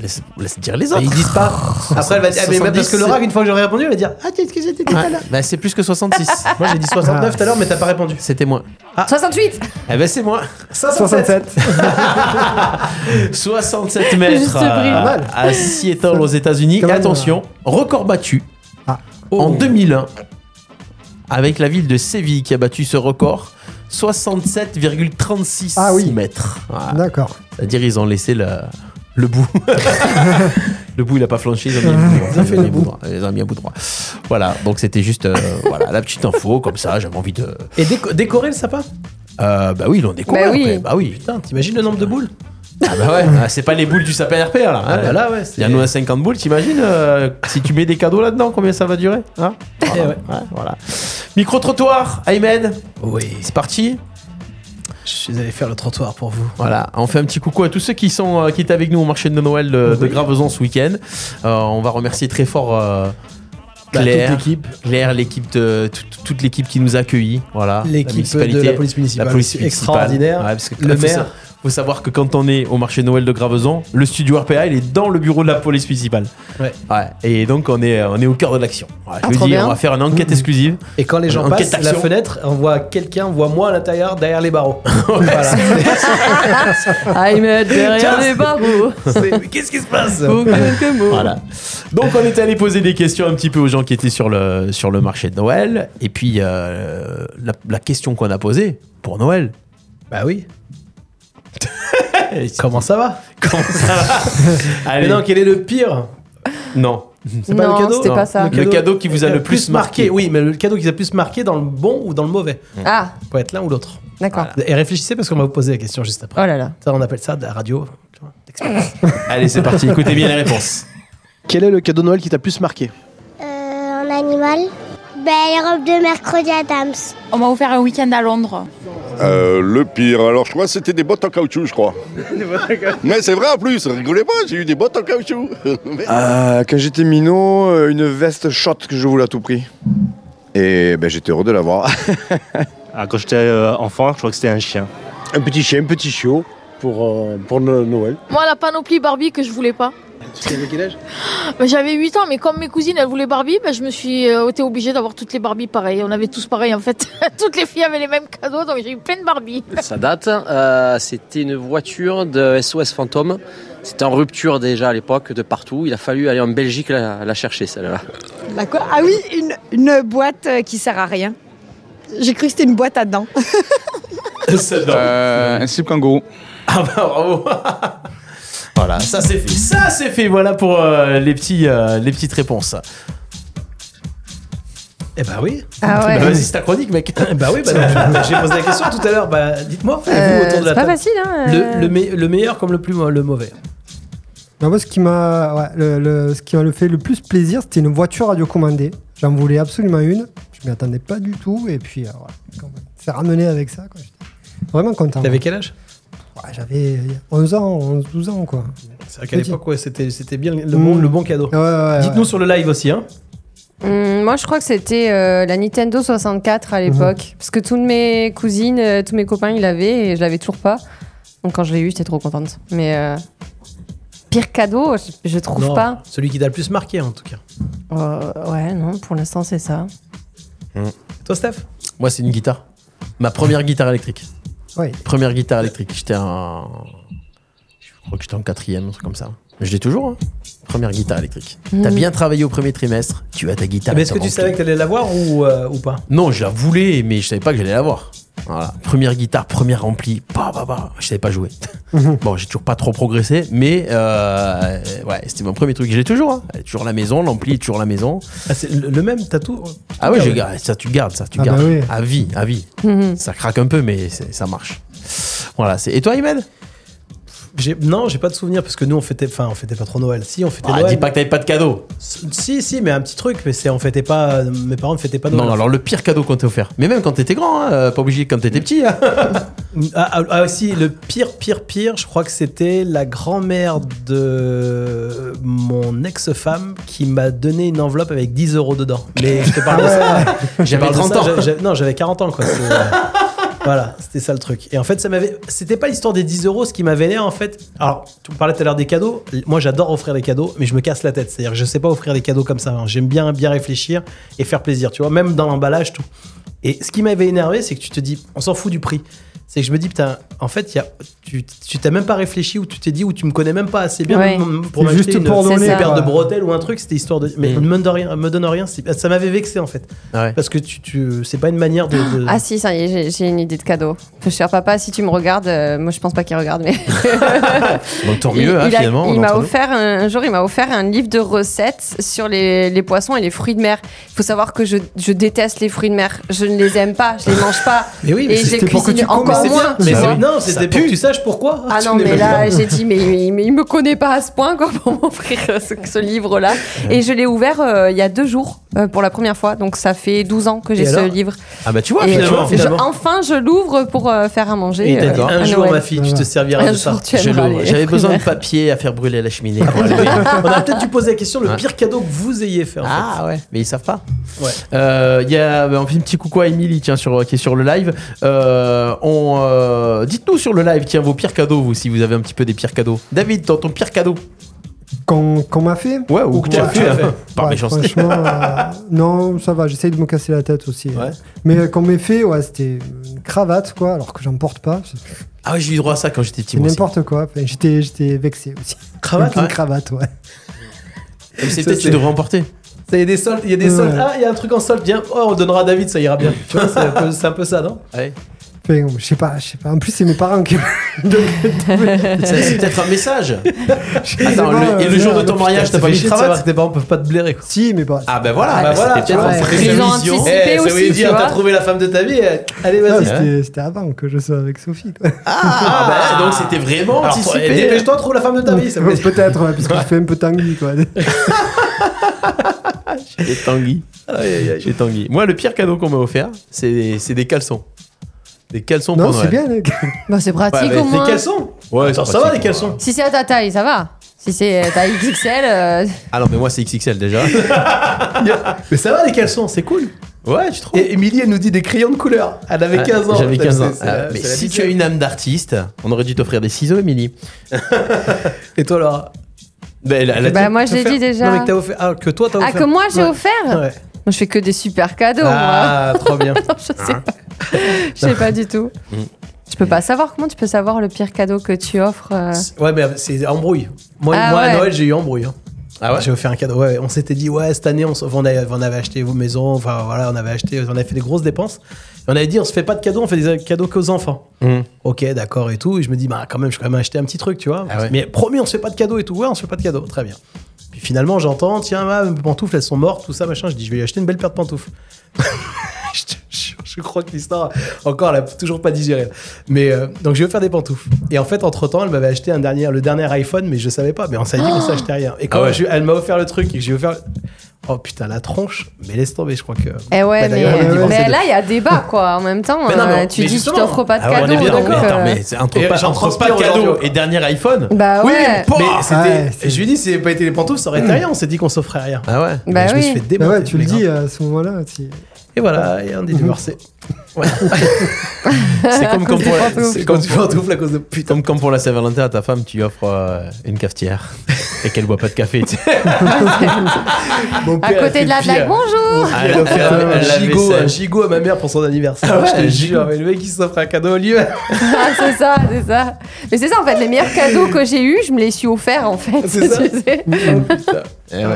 Laisse, laisse dire les Et ils autres. disent pas. Après, elle va dire, ah, mais même 70, parce que Laura, une fois que j'aurai répondu, elle va dire Ah, qu'est-ce que j'étais tout à Ouais. l'heure Bah, c'est plus que 66. Moi, j'ai dit 69 tout à l'heure, mais t'as pas répondu. C'était moi. 68. Eh ben, c'est moi. 67. 67. 67 mètres Juste euh, pris. à, Mal. Seattle aux États-Unis. Quand même, euh, Attention, record battu Ah. en 2001 avec la ville de Séville qui a battu ce record. 67,36 Ah oui. mètres. Voilà. D'accord. C'est-à-dire ils ont laissé le, le [LAUGHS] bout. le bout, il a pas flanché, ils ont mis un bout droit. Ils ont mis un bout droit. Ils ont mis un bout droit. Voilà, donc c'était juste euh, voilà, la petite info, comme ça, j'avais envie de... Et déco- décorer le sapin Euh, bah oui, ils l'ont découvert Bah oui. après. Bah oui. Putain, t'imagines le nombre de boules Ah bah ouais, ah, c'est pas les boules du sapin RPA là. hein. bah là, ouais, c'est- Il y en a 50 boules, t'imagines euh, Si tu mets des cadeaux là-dedans, combien ça va durer hein Eh voilà. ouais. Ouais, voilà. Micro-trottoir, Aymed, Oui. c'est parti. Je suis allé faire le trottoir pour vous. Voilà, on fait un petit coucou à tous ceux qui sont euh, qui étaient avec nous au marché de Noël de, de Oui. Graveson ce week-end. Euh, on va remercier très fort euh, Bah, Claire, toute l'équipe. Claire, l'équipe de toute, toute l'équipe qui nous a accueillis. Voilà, Ah, la L'équipe de municipalité, la police municipale. la police municipale. Extraordinaire. Ouais, parce que le Claire fait ça. maire. faut savoir que quand on est au marché Noël de Graveson, le studio RPA, il est dans le bureau de la police municipale. Ouais. et donc, on est, euh, on est au cœur de l'action. Ouais, je Ah, lui trop dis, bien. on va faire une enquête [LAUGHS] exclusive. Et quand les gens Enquête passent la d'action. fenêtre, on voit quelqu'un, on voit moi à l'intérieur, derrière [LAUGHS] les barreaux. Ah, ils mettent derrière Tiens, les barreaux. Qu'est-ce qui se passe Pour quelques mots. Voilà. Donc on est allé poser des questions un petit peu aux gens qui étaient sur le, sur le marché de Noël. Et puis euh, la, la question qu'on a posée pour Noël. Bah [LAUGHS] oui. Comment ça va Comment ça va Mais non, quel est le pire Non. C'est pas Non, le cadeau c'était pas ça. Le cadeau qui vous a le plus marqué. Oui, mais le cadeau qui vous a le plus marqué dans le bon ou dans le mauvais. Ah, Peut être l'un ou l'autre. d'accord. Et réfléchissez parce qu'on va vous poser la question juste après. Oh là là. Ça, on appelle ça de la radio. Allez, c'est parti. Écoutez bien les réponses. Quel est le cadeau de Noël qui t'a plus marqué Euh, en animal Ben, les robes de mercredi Adams. On m'a offert un week-end à Londres. Euh, le pire, alors je crois que c'était des bottes en caoutchouc, je crois. Mais c'est vrai en plus, rigolez pas, j'ai eu des bottes en caoutchouc. Mais- Ah, quand j'étais minot, euh, une veste shot que je voulais à tout prix. Et ben, j'étais heureux de l'avoir. quand j'étais enfant, je crois que c'était un chien. Un petit chien, un petit chiot pour, pour Noël. Moi, la panoplie Barbie que je voulais pas. Tu avais quel âge Bah, J'avais 8 ans, mais comme mes cousines, elles voulaient Barbie, bah, je me suis euh, été obligée d'avoir toutes les Barbies pareilles. On avait tous pareil, en fait. toutes les filles avaient les mêmes cadeaux, donc j'ai eu plein de Barbies. Ça date. euh, c'était une voiture de SOS Fantôme. C'était en rupture déjà à l'époque, de partout. Il a fallu aller en Belgique la, la chercher, [LAUGHS] celle-là. Ah oui, une, une boîte euh, qui sert à rien. J'ai cru que c'était une boîte à dents. Euh. Euh, un slip kangourou. Ah bah bravo. [LAUGHS] voilà, ça c'est fait. Ça c'est fait. Voilà pour euh, les, petits, euh, les petites réponses. Eh bah oui. [LAUGHS] Ah ouais. Bah vas-y, c'est ta chronique, mec. bah oui, bah [LAUGHS] non, j'ai posé la question tout à l'heure. Bah dites-moi, vous, Euh, autour de la c'est pas table. facile, hein, euh. Le, le me- le meilleur comme le plus mau- le mauvais. Non, Bah, moi, ce qui m'a ouais, le, le- ce qui m'a le fait le plus plaisir, c'était une voiture radiocommandée. J'en voulais absolument une. Je m'y attendais pas du tout. Et puis, euh, voilà, quand même, c'est ramené avec ça. quoi. J'étais vraiment content. T'avais quel âge Ouais, J'avais euh, 11 ans, 11, 12 ans, quoi. C'est vrai qu'à l'époque, ouais, c'était c'était bien le Mm. bon, le bon cadeau. Dites-nous sur le live aussi. Hein. Hum, moi, je crois que c'était euh, la Nintendo 64 à Mhm. l'époque. Parce que toutes mes cousines, euh, tous mes copains, ils l'avaient et je l'avais toujours pas. Donc, quand je l'ai eu, j'étais trop contente. Mais euh, pire cadeau, je, je trouve Non, pas. Celui qui t'a le plus marqué, en tout cas. Euh, ouais, non, pour l'instant, c'est ça. Toi, Steph Moi, c'est une guitare. Ma première guitare électrique. Oui. Première guitare électrique. J'étais un. Je crois que j'étais en quatrième, un truc comme ça. Mais je l'ai toujours. hein. Première guitare électrique. Mhm. T'as bien travaillé au premier trimestre. Tu as ta guitare. Mais Eh ben, est-ce elle que te remplit. tu savais que t'allais l'avoir ou, euh, ou pas Non, je la voulais, mais je savais pas que j'allais l'avoir. Voilà. Première guitare, première remplie. Bah, bah, bah. Je savais pas jouer. [LAUGHS] bon, j'ai toujours pas trop progressé, mais euh, ouais, c'était mon premier truc. Je l'ai toujours. hein. Elle est toujours à la maison, l'ampli est toujours à la maison. Ah, c'est le, le même tatou Ah ouais, je garde, ça tu gardes, ça tu Ah bah gardes. oui. À vie, à vie. Mhm. Ça craque un peu, mais c'est- ça marche. Voilà, c'est. Et toi, Imed J'ai- Non, j'ai pas de souvenir parce que nous on fêtait, enfin on fêtait pas trop Noël. Si on fêtait Ah, Noël. dis pas que t'avais pas de cadeau. Si, si, mais un petit truc. Mais c'est on fêtait pas. euh, Mes parents ne fêtaient pas Noël. Ah Non, alors le pire cadeau qu'on t'a offert. Mais même quand t'étais grand, hein, euh, pas obligé quand t'étais petit. hein. Ah, ah, ah, si, le pire, pire, pire, je crois que c'était la grand-mère de mon ex-femme qui m'a donné une enveloppe avec 10 euros dedans. Mais je te parle de ça. Je te Ah J'avais parle de 30 ça, ans. j'a- j'a- Non, j'avais 40 ans, quoi. C'est- euh, [LAUGHS] voilà, c'était ça le truc. Et en fait, ça m'avait. C'était pas l'histoire des 10 euros, ce qui m'avait l'air, en fait. Alors, tu me parlais tout à l'heure des cadeaux. Moi, j'adore offrir des cadeaux, mais je me casse la tête. C'est-à-dire que je sais pas offrir des cadeaux comme ça. hein. J'aime bien, bien réfléchir et faire plaisir, tu vois, même dans l'emballage, tout. Et ce qui m'avait énervé, c'est que tu te dis, on s'en fout du prix. C'est que je me dis, putain, en fait, il y a, tu tu t'as même pas réfléchi ou tu t'es dit ou tu me connais même pas assez bien Ouais. même pour C'est m'acheter juste une, pour donner, euh, une paire quoi. de bretelles ou un truc. C'était histoire de. Mais me, donne rien, me donne rien. c'est- Ça m'avait vexé en fait. Parce que tu, tu, c'est pas une manière de. de- Ah si, ça y est, j'ai- j'ai une idée de cadeau. Cher papa, si tu me regardes, euh, moi je pense pas qu'il regarde, mais Donc tant [LAUGHS] Il- mieux, hein, il a- finalement. on est Il m'a entre nous. offert un, un jour, il m'a offert un livre de recettes sur les, les poissons et les fruits de mer. Il faut savoir que je, je déteste les fruits de mer. Je ne les aime pas, je les mange pas. Mais oui, mais et je les c'était pour que cuisine tu commandes, encore c'est moins. bien. Mais tu c'est- vois. non, c'était pour que tu saches pourquoi. Ah tu non, n'es mais pas là, bien. j'ai dit, mais, mais- mais il me connaît pas à ce point quoi, [LAUGHS] pour m'offrir euh, ce, ce livre-là. Et je l'ai ouvert euh, il y a deux jours euh, pour la première fois. Donc ça fait 12 ans que j'ai Et ce alors livre. Ah bah tu vois, Et finalement. je- je- enfin, je l'ouvre pour euh, faire à manger. Et t'as dit, euh, un à jour, Noël. ma fille, tu te serviras Un de ça. jour, tu Je aimeras l'ouvre. les J'avais fruits besoin de verts. papier à faire brûler à la cheminée. pour allumer. On a peut-être dû poser la question le Ouais. pire cadeau que vous ayez fait. En Ah fait. ouais, mais ils savent pas. Ouais. bah, Euh, il y a, on fait un petit coucou à Émilie, tiens, sur, qui est sur le live. Euh, on, sont. euh, Dites-nous sur le live, tiens, vos pires cadeaux, vous, si vous avez un petit peu des pires cadeaux. David, ton, ton pire cadeau Qu'on qu'on m'a fait Ouais, ou que qu'on t'as m'a fait, hein, par Ouais, méchanceté. Franchement, euh, non, ça va, j'essaye de me casser la tête aussi. Mais euh, qu'on m'ait fait, ouais, c'était une cravate, quoi, alors que j'en porte pas. Ah ouais, j'ai eu droit à ça quand j'étais petit, C'est moi. aussi. n'importe quoi. Enfin, J'étais j'étais vexé aussi. Cravate, Une ouais. cravate, ouais. Mais C'est Ça, peut-être que tu c'est- devrais emporter. Ça, Il y a des soldes, il y a des Ouais. soldes. Ah, il y a un truc en solde, bien. Oh, on donnera à David, ça ira bien. Tu vois, c'est un, peu- c'est un peu ça, non Enfin, je sais pas, je sais pas. En plus, c'est mes parents [LAUGHS] qui. Ça, C'est peut-être un message. Attends, le- et le jour de ton mariage, t'as pas mis de cravate Tes parents peuvent pas te blairer, quoi. Si, mais pas. Ah ben voilà, Ah, bah bah voilà, c'était tu peut-être vois, en ouais. prévision. Ils ont anticipé Eh, ça aussi, voulait tu dire, vois. t'as trouvé la femme de ta vie, eh, allez, vas-y. Non, c'était- C'était avant que je sois avec Sophie. quoi. Ah, bah, donc c'était vraiment Alors, anticipé. eh, Dépêche-toi, trouve la femme Ah de ta vie. Ça me fait- Peut-être, ouais, parce que je fais un peu tanguy, quoi. J'ai Tanguy. J'ai Tanguy. Moi, le pire cadeau qu'on m'a offert, c'est c'est des caleçons. Des caleçons Non, pour c'est Noël. bien, les gars. Bah, c'est pratique Ouais, mais au moins. Des caleçons Ouais, Attends, c'est ça va, pratique, les caleçons Si c'est à ta taille, ça va. Si c'est euh, taille XXL, euh, Ah non, mais moi, c'est XXL [LAUGHS] déjà. Mais ça va, les caleçons, c'est cool. Ouais, tu trouves. Et Émilie, elle nous dit des crayons de couleur. Elle avait 15 ans. J'avais 15 ans. C'est- c'est Ah, la- mais c'est la si vie. tu as une âme d'artiste, on aurait dû t'offrir des ciseaux, Émilie. Et toi, Laura Ben, la- la- Bah, moi, je l'ai dit déjà. Non, mais que t'as offert. Ah, que toi, t'as offert. Ah, que moi j'ai Ouais. offert Ouais. Moi je fais que des super cadeaux, Ah, moi. trop [LAUGHS] non, bien. je sais pas. Je sais pas du tout. Mm. Je peux pas savoir. Comment tu peux savoir le pire cadeau que tu offres euh Ouais, mais c'est embrouille. Moi, Ah moi ouais. à Noël, j'ai eu embrouille. hein. Ah ouais J'ai offert un cadeau. Ouais, on s'était dit, ouais, cette année, on, s- on, avait, on avait acheté vos maisons. Enfin, voilà, on avait acheté, on avait fait des grosses dépenses. Et on avait dit, on se fait pas de cadeaux, on fait des cadeaux qu'aux enfants. Hum. Ok, d'accord et tout. Et je me dis, bah, quand même, je vais quand même acheter un petit truc, tu vois. Ah ouais. Mais promis, on se fait pas de cadeaux et tout. Ouais, on se fait pas de cadeaux. Très bien. Puis finalement, j'entends, tiens, ma, mes pantoufles, elles sont mortes, tout ça, machin. Je dis, je vais lui acheter une belle paire de pantoufles. [LAUGHS] je, te jure, je crois que l'histoire, encore, elle a toujours pas digéré. Mais euh, donc, je vais faire des pantoufles. Et en fait, entre temps, elle m'avait acheté un dernier, le dernier iPhone, mais je savais pas. Mais on s'est dit qu'on Oh s'achetait rien. Et quand Ah ouais. je- elle m'a offert le truc et que j'ai offert. Oh putain, la tronche. Mais laisse tomber, je crois que. Eh ouais, mais, Bah, d'ailleurs, on a mais divorcé de- là il y a débat quoi. En même temps, Mais non, mais euh, on- tu mais dis que tu justement. t'offres pas de Ah ouais, cadeau. on est bien, donc, mais attends, euh, mais c'est entre Et pas, j'en entre pas transpire cadeau aujourd'hui. et dernier iPhone. Bah Oui, ouais. mais, Mais c'était- Ouais, c'est- je lui dis, si c'était pas été les pantoufles, [CLEARS THROAT] ça aurait été rien. On s'est dit qu'on s'offrait rien. Ah ouais Mais Bah je me suis oui. fait Bah démonter. ouais, tu le mais grave. dis à ce moment-là. tu- Et voilà, et on [LAUGHS] est divorcé. Ouais. C'est comme, comme, pour la, C'est comme tu pantoufles à cause de c'est comme- comme pour la Saint-Valentin, à ta femme, tu lui offres euh, une cafetière et qu'elle boit pas de café. tu sais. mon à côté de la blague, [LAUGHS] bonjour. Elle a offert euh, Ah, un la gigot, vaisselle. un gigot à ma mère pour son anniversaire. Ah ouais, je un te jure, mais le mec il s'offre un cadeau au lieu. Ah, c'est ça, c'est ça. Mais c'est ça en fait, les meilleurs cadeaux que j'ai eus, je me les suis offerts en fait. C'est ça. [LAUGHS] tu sais. Eh ouais.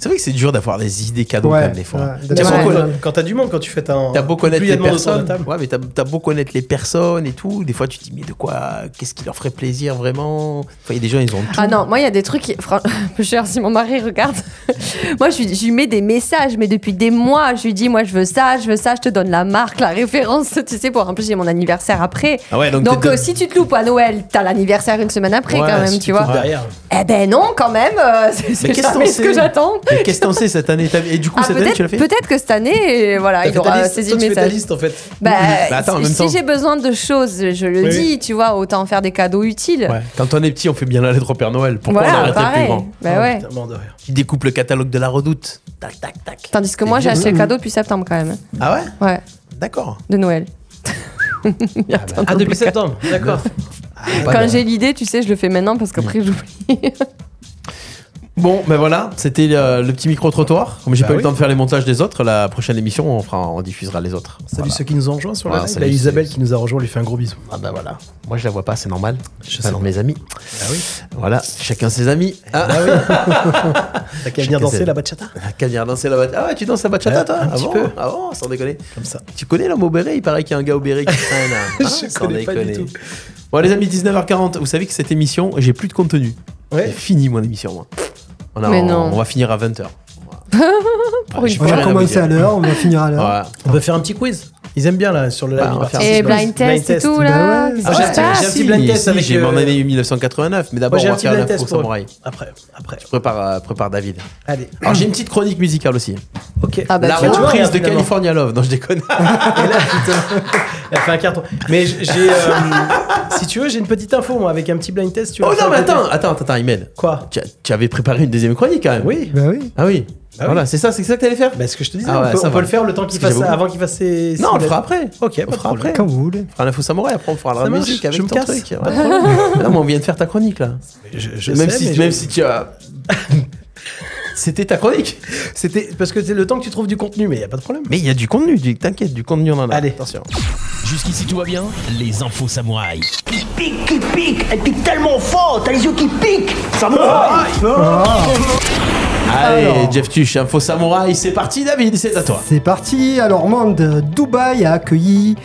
C'est vrai que c'est dur d'avoir des idées cadeaux Ouais, quand même, des fois. ouais, Tiens, ouais. quand- Quand t'as du monde, quand tu fais un. T'as beau connaître plus il y a les de monde autour de la personnes, table. ouais, mais t'as t'as beau connaître les personnes et tout, des fois tu te dis mais de quoi, qu'est-ce qui leur ferait plaisir vraiment Enfin, Il y a des gens ils ont tout. Ah non, moi il y a des trucs qui. fran- [LAUGHS] Peu cher si mon mari regarde. [LAUGHS] moi je lui, je lui mets des messages, mais depuis des mois, je lui dis moi je veux ça, je veux ça, je te donne la marque, la référence, [LAUGHS] tu sais, pour en plus j'ai mon anniversaire après. Ah ouais, donc donc t'es- euh, si tu te loupes à Noël, t'as l'anniversaire une semaine après Ouais, quand même, si tu vois. cours derrière. Eh ben non, quand même, euh, [LAUGHS] c'est Mais c'est qu'est-ce jamais t'en ce que sais j'attends. Mais qu'est-ce que t'en sais cette année T'as- Et du coup Ah, cette année tu l'as peut-être fait peut-être que cette année, euh, voilà, T'as il fait ta aura liste, saisi toi, le tu fais ta message. liste en fait. Bah, Bah, attends, en si- même temps. si j'ai besoin de choses, je le Oui. dis, tu vois, autant faire des cadeaux utiles. Quand on est petit, on fait bien la lettre au Père Noël. Pourquoi Voilà, on arrêterait pareil. plus grand Bah Ah, ouais. putain, mort de rire. Qui découpe hein? le catalogue de la Redoute Tac tac tac. Tandis que moi, j'ai acheté le Mm. cadeau depuis septembre quand même. Ah ouais Ouais, [LAUGHS] D'accord. bah. de Noël. Ah, depuis septembre, d'accord. Ah, Quand j'ai l'idée, tu sais, je le fais maintenant parce qu'après j'oublie. Bon, ben voilà, c'était euh, le petit micro trottoir. Comme j'ai Bah pas eu oui. le temps de faire les montages des autres, la prochaine émission on fera, on diffusera les autres. Salut Voilà. ceux qui nous ont rejoints sur la Ah, live. salut, Là, Isabelle salut. qui nous a rejoint, on lui fait un gros bisou. Ah bah voilà. Moi je la vois pas, c'est normal. Je suis sais. pas dans mes amis. Ah oui. Voilà, chacun ses amis. Ah, T'as qu'à Chacun venir ses- danser la bachata. La caviar danser la bachata. Ah ouais, tu danses la bachata, Ouais, toi un Ah petit bon peu. Ah bon, sans déconner. Comme ça. Tu connais l'homme au béret Il paraît qu'il y a un gars au béret qui traîne. hein. [LAUGHS] Je Ah, connais pas du tout. Bon, les amis, 19h40, vous savez que cette émission, j'ai plus de contenu. Ouais. C'est fini, mon émission, moi. On, a- Mais on- non. on va finir à 20h. [LAUGHS] Pour une On fois. va commencer à l'heure, on va finir à l'heure. On peut faire un petit quiz. Ils aiment bien là sur le live. Bah, on va ils faire Et participent au quiz. blind test et tout là. Bah ouais. qu'est-ce Ah, qui j'ai se passe j'ai un petit blind test avec, J'ai euh, mon année 1989, mais Moi, d'abord, j'ai on un va petit faire blind l'info test pour eux. samouraï. Après, après. Je prépare, euh, prépare David. Allez. Alors, j'ai une petite chronique musicale aussi. Ok. Ah, bah, La tu vois, reprise de finalement. California Love. Non, je déconne. Et là, putain, [LAUGHS] elle fait un carton. Mais j- j'ai, euh, si tu veux, j'ai une petite info moi avec un petit blind test. Tu Oh vas faire non, mais à côté. attends, attends, attends, Imen. Quoi Tu, tu avais préparé une deuxième chronique quand même. Oui. Bah oui. Ah oui. Voilà, c'est ça, c'est ça que t'allais faire Bah, ce que je te disais, Ah on, ouais, peut, ça on va. peut le faire le temps qu'il Parce que fasse, j'ai beaucoup. avant qu'il fasse ses. Non, on le ses- fera après. bah, Ok, pas on de fera problème. après. Comme vous voulez. On fera l'info samouraï, après on fera Ça la marche, musique je avec me ton casse. truc. Pas de Ouais. non, mais on vient de faire ta chronique là. je même, sais, si, mais je- même si tu as. [LAUGHS] C'était ta chronique. C'était parce que c'est le temps que tu trouves du contenu, mais y a pas de problème. Mais il y a du contenu, du- t'inquiète, du contenu on en a. Allez. attention. Jusqu'ici tout va bien Les infos samouraï. Qui pique, qui pique Elle pique tellement fort Oh, T'as les yeux qui piquent Ça me Allez, Alors. Jeff Tuch, info samouraï, c'est parti David, c'est à toi. C'est parti. Alors, monde, Dubaï a accueilli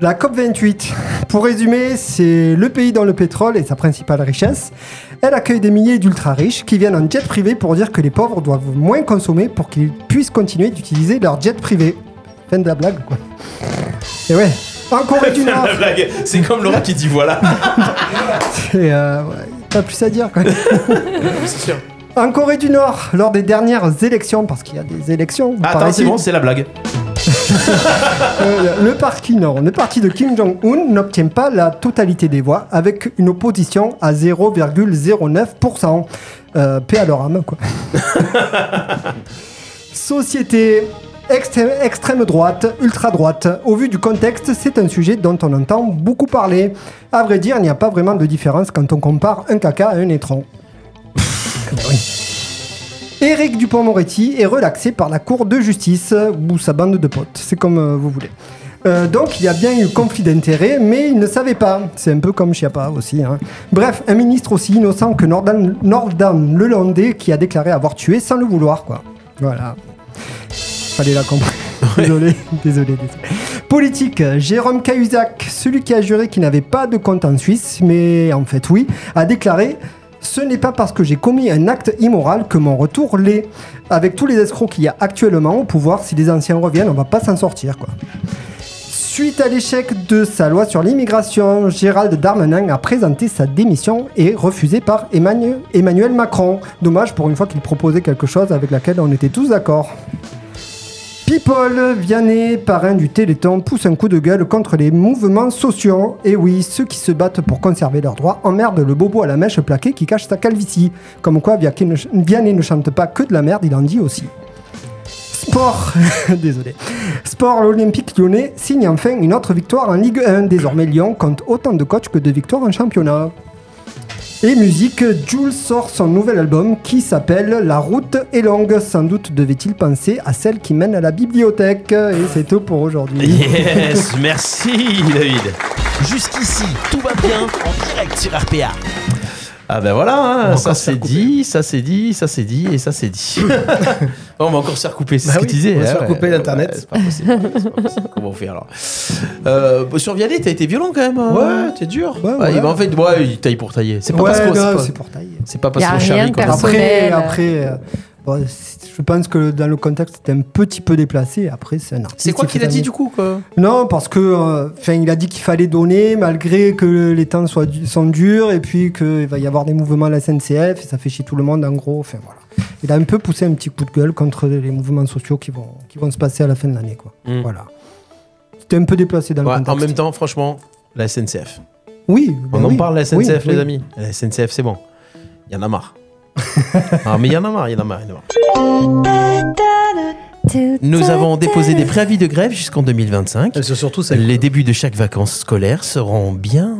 la COP28. [LAUGHS] Pour résumer, c'est le pays dans le pétrole et sa principale richesse. Elle accueille des milliers d'ultra-riches qui viennent en jet privé pour dire que les pauvres doivent moins consommer pour qu'ils puissent continuer d'utiliser leur jet privé. Fin de la blague, quoi. Et ouais, en Corée du Nord. La blague, c'est comme Laura qui dit voilà. c'est, euh, ouais, T'as plus à dire, quoi. C'est sûr. En Corée du Nord, lors des dernières élections, parce qu'il y a des élections. Ah, Attends, c'est paraît-il. bon, c'est la blague. Euh, le parti non, le parti de Kim Jong-un n'obtient pas la totalité des voix avec une opposition à 0,09%. Euh, paix à leur âme, quoi. Société extré- extrême droite, ultra droite. Au vu du contexte, c'est un sujet dont on entend beaucoup parler. À vrai dire, il n'y a pas vraiment de différence quand on compare un caca à un étron. Ben oui. Éric Dupont-Moretti est relaxé par la Cour de justice euh, ou sa bande de potes, c'est comme euh, vous voulez. Euh, donc il y a bien eu conflit d'intérêts, mais il ne savait pas. C'est un peu comme Chiappa aussi. hein. Bref, un ministre aussi innocent que Nordam, Nordam le Landais qui a déclaré avoir tué sans le vouloir, quoi. Voilà. Fallait la comprendre. Désolé, désolé, désolé. Politique, Jérôme Cahuzac, celui qui a juré qu'il n'avait pas de compte en Suisse, mais en fait oui, a déclaré Ce n'est pas parce que j'ai commis un acte immoral que mon retour l'est. Avec tous les escrocs qu'il y a actuellement au pouvoir, si les anciens reviennent, on va pas s'en sortir, quoi. Suite à l'échec de sa loi sur l'immigration, Gérald Darmanin a présenté sa démission et refusée par Emmanuel Emmanuel Macron. Dommage pour une fois qu'il proposait quelque chose avec laquelle on était tous d'accord. People, Vianney, parrain du Téléthon, pousse un coup de gueule contre les mouvements sociaux. Et oui, ceux qui se battent pour conserver leurs droits emmerdent le bobo à la mèche plaquée qui cache sa calvitie. Comme quoi, Vianney ne ch- Vianney ne chante pas que de la merde, il en dit aussi. Sport, [LAUGHS] désolé. Sport, l'Olympique lyonnais signe enfin une autre victoire en Ligue 1. Désormais, Lyon compte autant de coachs que de victoires en championnat. Et musique, Jules sort son nouvel album qui s'appelle La route est longue. Sans doute devait-il penser à celle qui mène à la bibliothèque. Et c'est tout pour [LAUGHS] aujourd'hui. Yes, merci David. Jusqu'ici tout va bien en direct sur RPA. Ah ben voilà, hein, On va ça encore c'est dit, ça c'est dit, ça c'est dit et ça c'est dit. on va encore se faire couper, c'est Bah ce que oui, tu disais. on va se hein, faire ouais. couper l'Internet. Ouais, c'est pas possible, c'est pas possible. Comment on fait alors euh, bon, Sur Vianney, t'as été violent quand même. hein. Ouais, t'es dur. Ouais, bah, en fait, ouais, il taille pour tailler. C'est pas Ouais, parce qu'on- non, pas- c'est pour tailler. C'est pas Il parce qu'on charrie comme ça. Après, après euh, bon, c'est- je pense que dans le contexte, c'était un petit peu déplacé. Après, c'est un artiste. C'est quoi il fait qu'il a dit tailler. du coup quoi Non, parce que, euh, enfin, il a dit qu'il fallait donner malgré que les temps soient du- sont durs et puis qu'il va y avoir des mouvements à la SNCF et ça fait chier tout le monde en gros. Enfin voilà. Il a un peu poussé un petit coup de gueule contre les mouvements sociaux qui vont, qui vont se passer à la fin de l'année quoi. Hmm. Voilà. C'était un peu déplacé dans Ouais, le En contexte. même temps, franchement, la SNCF. Oui. On bah en oui. parle, la SNCF, Oui, les oui. amis. La SNCF, c'est bon. Il y en a marre. ah, mais il y en a marre, il y en a marre, il y en a marre. Nous avons déposé des préavis de grève jusqu'en 2025. surtout Les débuts de chaque vacances scolaires seront bien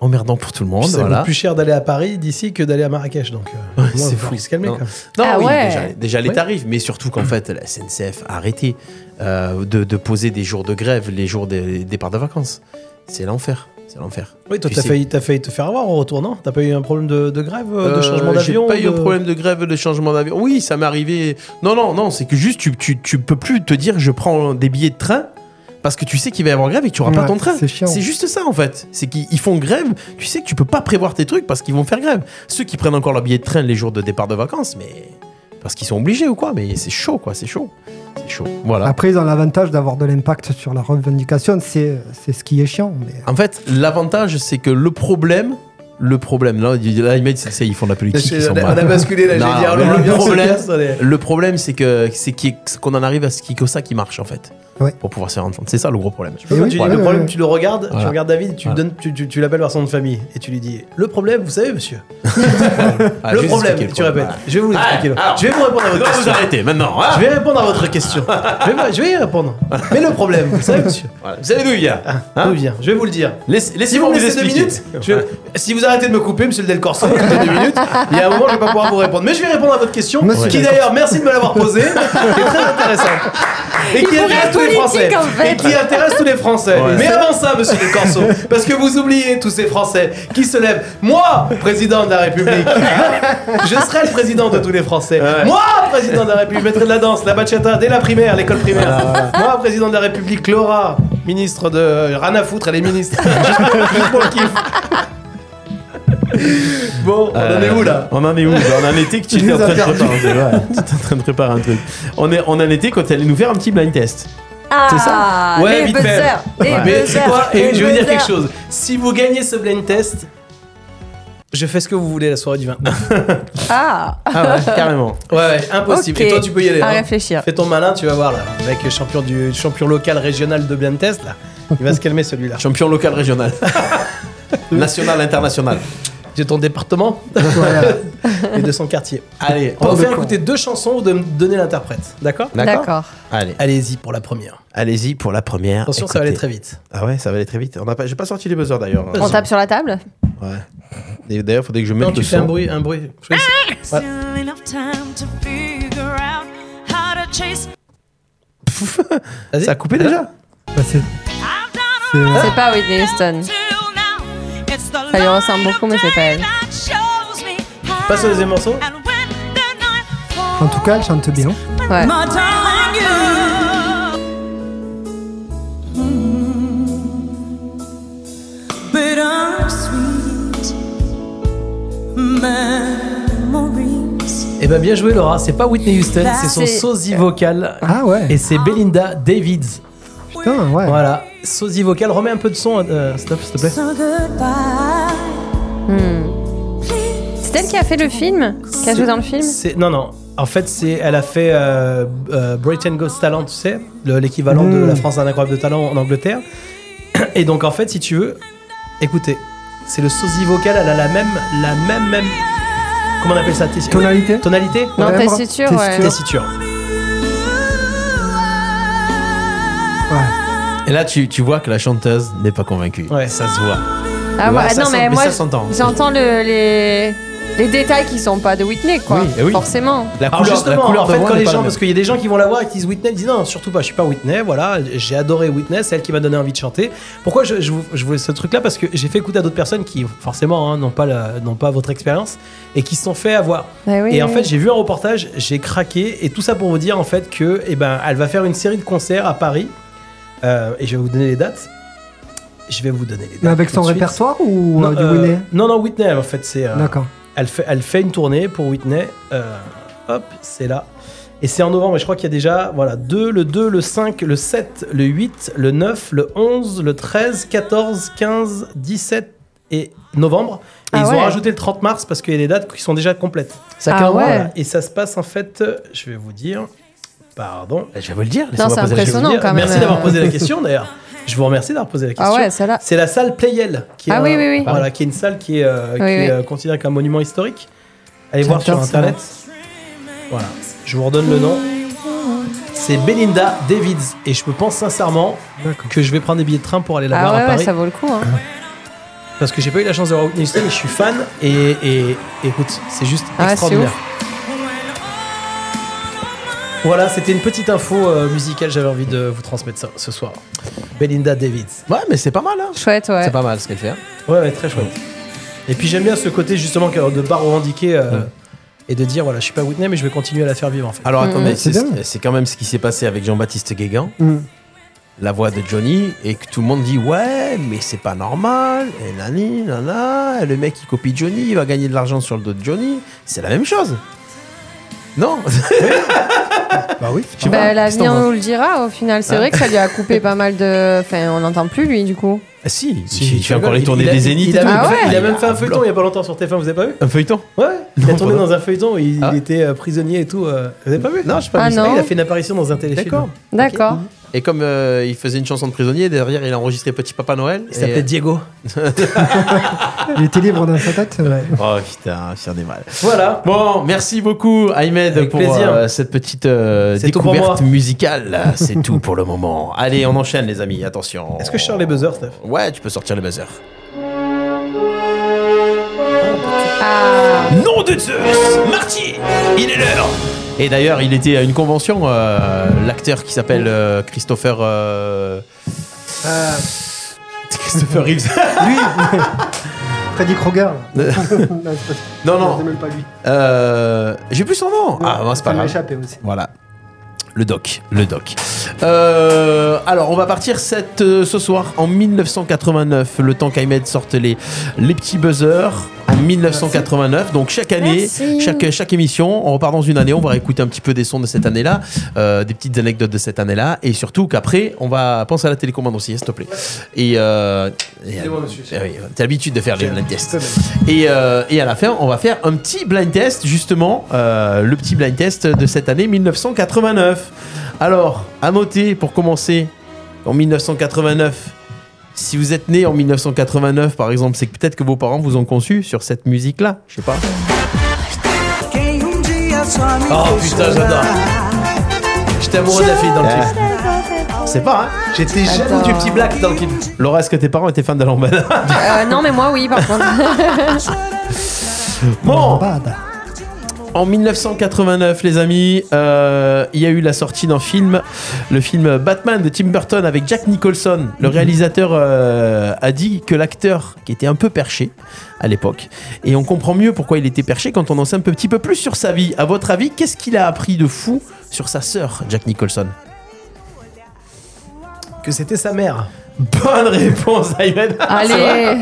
emmerdants pour tout le monde. Puis ça voilà. coûte plus cher d'aller à Paris d'ici que d'aller à Marrakech, donc euh, Ouais, au moins, c'est il faut fou. se calmer. Non, quoi. Non, Ah oui, ouais. déjà, déjà les Ouais. tarifs, mais surtout qu'en fait, la SNCF a arrêté euh, de, de poser des jours de grève les jours des départs de vacances. C'est l'enfer. C'est l'enfer. Oui, toi, Puis t'as c'est- failli, t'as failli te faire avoir au retour, non T'as pas eu un problème de, de grève, euh, de changement Euh, d'avion J'ai pas eu de- un problème de grève, de changement d'avion. Oui, ça m'est arrivé. Non, non, non, c'est que juste tu, tu, tu peux plus te dire je prends des billets de train parce que tu sais qu'il va y avoir grève et que tu auras pas Ouais, ton train. c'est chiant. juste ça en fait. C'est qu'ils ils font grève. Tu sais que tu peux pas prévoir tes trucs parce qu'ils vont faire grève. Ceux qui prennent encore leur billet de train les jours de départ de vacances, mais parce qu'ils sont obligés ou quoi. Mais c'est chaud quoi, c'est chaud, c'est chaud. Voilà. Après, ils ont l'avantage d'avoir de l'impact sur la revendication. C'est c'est ce qui est chiant. [LAUGHS] Mais... Ah. En fait, l'avantage c'est que le problème. Le problème, là, il- là, ils mettent- c'est- c'est- ils font de la politique. Là, ils c'est- sont on a- mal. on a basculé, là, j'ai Non, dit, ah, mais l'ambiance le se problème, casse, allez. le problème, c'est que c'est qu'il- qu'on en arrive à ce qu'il y a que ça qui marche en fait. pour pouvoir se faire entendre. C'est ça le gros problème. Tu peux, quand tu dis le problème, tu le regardes, tu Voilà. regardes David, tu, lui Voilà. donnes, tu, tu- tu l'appelles par son nom de famille et tu lui dis Le problème, vous savez, monsieur Ah, je le, vais problème, expliquer le tu problème. répètes. Je vais vous Ah, l'expliquer. là. alors, je vais vous répondre à votre donc question. vous arrêtez maintenant. hein. Je vais répondre à votre question. je, vais, je vais y répondre. Mais le problème, vous savez, monsieur Voilà. Vous savez d'où il vient D'où il vient Je vais vous le dire. Laisse- si Laissez-moi vous me vous laissez deux expliquer. minutes, je- si vous arrêtez de me couper, monsieur le Delcorson, toutes les deux minutes, il y a un moment, je vais pas pouvoir vous répondre. Mais je vais répondre à votre question, Monsieur qui Delcorson. d'ailleurs, merci de me [LAUGHS] l'avoir posée, est très intéressante. Et Il qui pourrait intéresse être tous les politique, Français. en fait. Et qui intéresse tous les Français. Ouais. Mais avant ça, monsieur Delcorson, parce que vous oubliez tous ces Français qui se lèvent. Moi, président de la République, hein, je serai le président de tous les Français. Moi, président de la République, je mettrai de la danse, la bachata dès la primaire, l'école primaire. Moi, président de la République, Laura, ministre de euh, rien à foutre, elle est [LAUGHS] ministre. Juste pour le kiff. Bon, on en est où là Euh, On en est où Bah, On en était que tu étais Il en nous a train de perdu. préparer. c'est [LAUGHS] vrai. Tu étais en train de préparer un truc. On, est, on en était quand elle allait nous faire un petit blind test. Ah. C'est ça Ouais, vite fait. Eh ben, Ouais. Mais c'est quoi Et je vais vous dire quelque chose. Si vous gagnez ce blind test, je fais ce que vous voulez la soirée du 29. Ah Ouais, ouais, impossible. Ok, Ah, Et toi, tu peux y aller. À hein. réfléchir. Fais ton malin, tu vas voir là. Avec champion du champion local régional de blind test là, il va se calmer celui-là. Champion local [LAUGHS] régional. National, international. De ton département [LAUGHS] et de son quartier. Allez, On va on vous faire fait- écouter deux chansons ou de me donner l'interprète, d'accord Allez. Allez-y pour la première. Allez-y pour la première. Attention, ça va Écoutez. aller très vite. Ah ouais, ça va aller très vite. On n'a pas, j'ai pas sorti les buzzers d'ailleurs. hein. On tape sur la table Ouais. Et D'ailleurs, faudrait que je mette Non, le tu fais un son. bruit, un bruit. Ouais. Ça a coupé déjà bah, C'est pas Whitney Houston. Ça lui ressemble beaucoup, mais c'est pas elle. Passe au deuxième morceau. En tout cas, elle chante bien. Ouais. Hmm. Eh ben bien joué Laura, c'est pas Whitney Houston, Bah, c'est son c'est- sosie vocale. Ah ouais. Et c'est Belinda Davids. Putain, ouais. Voilà, sosie vocale, remets un peu de son, euh, stop s'il te plaît. Oh, C'est elle qui a fait le film Qui a joué dans le film C'est- Non, non. En fait, c'est, elle a fait euh, euh, Britain Ghost Talent, tu sais, le- l'équivalent de Mm. La France a un incroyable de talent en Angleterre. Et donc, en fait, si tu veux, écoutez, c'est le sosie vocal, elle a la même, la même, même. Comment on appelle ça tes- Tonalité Tonalité Non, tessiture, ouais. Tessiture. Et là, tu, tu vois que la chanteuse n'est pas convaincue. Ouais, ça se voit. Ah ouais, Ouais, ça non, sent- mais mais moi, ça s'entend. j'entends le- les, les détails qui sont pas de Whitney, quoi. Oui, eh oui. Forcément. La Alors couleur- justement, la couleur en de fait, voix quand n'est les pas la gens, même. parce qu'il y a des gens qui vont la voir et qui disent Whitney, ils disent non, surtout pas, je suis pas Whitney, voilà, j'ai adoré Whitney, c'est elle qui m'a donné envie de chanter. Pourquoi je, je, vous- je voulais ce truc-là Parce que j'ai fait écouter à d'autres personnes qui, forcément, hein, n'ont pas, la- n'ont pas votre expérience et qui se sont fait avoir. Eh oui, et en oui, fait, oui. j'ai vu un reportage, j'ai craqué, et tout ça pour vous dire en fait que, eh ben, elle va faire une série de concerts à Paris, euh, et je vais vous donner les dates. Je vais vous donner les dates. Mais avec son tout de suite. répertoire ou euh, non, du euh, Winnet non, non, Whitney, en fait, c'est. euh, D'accord. elle fait, elle fait une tournée pour Whitney. Euh, hop, c'est là. Et c'est en novembre, et je crois qu'il y a déjà voilà, 2, le 2, le 5, le 7, le 8, le 9, le 11, le 13, 14, 15, 17 et novembre. Et Ah ils ouais. ont rajouté le 30 mars parce qu'il y a des dates qui sont déjà complètes. Ça Ah calme, ouais. Voilà. Et ça se passe en fait, euh, je vais vous dire, pardon. Bah, Je vais vous le dire. laissez-moi c'est poser la impressionnant question. quand même, Merci d'avoir euh. posé la question d'ailleurs. Je vous remercie d'avoir posé la Ah question. ouais, celle-là. C'est la salle Playel, qui est, Ah oui, un- oui, oui. Voilà, qui est une salle qui est, euh, qui Oui, est, oui. euh, considérée comme un monument historique. Allez voir sur J'adore ça. internet. Voilà, je vous redonne le nom. C'est Belinda Davids et je me pense sincèrement que je vais prendre des billets de train pour aller la Ah voir à ouais, ouais, Paris ça vaut le coup. Hein. parce que j'ai pas eu la chance de voir Whitney Houston et je suis fan et, et- et écoute, c'est juste Ah ouais, c'est extraordinaire. ouf. Voilà, c'était une petite info euh, musicale, j'avais envie de vous transmettre ça ce soir. Belinda Davids. Ouais, mais c'est pas mal, hein Chouette, ouais. C'est pas mal ce qu'elle fait. hein. Ouais, ouais, très chouette. Et puis j'aime bien ce côté justement que- de pas revendiquer euh, et de dire voilà, je suis pas Whitney mais je vais continuer à la faire vivre en fait. Alors Mm. attendez, c'est c'est c'est quand même ce qui s'est passé avec Jean-Baptiste Guégan, Hmm. la voix de Johnny, et que tout le monde dit ouais, mais c'est pas normal, et nani, nana, et le mec qui copie Johnny, il va gagner de l'argent sur le dos de Johnny, c'est la même chose. Non [LAUGHS] Bah oui. Bah, L'avenir nous le dira au final. C'est Ah. vrai que ça lui a coupé pas mal de. Enfin, on n'entend plus lui du coup. Ah, si, il fait rigole, encore les il- tournées il a- des Zénith. Il a, et tout. même, fait, il a Ah, même fait un bloc. feuilleton il y a pas longtemps sur TF1, vous avez pas vu Un feuilleton Ouais, il a Non, tourné pas dans un feuilleton, Ah. il, il était euh, prisonnier et tout. euh, vous avez pas vu Non, j'ai pas Ah vu ça. non. Il a fait une apparition dans un téléfilm. D'accord. Et comme euh, il faisait une chanson de prisonnier, derrière il a enregistré Petit Papa Noël. Il s'appelait Diego. Il était libre dans sa tête. ouais. Oh putain, c'est des mal. Voilà. Bon, merci beaucoup Ahmed pour plaisir. euh, cette petite euh, C'est tout pour découverte moi. [LAUGHS] musicale. C'est tout pour le moment. Allez, on enchaîne les amis, attention. Est-ce que je sors les buzzers, Steph Ouais, tu peux sortir les buzzers. Ah, Nom de Zeus Marty Il est l'heure Et d'ailleurs, il était à une convention, euh, l'acteur qui s'appelle euh, Christopher... euh, [LAUGHS] Christopher Reeves. [LAUGHS] Lui [LAUGHS] Freddy Kroger. non, Euh. c'est pas- Non, non. C'est même pas lui. Euh, J'ai plus son nom. Ah, bah, c'est pas Ça m'a grave. échappé aussi. Voilà. Le doc, le doc. Euh, alors, on va partir cette, euh, ce soir en 1989, le temps qu'Ahmed sorte les, les petits buzzers. En 1989, donc chaque année, Merci. chaque, chaque émission, on repart dans une année, on va réécouter un petit peu des sons de cette année-là, euh, des petites anecdotes de cette année-là, et surtout qu'après, on va penser à la télécommande aussi, hein, s'il te plaît. Et, euh, et- Excusez-moi, monsieur. eh oui, t'as l'habitude de faire les blind tests. Et, euh, et à la fin, on va faire un petit blind test, justement, euh, le petit blind test de cette année 1989. Alors, à noter pour commencer, en 1989, si vous êtes né en 1989, par exemple, c'est que peut-être que vos parents vous ont conçu sur cette musique-là, je sais pas. Ah, Oh putain, j'adore. J'étais amoureux de la fille dans le clip. C'est pas, hein J'étais jaloux du petit black dans le clip. Laura, est-ce que tes parents étaient fans de la lambada Euh, non, mais moi, oui, par [LAUGHS] contre. Bon Oh, bah, En 1989, les amis, euh, il y a eu la sortie d'un film, le film Batman de Tim Burton avec Jack Nicholson. Le réalisateur euh, a dit que l'acteur, qui était un peu perché à l'époque, et on comprend mieux pourquoi il était perché quand on en sait un peu- petit peu plus sur sa vie. À votre avis, qu'est-ce qu'il a appris de fou sur sa sœur, Jack Nicholson Que c'était sa mère. Bonne réponse, Ayman. [LAUGHS] Allez.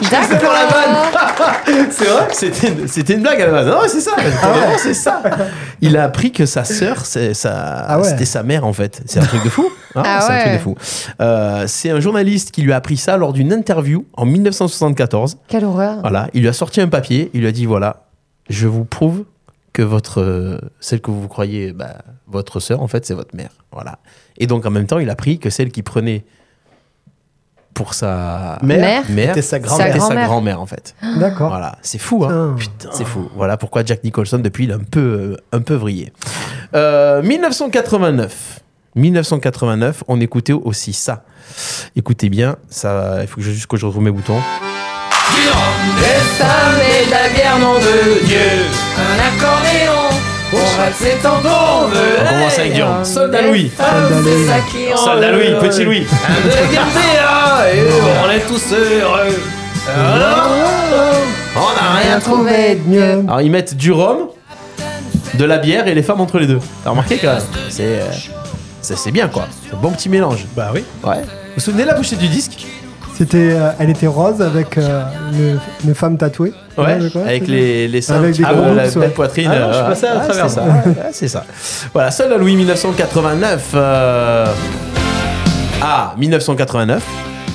C'est pour la vanne. C'est vrai C'était une, c'était une blague à la base. Non, c'est ça. Vraiment, c'est ça. Il a appris que sa sœur, c'est sa- Ah ouais. c'était sa mère en fait. C'est un truc de fou. hein, Ah c'est un truc ouais. de fou. Euh, c'est un journaliste qui lui a appris ça lors d'une interview en 1974. Quelle horreur. Voilà, il lui a sorti un papier. Il lui a dit voilà, je vous prouve que votre euh, celle que vous croyez bah, votre sœur en fait c'est votre mère. Voilà. Et donc en même temps, il a appris que celle qui prenait pour sa Mère. Mère. c'était C'était sa grand-mère. sa Sa grand-mère. grand-mère en fait. D'accord. Voilà, c'est fou, hein. C'est fou. Voilà pourquoi Jack Nicholson, depuis, il a un peu, euh, un peu vrillé. Euh, 1989. 1989, on écoutait aussi ça. Écoutez bien, ça. Il faut que je, juste que je retrouve mes boutons. Des femmes et de la bière, nom de Dieu Un accordéon on rate ses tendons de On commence avec du hand. Soldat Louis. C'est ça qui rend Soldat Louis, heureux. petit Louis. Oh. Un deuxième DA, hein, et on est tous heureux Oh, On n'a euh, rien trouvé de mieux Alors, ils mettent du rhum, de la bière et les femmes entre les deux. T'as remarqué quand même C'est. euh, ça, c'est bien quoi. C'est un bon petit mélange. Bah oui. Ouais. Vous vous souvenez de la bouchée du disque C'était, euh, elle était rose avec euh, une, une femme tatouée. Ouais, je crois, avec c'est- les, les seins, Avec des ah, gros la loops, belle ouais. poitrine. Ah non, je suis euh, passé à ouais, travers c'est ça. ouais, ouais, c'est ça. Voilà, seul à Louis 1989. euh, Ah, 1989.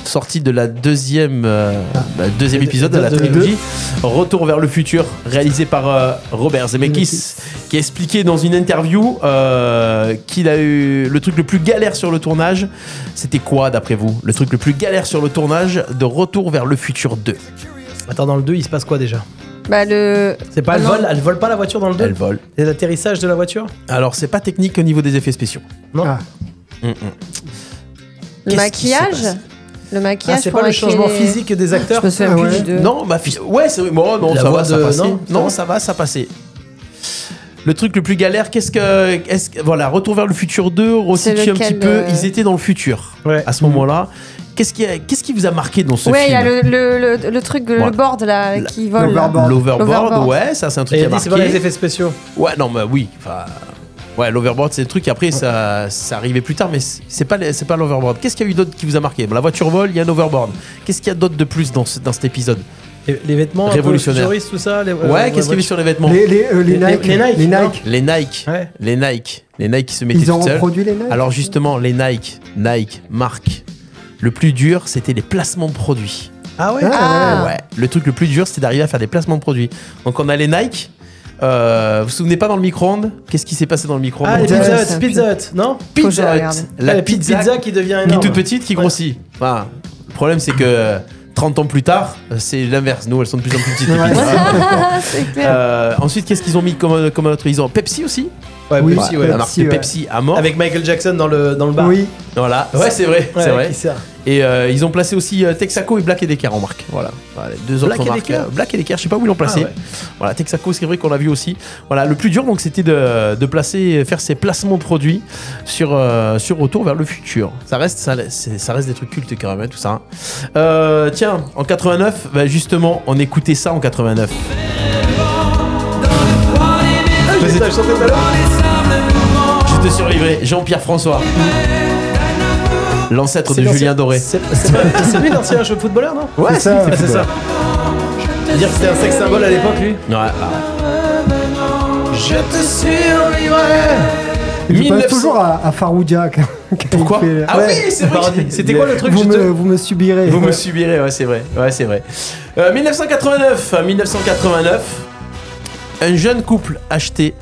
Sortie de la deuxième, euh, bah, deuxième épisode de la de- de- trilogie Retour vers le futur, réalisé par euh, Robert Zemeckis, qui a expliqué dans une interview euh, qu'il a eu le truc le plus galère sur le tournage. C'était quoi, d'après vous, le truc le plus galère sur le tournage de Retour vers le futur 2 Attends, dans le 2, il se passe quoi déjà Bah, le. C'est pas, Ah elle non. vole, elle vole pas la voiture dans le 2 Elle vole. C'est l'atterrissage de la voiture Alors, c'est pas technique au niveau des effets spéciaux. Non. Ah. Mm, Mm-mm. Le maquillage Le maquillage. Ah, c'est pas pour le changement maquiller les- physique des acteurs Je me souviens plus ouais. du deux. Non, bah, fi- ouais, c'est bon, non, La ça va, voix ça de- passait. Non, non, ça va, ça passait. Le truc le plus galère, qu'est-ce que, est-ce que- voilà, retour vers le futur 2, resitue un lequel, petit peu. euh, Ils étaient dans le futur à ce moment-là. Qu'est-ce qui, a- qu'est-ce qui vous a marqué dans ce Ouais, il y film a le, le, le, le truc, le Voilà. board là, qui vole. là. L'overboard, ouais, ça c'est un truc Et qui elle a dit, c'est marqué. pas les effets spéciaux. Ouais, non, bah oui. enfin, Ouais, l'overboard, c'est le truc. Après, ça, ça arrivait plus tard, mais c'est c'est pas, les- c'est pas l'overboard. Qu'est-ce qu'il y a eu d'autre qui vous a marqué Bon, La voiture vole, il y a un overboard. Qu'est-ce qu'il y a d'autre de plus dans, ce- dans cet épisode Les, les vêtements un peu Révolutionnaire. futuristes, tout ça. les- euh, Ouais, qu'est-ce qu'il y avait voitures. sur les vêtements Les- les, euh, les Nike. les Nike, Les non Nike. Les Nike, les Nike, les Nike qui se mettaient Ils ont toutes seules. reproduit les Nike Alors justement, les Nike, Nike, marque. Le plus dur, c'était les placements de produits. Ah ouais Ouais. Le truc le plus dur, c'était d'arriver à faire des placements de produits. Donc on a les Nike. Euh, vous vous souvenez pas dans le micro-ondes Qu'est-ce qui s'est passé dans le micro-ondes Ah, les Pizza Hut, Pizza Hut, non Faut que je regarde. La La pizza, pizza qui devient Ni énorme. toute petite qui grossit. Enfin, le problème, c'est que 30 ans plus tard, c'est l'inverse. Nous, elles sont de plus en plus petites. les Ouais. pizzas. C'est clair. Euh, ensuite, qu'est-ce qu'ils ont mis comme, comme autre Ils ont Pepsi aussi Ouais, Oui, Pepsi, ouais. La marque de Pepsi à mort. Avec Michael Jackson dans le, dans le bar. Oui. Voilà, ouais, c'est vrai. Ouais, c'est vrai. qui sert. Et euh, ils ont placé aussi euh, Texaco et Black et Decker en marque. Voilà, Voilà, les deux Black autres et marques. Decker euh, Black et Decker, je sais pas où ils l'ont placé. Ah ouais. Voilà, Texaco, c'est vrai qu'on l'a vu aussi. Voilà, le plus dur donc c'était de, de placer, faire ses placements produits sur euh, sur retour vers le futur. Ça reste ça, c'est- ça reste des trucs cultes quand même hein, tout ça. hein. Euh, tiens, en 89, bah, justement, on écoutait ça en 89. Je les ai chantés tout à l'heure. [LAUGHS] Je te survivrai, Jean-Pierre François. L'ancêtre de C'est l'ancien- Julien Doré. C'est pas- c'est lui l'ancien jeu footballeur, non Ouais, c'est si, ça. Ah, C'est ça. Dire que c'était un sex symbole à l'époque, lui. Ouais, bah, Je te survivrai. Je pense 1900. toujours à, à Farouja. [LAUGHS] Pourquoi Ah oui, c'est vrai, c'était quoi le truc, vous je me, te- vous me subirez. Vous me Ouais. subirez, ouais, c'est vrai. Ouais, c'est vrai. Euh, 1989, euh, 1989, un jeune couple achetait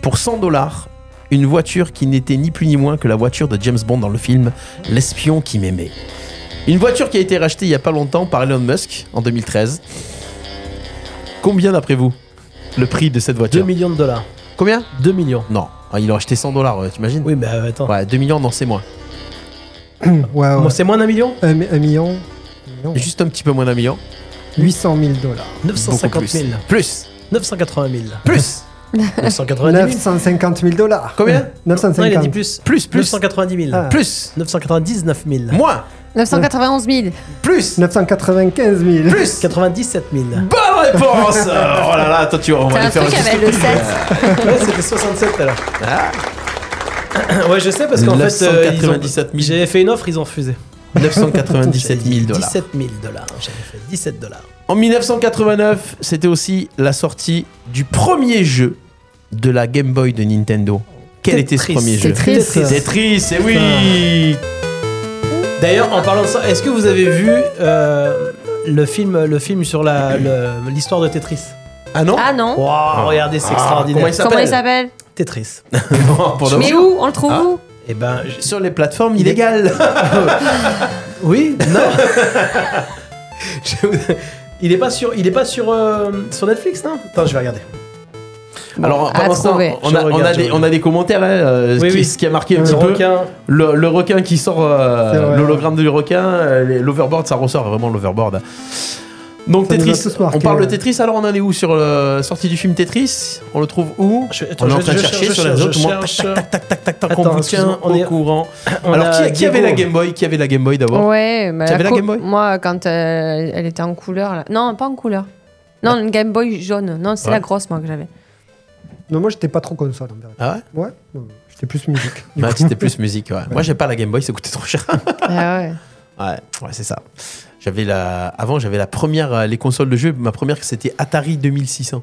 pour 100 dollars une voiture qui n'était ni plus ni moins que la voiture de James Bond dans le film L'espion qui m'aimait. Une voiture qui a été rachetée il y a pas longtemps par Elon Musk en 2013. Combien d'après vous le prix de cette voiture 2 millions de dollars. Combien 2 millions. Non, Ah, ils l'ont acheté 100 dollars, t'imagines Oui, mais euh, attends. Ouais, 2 millions, non, c'est moins. Ouais, ouais. C'est moins d'un million Un, un million, Juste un petit peu moins d'un million. 800 000 dollars. 950 000. Beaucoup Plus. 980 000. [LAUGHS] Plus 980 000. 950 000 dollars. Combien 950. Non, il a dit plus. Plus, plus. 990 000. Ah. Plus. 999 000. Moins. 991 000. Plus 995 000. Plus 97 000. Bonne [LAUGHS] réponse Oh là là, toi tu vas on va T'as aller un faire truc un avec truc. le sept. Ouais, c'était 67 alors. Ah. ouais, je sais parce qu'en fait, euh, ils ont- 997 000. j'avais fait une offre, ils ont refusé. 997 000 dollars. 17 000 dollars. J'avais fait 17 dollars. En 1989, c'était aussi la sortie du premier jeu de la Game Boy de Nintendo. Quel était ce Tetris. premier jeu Tetris. Tetris, eh oui D'ailleurs, en parlant de ça, est-ce que vous avez vu euh, le film, le film sur la- le- l'histoire de Tetris Ah non Ah non. Waouh, regardez, c'est Ah, extraordinaire. comment il s'appelle Comment il s'appelle Tetris. [LAUGHS] Pour de Mais vrai. où On le trouve où Eh ben, Sur les plateformes illégales Oui, [LAUGHS] non. Je vous- il est pas sur, il est pas sur, euh, sur Netflix, non Attends, je vais regarder. Alors, à pendant ce temps, trouver. on Je a, on, a regarde, des, je on a des commentaires, hein, euh, Oui, qui- oui. ce qui a marqué un Le petit peu. requin. Le, le requin qui sort, euh, C'est vrai. l'hologramme du requin, euh, les- l'overboard, ça ressort vraiment l'overboard. hein. Donc Ça nous a Tetris, tous marqué, on parle de ouais. Tetris, alors on en est où sur la sortie du film Tetris On le trouve où attends, On est en je- train de je chercher cherche, sur les je réseaux, tout le monde, cherche. tac, tac, tac, tac, tac, tac, on Attends, vous tient excuse-moi, on au est- courant. on Alors a qui, qui avait Diego. la Game Boy Qui avait la Game Boy d'abord Ouais, bah, T'avais la co- Game Boy Moi, quand euh, elle était en couleur, là. Non, pas en couleur. Non, une Game Boy jaune. Non, c'est Ouais. la grosse, moi, que j'avais. Non, moi, j'étais pas trop console. en vérité. Ah ouais Ouais. non, J'étais plus musique. ouais Bah, C'était plus musique, ouais. Moi j'ai pas la Game Boy, ça coûtait trop cher. [LAUGHS] Ah ouais. Ouais, ouais, c'est ça. J'avais la... Avant, j'avais la première, euh, les consoles de jeu. Ma première, c'était Atari 2600.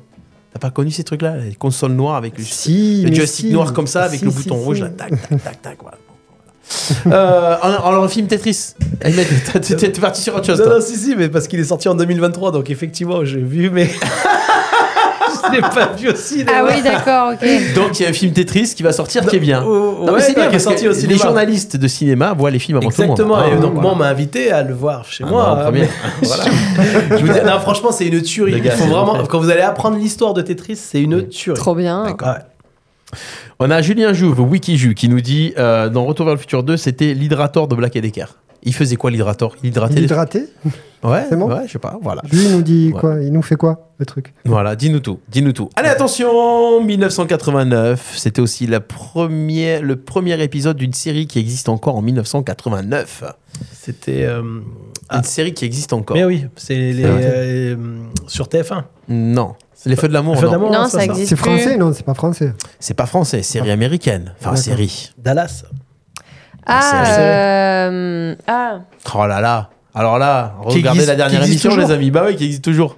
T'as pas connu ces trucs-là Les consoles noires avec le, Si, le mais joystick si. noir comme ça, avec Si, le si, bouton si. rouge, là, tac, tac, tac, tac. Voilà. Euh, alors, alors, le film Tetris. Eh, mec, t'as- t'es- T'es parti sur autre chose, Non, toi. non, si, si, mais parce qu'il est sorti en 2023, donc effectivement, j'ai vu, mais. [LAUGHS] je l'ai pas vu aussi. [LAUGHS] Ah oui, d'accord, ok. [LAUGHS] Donc, il y a un film Tetris qui va sortir qui est bien. oh, mais ouais, c'est bah, bien qui est parce sorti que au cinéma. Les journalistes de cinéma voient les films avant tout le Exactement. monde. et Ah, donc, voilà. moi, on m'a invité à le voir chez Ah, moi. non, en hein, première. mais- je [LAUGHS] vous dis, non, franchement, c'est une tuerie. Le Il gars, faut c'est vraiment, parfait. quand vous allez apprendre l'histoire de Tetris, c'est une tuerie. Trop bien. On a Julien Jouve, Wikiju, qui nous dit euh, dans Retour vers le futur 2, c'était l'hydrator de Black Decker. Il faisait quoi l'hydrator Il hydratait les- Hydraté Ouais, C'est bon ouais, je sais pas, voilà. Lui, il nous dit Ouais. quoi Il nous fait quoi, le truc Voilà, dis-nous tout, dis-nous tout. Allez, attention 1989, c'était aussi la première, le premier épisode d'une série qui existe encore en 1989. C'était. euh, Une série qui existe encore. Mais oui, c'est les. vrai. euh, sur TF1. Non. Les Feux de l'amour, Les Feux de non. l'amour, Oh, Non, non, hein, ça ça, ça. existe C'est plus. français Non, c'est pas français. C'est pas français, Ah. série américaine. Enfin, D'accord. série. Dallas. Ah, c'est- euh, ah. Oh là là. Alors là, Qui regardez existe- la dernière qui existe émission, les toujours. amis. Bah oui, qui existe toujours.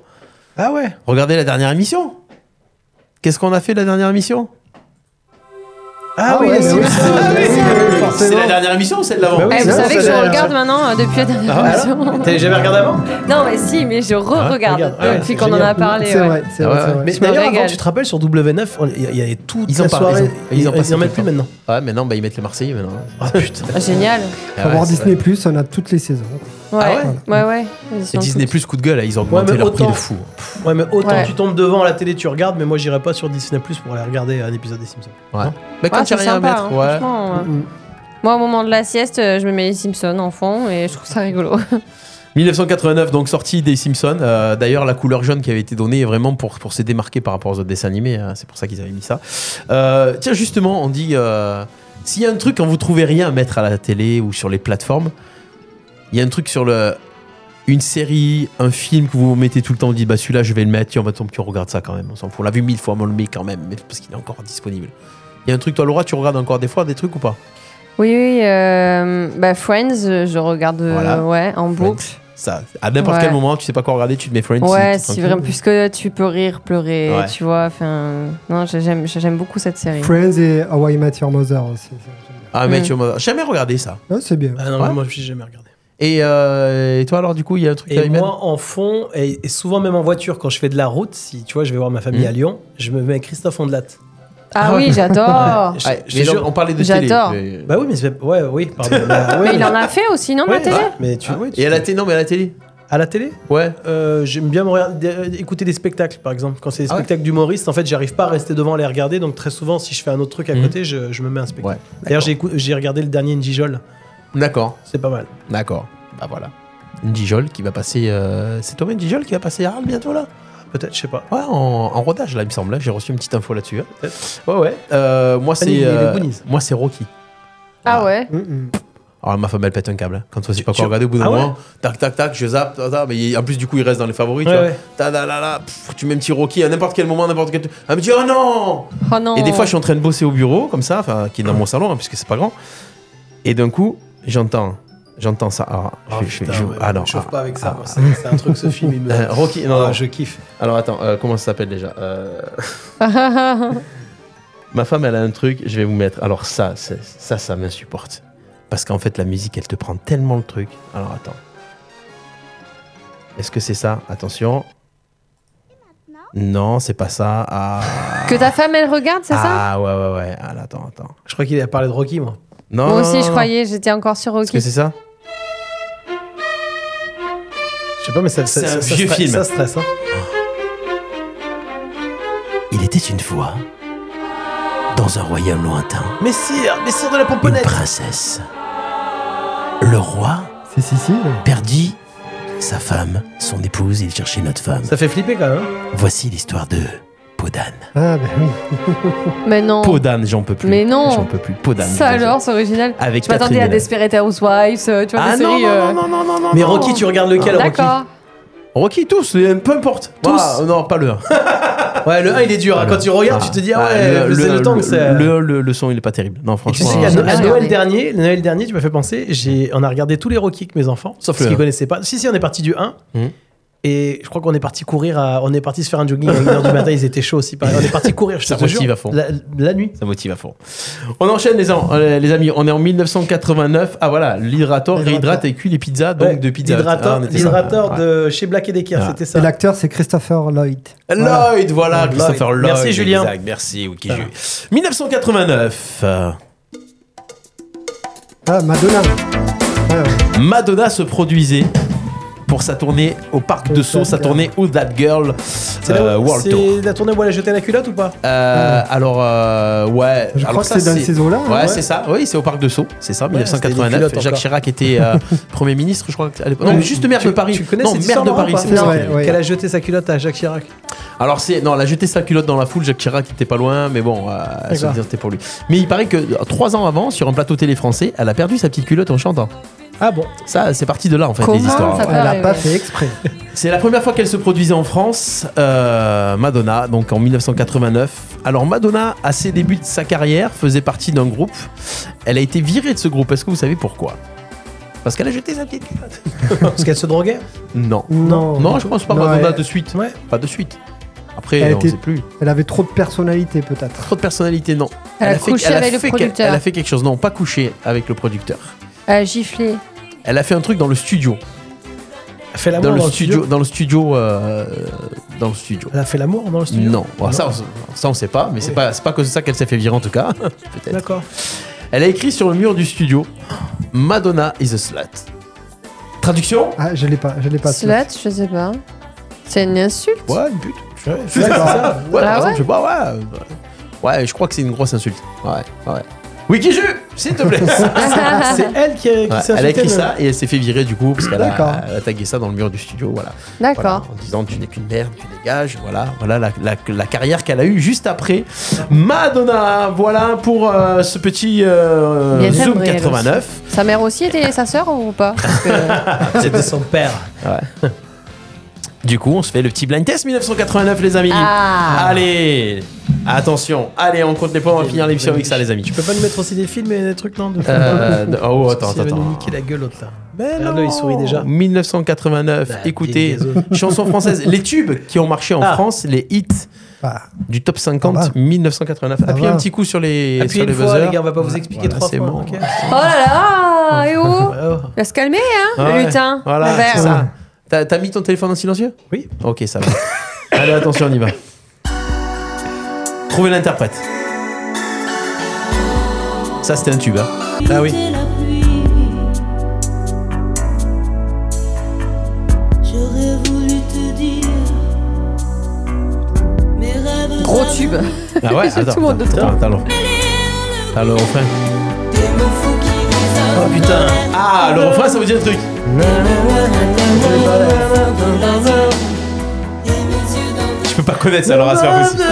Ah ouais Regardez la dernière émission. Qu'est-ce qu'on a fait la dernière émission Ah, oui, ouais, c'est oui, oui, ça, Ah Ah oui, oui, oui, oui, oui, oui, forcément. C'est la dernière émission ou celle de l'avant Bah Eh, vous savez que je regarde maintenant euh, depuis la dernière Ah ouais, émission. T'avais jamais regardé avant Non, mais si, mais je re-regarde Ah ouais, depuis c'est qu'on en a génial. parlé. ouais. Ah ouais, ouais. Mais Je me d'ailleurs, avant, régale. tu te rappelles, sur W9, on- il y a- il y avait toute Ils en la parlent, soirée. ils en- ils en passent ils en mettent tout plus le maintenant. Ouais, mais non, bah ils mettent les Marseillais maintenant. Ah putain. Ah, génial. Faut voir Disney Plus, on a toutes les saisons. Ouais, ouais, ouais. Ils Et sont Disney Plus coup de gueule, là, ils ont Ouais, augmenté mais leur prix autant- de fou. hein. Ouais, mais autant Ouais. tu tombes devant à la télé, tu regardes, mais moi j'irai pas sur Disney Plus pour aller regarder euh, un épisode des Simpsons. Ouais. Mais Mais quand Ouais, t'as c'est rien à sympa, mettre, hein, ouais. franchement, ouais. ouais. Moi, au moment de la sieste, euh, je me mets les Simpsons en fond et je trouve ça rigolo. 1989, donc sortie des Simpsons. Euh, D'ailleurs, la couleur jaune qui avait été donnée est vraiment pour, pour se démarquer par rapport aux autres dessins animés. hein. C'est pour ça qu'ils avaient mis ça. Euh, tiens, justement, on dit euh, s'il y a un truc quand vous trouvez rien à mettre à la télé ou sur les plateformes, il y a un truc sur le une série, un film que vous mettez tout le temps, vous dites bah celui-là je vais le mettre, tiens, bah, tant pis, on regarde ça quand même, on s'en fout. On l'a vu mille fois, mais on le met quand même, mais- parce qu'il est encore disponible. Il y a un truc, toi Laura, tu regardes encore des fois des trucs ou pas Oui, oui. euh, bah, Friends, euh, je regarde euh, Voilà. ouais, en boucle. Ça, à n'importe quel Ouais. moment, tu sais pas quoi regarder, tu te mets Friends. Ouais, c'est si tranquille. vraiment, puisque tu peux rire, pleurer, Ouais. tu vois. Enfin, non, j'ai- j'aime j'aime beaucoup cette série. Friends et Hawaii Met Your Mother aussi. Ah, mais Mm. tu m'as jamais regardé ça. Ouais, c'est bien. Ah non, Ouais. mais moi j'ai jamais regardé. Et, euh, et toi, alors, du coup, il y a un truc Et à y mettre moi en fond, et, et souvent même en voiture, quand je fais de la route, si tu vois, je vais voir ma famille Mm. à Lyon, je me mets Christophe Ondelat. Ah oui, [LAUGHS] j'adore. Ouais, Ah, je- je mais te on- jure. on parlait de télé, J'adore. mais- Bah oui, mais c'est- ouais, oui, pardon. [LAUGHS] Bah, oui, Mais il en a fait aussi, non, de la Ouais, télé bah, mais tu, oui, Ah. tu- Et à la télé Non, mais à la télé. À la télé Ouais. Euh, J'aime bien me regarder- euh, écouter des spectacles, par exemple. Quand c'est des Ah ouais spectacles d'humoristes, en fait, j'arrive pas à rester devant à les regarder. Donc, très souvent, si je fais un autre truc à Mhm. côté, je, je me mets un spectacle. Ouais. D'ailleurs, j'ai écou- j'ai regardé le dernier Njijol. D'accord, C'est pas mal. d'accord. Bah voilà. Njijol qui va passer. euh, C'est toi-même Njijol qui va passer Harald bientôt là Peut-être, je sais pas. Ouais, en, en rodage là, il me semble. J'ai reçu une petite info là-dessus. hein. Ouais, ouais. Euh, moi, Ah, il c'est. est euh, Goonies. moi, c'est Rocky. Ah ouais Alors, ma femme, elle pète un câble. hein. Quand toi, c'est pas tu- quoi regarder au bout d'un Ah ouais moment. Tac, tac, tac, je zappe. tac, tac, mais il- en plus, du coup, il reste dans les favoris. Ouais, tu vois. ouais. Ta, da, la, la, pff, tu mets un petit Rocky à n'importe quel moment, à n'importe quel. Elle me dit, oh non Oh non. Et des fois, je suis en train de bosser au bureau, comme ça, enfin, qui est dans mon salon, hein, puisque c'est pas grand. Et d'un coup, j'entends, j'entends ça. Ah, je, je- Putain, je- ouais, ah je non. me chauffe ah, pas avec ah, ça. moi. C'est c'est un truc, ce film. Il me... euh, [LAUGHS] Rocky, non, Ah, non. je kiffe. Alors attends, euh, comment ça s'appelle déjà Euh, Ma femme, elle a un truc, je vais vous mettre. Alors ça, c'est- ça, ça m'insupporte. Parce qu'en fait, la musique, elle te prend tellement le truc. Alors attends. Est-ce que c'est ça Attention. Non, c'est pas ça. Ah, [LAUGHS] Que ta femme, elle regarde, c'est ça ah ouais, ouais, ouais. Ah, là, attends, attends. Je crois qu'il a parlé de Rocky, moi. Non, non, Moi aussi, non, je non. croyais, j'étais encore sur Est-ce Oh. que Rocky. c'est ça Je sais pas, mais ça, ça- C'est un ça- ça vieux stra- film. Ça stresse. hein. Il était une fois, dans un royaume lointain, Messire, messire de la pomponnette. princesse. Le roi Si, si, si. perdit sa femme, son épouse, il cherchait notre femme. Ça fait flipper quand même. hein. Voici l'histoire de Podane. Ah, bah oui. Mais non. Podane, j'en peux plus. Oh. Mais non. J'en peux plus. Podane. Ça je vous alors, c'est original. Avec je m'attendais Catherine à Deneuve. Desperate Housewives, euh, tu vois, Ah des non, séries. non, euh, non, non, non, non, Ah. Mais non, Rocky, non. tu regardes lequel, Rocky D'accord. Rocky, tous, euh, peu importe. Tous. Ah, non, pas le 1. Ouais, le 1, il est dur. hein. Quand tu regardes, Ah, tu te dis, ah ah, ouais, c'est le temps que c'est. le, le- le son, il est pas terrible. Non, Et tu franchement. sais qu'à euh, No- à jamais regardé. Noël dernier, le Noël dernier, tu m'as fait penser, j'ai, on a regardé tous les Rocky avec mes enfants, Sauf parce le qu'ils un. connaissaient pas. Si, si, on est parti du 1. Mhm. Et je crois qu'on est parti courir, à- on est parti se faire un jogging à 1h du matin, ils étaient chauds aussi. pareil. On est parti [LAUGHS] courir, je Ça te jure. motive à fond. La, la nuit. Ça motive à fond. On enchaîne les, ans, euh, les amis. On est en 1989. Ah voilà, l'hydrator réhydrate et cuit les pizzas, donc Ouais, de pizza. Hut. l'hydrator- Ah, on était ça. L'hydrator Ouais. de chez Black et Decker, Ah. c'était Et ça. l'acteur, c'est Christopher Lloyd. Lloyd, voilà, Lloyd. Christopher Lloyd. Merci, Julien. exact. Merci, Wiki Ju. 1989. euh, Ah, Madonna. Ouais, ouais. Madonna se produisait pour sa tournée au parc de Sceaux, sa tournée Who That Girl C'est là euh, où- World c'est Tour. la tournée où elle a jeté la culotte ou pas Euh, alors, euh, ouais. Je alors crois que c'est dans ces eaux-là, Ouais, hein, ouais. c'est ça. Oui, c'est au parc de Sceaux. C'est ça, c'était des 1989. culottes Jacques encore. Chirac était [LAUGHS] euh, Premier ministre, je crois. à l'époque. Non, Ouais. mais juste maire Tu- de Paris. Tu connais non, cette maire histoire, de Laurent, Paris, ou c'est pas pour ça. vrai, ouais. Qu'elle a jeté sa culotte à Jacques Chirac. Alors, c'est. Non, elle a jeté sa culotte dans la foule. Jacques Chirac était pas loin, mais bon, euh, elle se D'accord. disait, c'était pour lui. Mais il paraît que euh, trois ans avant, sur un plateau télé français, elle a perdu sa petite culotte en chantant. Ah bon Ça, c'est parti de là, en fait, Comment les histoires. ça Elle a arriver. pas fait exprès. C'est la première fois qu'elle se produisait en France, euh, Madonna, donc en 1989. Alors Madonna, à ses débuts de sa carrière, faisait partie d'un groupe. Elle a été virée de ce groupe. Est-ce que vous savez pourquoi Parce qu'elle a jeté sa petite culotte. [LAUGHS] Parce qu'elle se droguait Non. Non. Non, je pense pas Non, Madonna elle- de suite. Ouais. Pas de suite. Après, Elle on était- sait plus. Elle avait trop de personnalité peut-être. Trop de personnalité, non. Elle a couché elle avec le fait que- producteur. Elle a fait quelque chose. Non, pas couché avec le producteur. Euh, gifler. Elle a fait un truc dans le studio. Elle a fait l'amour dans, dans le le studio. studio Dans le studio. euh, dans le studio. Elle a fait l'amour dans le studio Non, Bon, Ça, on, ça on sait pas, mais c'est pas, c'est pas que ça qu'elle s'est fait virer en tout cas. [LAUGHS] Peut-être. D'accord. Elle a écrit sur le mur du studio Madonna is a slut. Traduction Ah, je l'ai pas, je l'ai pas. Slut, je sais pas. C'est une insulte Ouais, une pute. Ouais, C'est ça. Bah Ouais, par Ah exemple, ouais je sais pas, ouais. Ouais, je crois que c'est une grosse insulte. Ouais, ouais. Wikiju, s'il te plaît. [LAUGHS] [LAUGHS] C'est elle qui a, qui Ouais, s'est elle a insultée, écrit mais- ça et elle s'est fait virer du coup parce qu'elle D'accord. a, elle a tagué ça dans le mur du studio, voilà. D'accord. Voilà, en disant tu n'es qu'une merde, tu dégages, voilà, voilà la, la- la carrière qu'elle a eue juste après Madonna. Voilà pour euh, ce petit euh, Bien sûr, Zoom Brielle 89. aussi. Sa mère aussi était sa sœur ou [LAUGHS] pas Parce que- C'était son père. Du coup, on se fait le petit blind test 1989, les amis. Ah. Allez, attention. Allez, on compte les points. On va finir l'émission avec ça, les amis. Tu peux pas nous mettre aussi des films et des trucs, non de- [LAUGHS] Euh, de- oh, Parce que attends, s'il va attends, nous attends. Ben niquer la gueule, l'autre, là. Regarde-le, il sourit déjà. 1989. Bah, écoutez, vieille gazeuse. [LAUGHS] chansons françaises, les tubes qui ont marché en Ah. France, les hits Ah. du top 50 1989. Appuyez va. un petit coup sur les Ah bah. Appuyez sur les une fois, buzzers. les gars, on va pas vous expliquer Voilà, trois c'est fois. bon. ok Oh là là Et oh Il va se calmer, hein Ah ouais. Le lutin Voilà, le verre. c'est ça. T'as t'as mis ton téléphone en silencieux Oui. Ok, ça va. [LAUGHS] Allez, attention, on y va. Trouvez l'interprète. Ça, c'était un tube. hein. Ah oui. J'aurais voulu te dire mes rêves. Gros tube Ah ouais, attends. [LAUGHS] Tout le monde de attends, trop. attends, attends. Ah, le refrain. Oh putain. Ah, le refrain, ça vous dit un truc. Je peux pas connaître ça, Laura, c'est pas possible.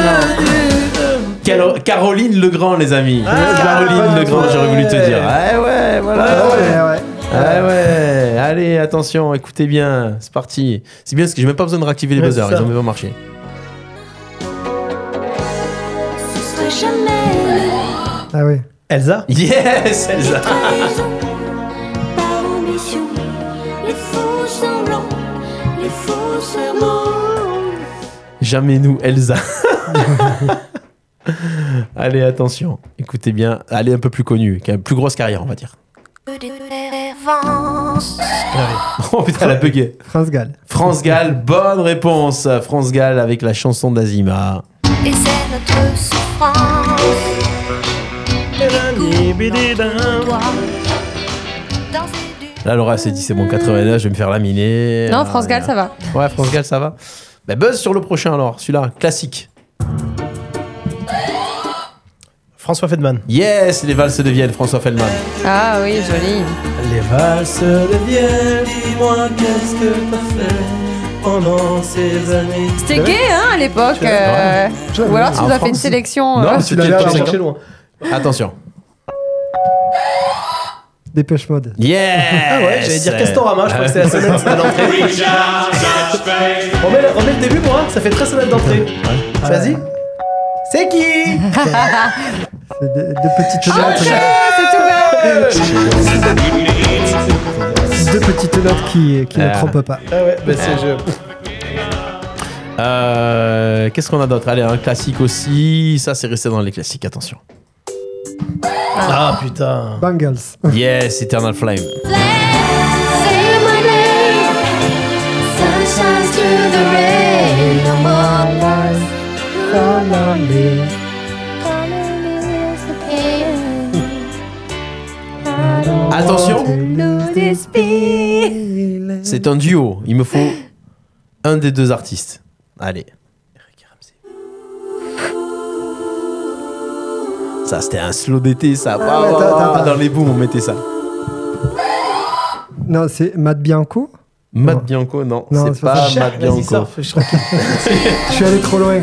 Caro- Caroline Legrand, les amis. Caroline Legrand, j'aurais voulu te dire. Ouais, ouais, voilà. Ah ouais, allez, attention, écoutez bien, c'est parti. C'est bien parce que j'ai même pas besoin de réactiver les Ouais, buzzers, c'est ils ça. ont même marché. Ah oui. Elsa Yes, Elsa Par ambition, les faux semblants, les faux serments. Jamais nous, Elsa. [LAUGHS] allez, attention, écoutez bien, elle est un peu plus connue, qui a une plus grosse carrière, on va dire. [LAUGHS] Oh putain, elle a bugué. France Gall. France Gall, bonne réponse. France Gall avec la chanson d'Azima. Et c'est notre souffrance. Ah, Là, Laura s'est dit c'est bon, 89, je vais me faire laminer. Non, Ah, France Gall, là. ça va. Ouais, France Gall, ça va. Bah, buzz sur le prochain alors, celui-là, classique. François Feldman. Yes, les valses de Vienne, François Feldman. Ah oui, joli. Les valses de Vienne, dis-moi qu'est-ce que t'as fait pendant ces années. C'était gay, hein, à l'époque. euh, Ou alors tu En nous as fait une France. Oh, sélection. Non, euh, mais c'était l'avais le à top la 50. chercher loin. Attention. Dépêche mode. Yes Ah ouais, j'allais dire Castorama, je crois que c'était la sonnette [LAUGHS] d'entrée. remets, le, remets le début, moi, ça fait très sonnette d'entrée. Vas-y. C'est qui C'est de, de petites Ah, notes. Deux petites notes qui, qui Ah. ne trompent pas. Ah ouais, bah c'est je. Euh, Qu'est-ce qu'on a d'autre Allez, un classique aussi. Ça, c'est resté dans les classiques, attention. Ah putain. Bangles. Yes, Eternal Flame. Attention. Oh, C'est un duo. Il me faut un des deux artistes. Allez. Ça, c'était un slow d'été, ça. Ah, Bah, attends, bah, bah, attends, Dans les booms, on mettait ça. Non, c'est Matt Bianco. Matt Bianco, non. Non, c'est c'est pas pas ça. Matt Vas-y, Bianco. sors, Je suis allé trop loin.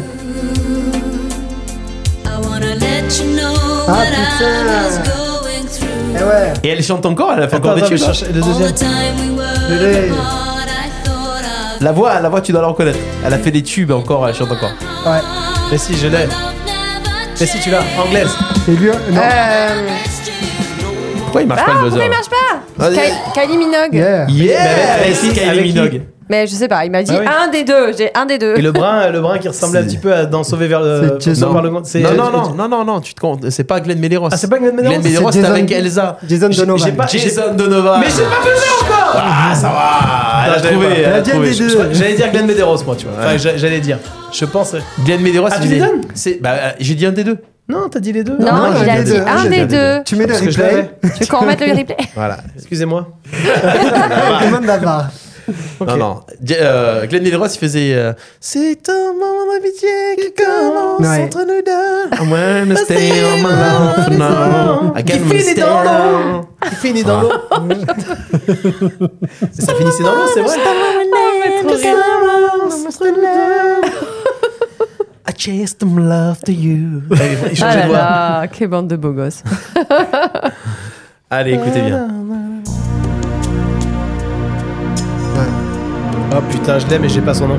Ah Eh ouais. Et elle chante encore Elle a fait Attends, encore des attends, tubes hein. mais cherche le deuxième. Allez. La voix, la voix, tu dois la reconnaître. Elle a fait des tubes encore, elle chante encore. Ouais. Mais si, je l'ai. Mais si, tu l'as, anglaise. Eh, C'est lui, hein non. Euh, Pourquoi il marche Ah, pas le pourquoi buzzer il marche pas Vas-y. Ky- Kylie Minogue. Yeah. Yeah Mais avec- Merci avec qui Kylie Avec qui Minogue. Mais je sais pas, il m'a dit Ah oui. un des deux, j'ai un des deux. Et le brun, le brun qui ressemble un petit peu à dans Sauver vers le. Sauvé par le Gant- c'est- Non, non, non, non, non, non, tu te comptes. C'est pas Glenn Medeiros. Ah, c'est pas Glenn Medeiros Glenn Medeiros, C'est c'est Jason- avec Elsa. Jason J'ai- Donovan. j'ai pas- Jason Jason Donovan. Mais j'ai pas pesé encore Ah, ça va Elle a j'avais trouvé, pas. elle a trouvé. Je- je crois que J'allais dire Glenn Medeiros, moi, tu vois. Enfin, j'a- j'allais dire. Je pense. Glenn Medeiros, Ah, il tu les est- donnes c'est- bah, euh, J'ai dit un des deux. Non, t'as dit les deux. Non, Non, il j'ai a dit dit un des deux. J'ai dit un des un deux. des Tu mets des Parce que je replays. l'avais. Tu veux qu'on remette le replay Voilà. Excusez-moi. Demande la barre. Non, non. Di- euh, Glenn Medeiros, il faisait. euh, C'est un moment d'amitié qui commence Ouais. entre nous deux. I wanna stay on my love for now. I Qui can't finit stay dans on. l'eau Qui finit dans l'eau Ça finissait dans l'eau, c'est Ah, vrai I chased them love to you. Allez, Ah il changeait là de voix. là, quelle bande de beaux gosses. Allez, écoutez bien. Oh putain, je l'aime mais j'ai pas son nom.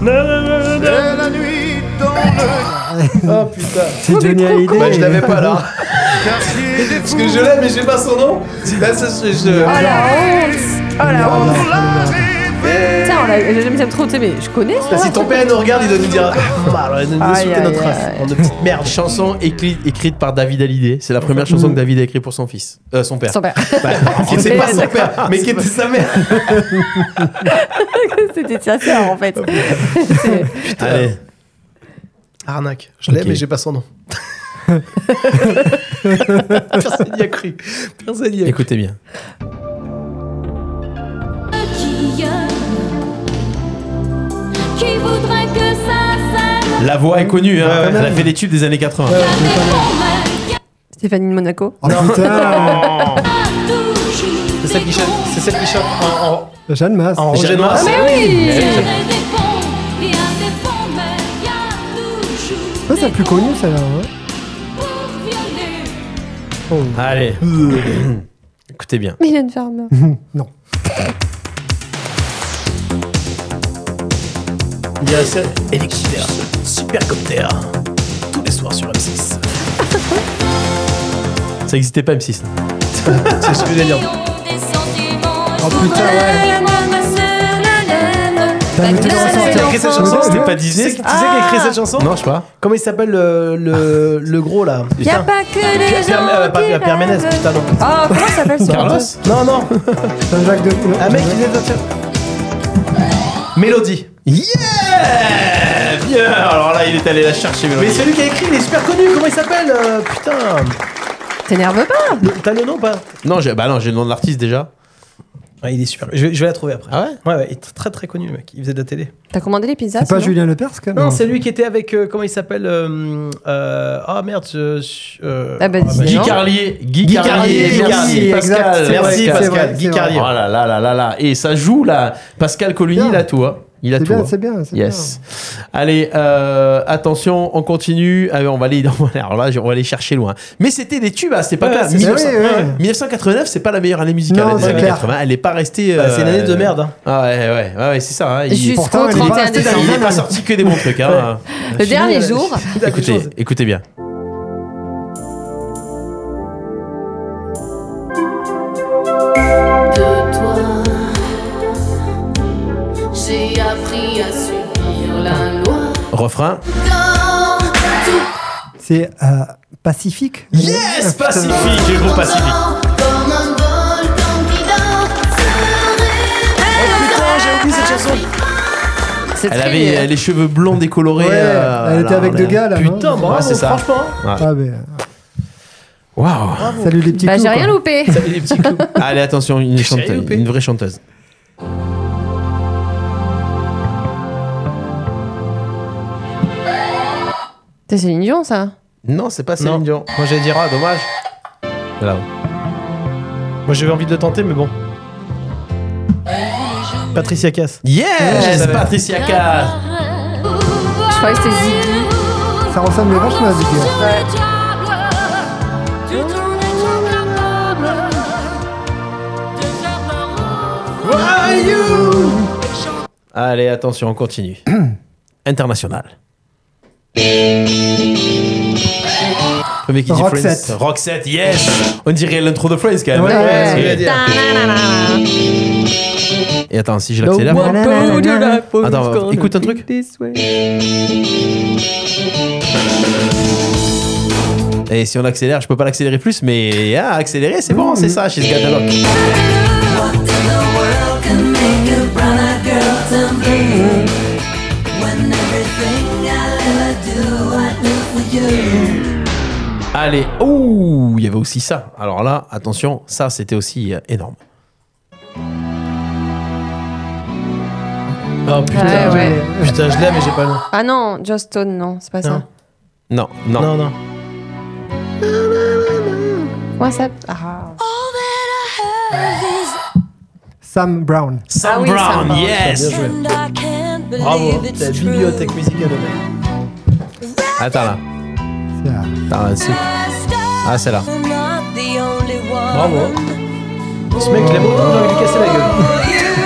C'est la nuit dans le Oh putain. C'est Johnny Hallyday. Bah, je l'avais pas là. [LAUGHS] Parce que je l'aime mais j'ai pas son nom. Là, ça, je. je- Oh la honte Oh la honte Tiens, on l'a- j'aime j'aime trop, tu sais, mais je connais ça. Bah, Là, si ton père nous regarde, il doit nous dire. Ah, bah, nous Aïe, insulter aïe, notre race. aïe. On de petites merdes. Chanson écri- écrite par David Hallyday. C'est la première chanson que David a écrite pour son fils. Euh, son père. Son père. Bah, Oh, qui était Mais pas son d'accord. père, mais qui était sa mère. C'était sa sœur, en fait. C'est- Allez. Arnaque. Je l'aime Ok. mais j'ai pas son [LAUGHS] nom. Personne n'y a cru. Personne n'y a cru. Écoutez bien. Qui voudrait que ça s'arrête La voix est connue, hein. Ouais, ouais. elle a fait des tubes des années 80. Stéphanie de Monaco. Oh putain C'est celle qui chante. C'est celle qui chante en. en... Jeanne Masse. En rouge et Jeanne Ah, noir. Masse. c'est- Eh Ça, c'est la plus connu, celle-là. hein. [LAUGHS] Allez. Écoutez bien. Mylène Farmer. non. Il y a ça. Electric Supercopter. Tous les soirs sur M6. Ça existait pas M6. là. C'est ce que j'allais dire. Oh putain, ouais. Bah, T'as noté comment ça Qui a écrit cette chanson C'était pas Disney, Tu sais, tu sais qui a écrit cette chanson Non, je sais pas. Comment il s'appelle le, le, le gros là Y a Putain. pas que des Pierre- gens. euh, pas Pierre- Pierre Ménès, putain, non. Oh, comment s'appelle son Carlos Non, non. Saint-Jacques de Poulon. Un mec qui vient de sortir. Mélodie. Yeah Bien Alors là, il est allé la chercher, Mais Mélodie. celui qui a écrit, il est super connu. Comment il s'appelle euh, Putain. T'énerve pas T'as le nom ou pas Non, j'ai bah non, j'ai le nom de l'artiste déjà. Ouais, il est super. Je, je vais la trouver après. Ah ouais Ouais, ouais, il est très très connu le mec. Il faisait de la télé. T'as commandé les pizzas C'est pas sinon Julien Lepers, quand même Non, c'est lui qui était avec. euh, comment il s'appelle euh, euh, Ah merde. je- je- euh, Ah bah, dis Guy non. Carlier. Guy, Guy Carlier. Carlier, Merci oui, Pascal. exact, c'est Merci vrai, c'est vrai, Pascal. c'est Guy vrai. Carlier. Oh là là là là là. Et ça joue là. Pascal Coluni, Bien. il a tout. hein. Il a C'est tout. bien, hein. c'est bien. c'est Yes. Allez, euh, attention, on continue. Ah, on va aller, [LAUGHS] alors là, on va aller chercher loin. Mais c'était des tubes, hein, c'était pas Ouais, mal. c'est ça. 1900 Ouais, ouais. 1989, c'est pas la meilleure année musicale Non, des c'est années clair. 80. Elle est pas restée. Bah, euh, c'est une année de merde, hein. Ah ouais, ouais, ouais, ouais, c'est ça. hein. Il, bien. Juste- Pourtant, elle est Jusqu'au pas 31 restée dans il est le pas même. sorti que des bons trucs. hein. Le dernier euh, jour. Écoutez, écoutez bien. de toi J'ai appris à subir la loi Refrain. dans tout C'est euh, Pacifique. Yes, Pacifique, le groupe Pacifique. comme un vol Putain, j'ai oublié cette chanson. C'est Elle très avait nul. euh, les cheveux blonds décolorés. Ouais, euh, elle était là, avec on deux est- gars, là. non Putain, bravo, Ouais, c'est ça. franchement. Ah, mais, euh, Waouh. Salut les petits Bah, j'ai clous, rien quoi. loupé. T'avais des petits coups. Allez, attention, une, chanteuse, loupé. une vraie chanteuse. C'est Céline Dion, ça Non, c'est pas Non. Céline Dion. Moi, j'allais dire, ah, dommage. Là. Moi j'avais envie de le tenter, mais bon. Patricia Cass. Yes, Ouais. Patricia Cass. Je croyais que c'était Ziggy. Ça ressemble vachement à Ziggy. Allez, attention, on [CLEARS THROAT] continue. International. Premier qui dit Roxette. Friends. Roxette, yes On dirait l'intro de Friends quand même. Ouais, ouais, ouais, c'est ce que j'allais dire. Parce que- Et attends, si je l'accélère. Don't want to do that, but it's Attends, gonna écoute un truc. Et si on accélère, je peux pas l'accélérer plus, mais ah, accélérer, c'est bon, c'est ça, chez ce gars Allez, ouh, il y avait aussi ça. Alors là, attention, ça c'était aussi euh, énorme. Oh Ouais, putain, je Ah, ouais. l'ai. putain, je l'ai, mais j'ai pas le nom. Ah non, Just Stone, non, c'est pas ça. Non, non. Non, non. Moi, ça. Ah. Sam Brown. Sam Ah oui, Brown, Sam Brown. yes. Bien joué. Bravo, la bibliothèque musicale de mec. Attends là. euh, Attends, là, c'est- Ah, c'est là. Bravo. Ce mec, je l'aime beaucoup, j'ai envie de lui casser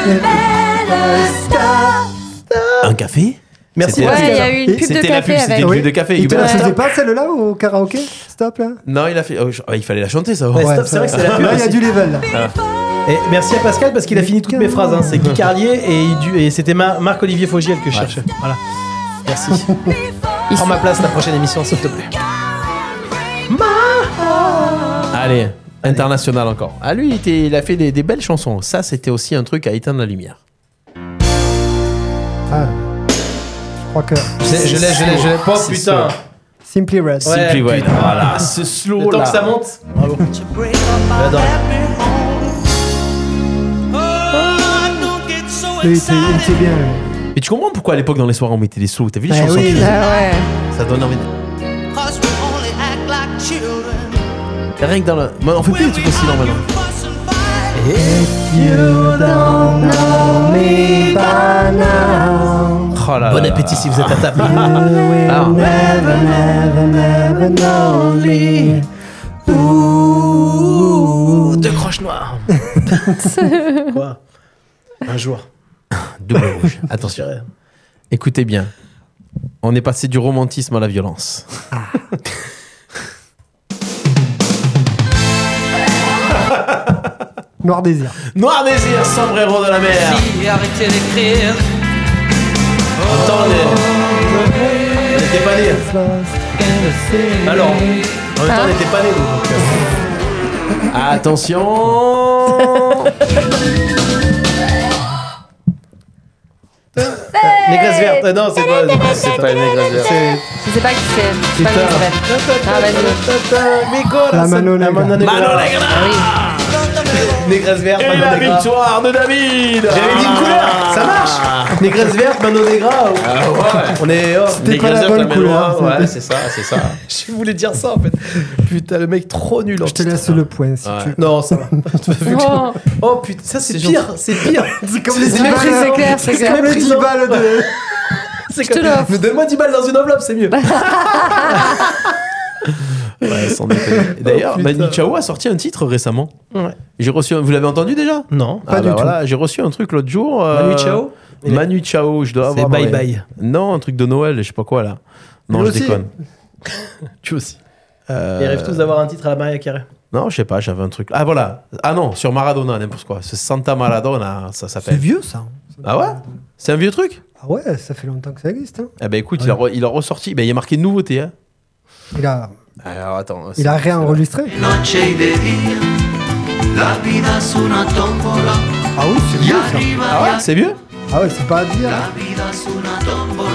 la gueule. Un café Merci, C'était- Pascal. Ouais, il y a eu une pub de C'était la café pub, c'était avec. une pub de café. Il te Hubert la Stop. faisait pas celle-là au karaoké Stop là Non, il a fait. oh, je- ah, il fallait la chanter, ça. Ouais, stop, c'est vrai que c'est la pub. Là, il y a aussi. du level là. Ah. Et merci à Pascal parce qu'il a fini toutes mes phrases. hein. C'est Guy Carlier et, il du- et c'était Ma- Marc-Olivier Fogiel que je cherchais. Voilà. Merci. Prends ma place la prochaine émission, s'il te plaît. Allez, international encore. Ah, lui, il, était- il a fait des, des belles chansons. Ça, c'était aussi un truc à éteindre la lumière. Ah. Je crois que. Je l'ai, je l'ai, je l'ai, je l'ai. Oh, C'est putain. slow. Simply Red. Simply Red, putain. [LAUGHS] voilà, ce slow Le temps là. que ça monte. Bravo. J'adore. Il était il était bien. lui. Mais tu comprends pourquoi à l'époque, dans les soirées, on mettait des slow T'as vu les Eh chansons oui, qu'ils Ah faisaient bah ouais. Ça donne envie. de- Rien que dans le. Moi, on fait plus des trucs aussi lents maintenant. Oh là Bon là appétit là. si vous êtes à table. Ah. Ouh, deux croches noires. [LAUGHS] Quoi Un jour. Ah, Double [LAUGHS] rouge. Attention. Écoutez bien. On est passé du romantisme à la violence. Noir Désir. Noir désir, sombrero de la mer. Arrêtez d'écrire. Attendez. On n'était pas nés. Alors, en même temps, on n'était pas nés. donc, euh. [LAUGHS] Attention. Négresse verte. Euh, Non, c'est pas. C'est pas une négresse verte. Je sais pas qui c'est. Je sais pas Putain. qui c'est. Ah, vas-y. Ah La Mano La Negra. Mano Negra. Ah Négresse verte, Et Mano la Negra. victoire de David. J'avais dit une couleur, ça marche. Négresse verte, Mano Negra. Ah ouais. On est. oh. C'était pas la bonne couleur, ça. Ouais, c'est ça, c'est ça. Je voulais dire ça en fait. Putain, le mec trop nul. en Je te laisse le point si Ouais. tu veux. Non, ça va. [LAUGHS] Oh. Oh putain, ça c'est C'est pire, c'est pire. [LAUGHS] C'est comme C'est les du 10 balles. mépris, c'est clair, c'est clair. comme les 10 balles de. [LAUGHS] C'est te l'offre. Mais donne-moi 10 balles dans une enveloppe, c'est Bah. mieux. [LAUGHS] Ouais, sans déconner. D'ailleurs, Oh, putain. Manu Chao a sorti un titre récemment. Ouais. J'ai reçu, un- vous l'avez entendu déjà Non. Ah Pas bah du tout. voilà, j'ai reçu un truc l'autre jour. euh, Manu Chao Il est- Manu Chao, je dois C'est avoir. Bye les- Bye. Non, un truc de Noël, je sais pas quoi là. Non, Lui je aussi. déconne. tu aussi. Ils rêvent tous d'avoir un titre à la Maria Carré. Non, je sais pas, j'avais un truc. Ah voilà. Ah non, sur Maradona, n'importe quoi. C'est Santa Maradona, ça C'est s'appelle. vieux ça. hein. Ah ouais C'est un vieux truc Ah ouais, ça fait longtemps que ça existe. hein. Eh ben écoute, il, a re- il a ressorti. Ben, il y a marqué nouveauté. Hein. Il a, Alors attends. il a réenregistré. Noche de día, la vida es una tómbola. Ah oui, c'est Y vieux ça. arriba Ah y ouais, c'est vieux Ah ouais, c'est pas à dire. La vida es una tómbola.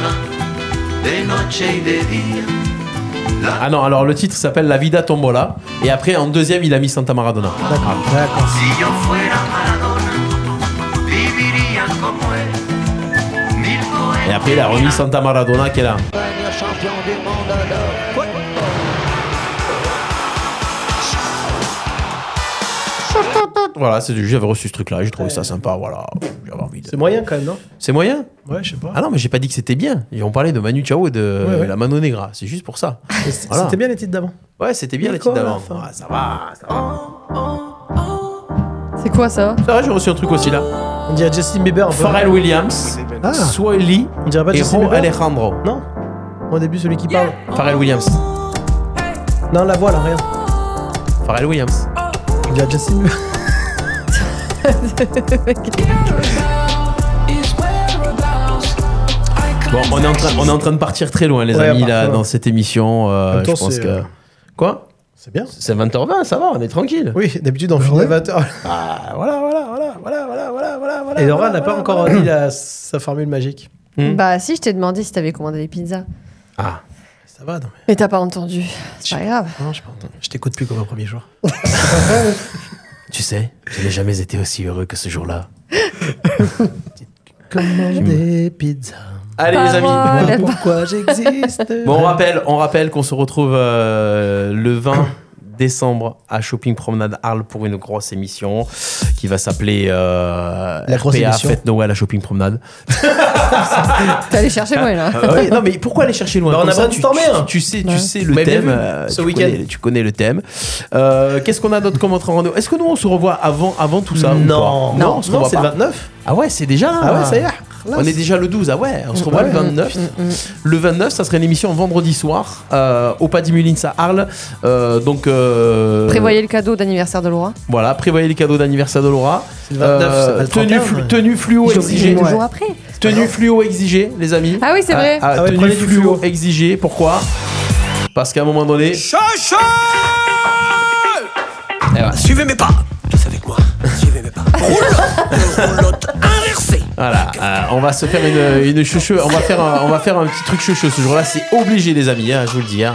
De noche y de día. Ah non, alors le titre s'appelle La Vida Tombola. Et après, en deuxième, il a mis Santa Maradona. D'accord. Si yo fuera Maradona, viviría como él. Mil Et après, il a remis Santa Maradona qui est là. poemas, champion du monde de Voilà, c'est du j'avais reçu ce truc là, j'ai trouvé ça sympa, voilà. J'avais envie de- C'est moyen quand même, non C'est moyen Ouais, je sais pas. Ah non, mais j'ai pas dit que c'était bien. Et on parlait de Manu Chao et de Ouais, ouais. la Mano Negra, c'est juste pour ça. Mais c- Voilà. C'était bien les Ah, titres d'avant. Ouais, c'était bien les titres Nicolas, d'avant. enfin. Ouais, ça va, ça va. C'est quoi ça Ça va, j'ai reçu un truc aussi là. On dirait Justin Bieber. un peu. Pharrell Williams, Ah. Swae Lee On dirait bah pas et Justin Ro Bieber. Alejandro. Non. Au début, celui qui parle. Pharrell Williams. Non, la voix là, regarde. Pharrell Williams. Il y a Justin Bieber. Bon, on est, en train, on est en train de partir très loin, les Ouais, amis, parfait, là, ouais. dans cette émission. euh, En même temps, je pense c'est, que. euh, Quoi [LAUGHS] C'est bien. C'est 20h20, ça va, on est tranquille. Oui, d'habitude, on finit [LAUGHS] à 20h. Ah, voilà, voilà, voilà, voilà, voilà, voilà, voilà, voilà. Et Laura n'a pas encore dit la- sa formule magique. Hmm. Bah si, je t'ai demandé si t'avais commandé les pizzas. Ah. Ça va, non Mais t'as pas entendu. C'est pas grave. Non, je pas entendu. Je t'écoute plus comme un premier jour. Tu sais, je n'ai jamais été aussi heureux que ce jour-là. Commander pizza. Allez, les amis. Voilà Pourquoi j'existe [LAUGHS] Bon, on rappelle, on rappelle qu'on se retrouve euh, le 20 [COUGHS] décembre à Shopping Promenade Arles pour une grosse émission qui va s'appeler euh, La grosse RPA émission. Fête Noël à Shopping Promenade. T'es allé chercher loin là. Ah ouais, non mais pourquoi aller chercher loin Bah, on comme a ça, tu, brainstormé, tu- hein. tu sais, Ouais. tu sais le Mais bien thème. vu, euh, ce tu week-end. connais- Tu connais le thème. Euh, Qu'est-ce qu'on a d'autre comme entrée en rendez-vous Est-ce que nous on se revoit avant, avant tout ça ou Non. pas Non, on se non, revoit c'est pas. le 29. Ah ouais, c'est déjà là. Ah ouais, ça y est. On est déjà le 12, ah ouais, [LAUGHS] on se revoit Ouais. le Euh. 29. Hmm, Le 29, ça serait une émission vendredi soir euh, au Paddy Mullins à Arles. Euh, donc. euh, Prévoyez le cadeau d'anniversaire de Laura. Voilà, prévoyez les cadeaux d'anniversaire de Laura. le 29, c'est pas le Euh, tenue, 31, flu- ouais. tenue fluo Je l'ai exigée. oublié deux jours après. Tenue fluo exigée, les amis. Ah oui, c'est vrai. Ah, Ah ouais, tenue prenez du fluo exigée, pourquoi Parce qu'à un moment donné. Eh ouais. ben, Suivez mes pas Tous avec moi, suivez mes pas. Roulotte Roulotte inversée Voilà, euh, on va se faire une, une chouchou, on va faire un, on va faire un petit truc chouchou ce jour-là, c'est obligé les amis, hein, je vous le dis. hein.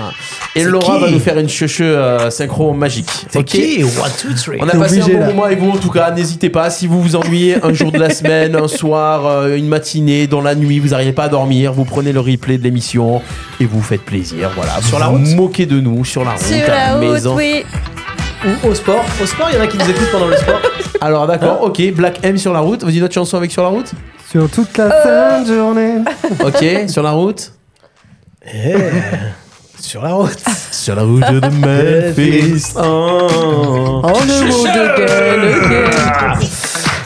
Et Laura qui va nous faire une chouchou euh, synchro magique. C'est ok qui One, two, three. On a T'es passé obligé, un bon là. moment avec vous en tout cas, n'hésitez pas si vous vous ennuyez un jour de [LAUGHS] la semaine, un soir, euh, une matinée, dans la nuit, vous n'arrivez pas à dormir, vous prenez le replay de l'émission et vous vous faites plaisir, voilà. Sur la route, moquez de nous sur la route, Sur à la la route, maison. oui. Ou au sport. Au sport, il y en a qui nous écoutent pendant le sport. Alors d'accord, Hein OK, Black M sur la route, vous dites notre chanson avec sur la route Sur toute la Oh. fin de journée. [LAUGHS] OK, sur la route Sur la route. Sur la route de [LAUGHS] Memphis. Oh, le mot de gueule,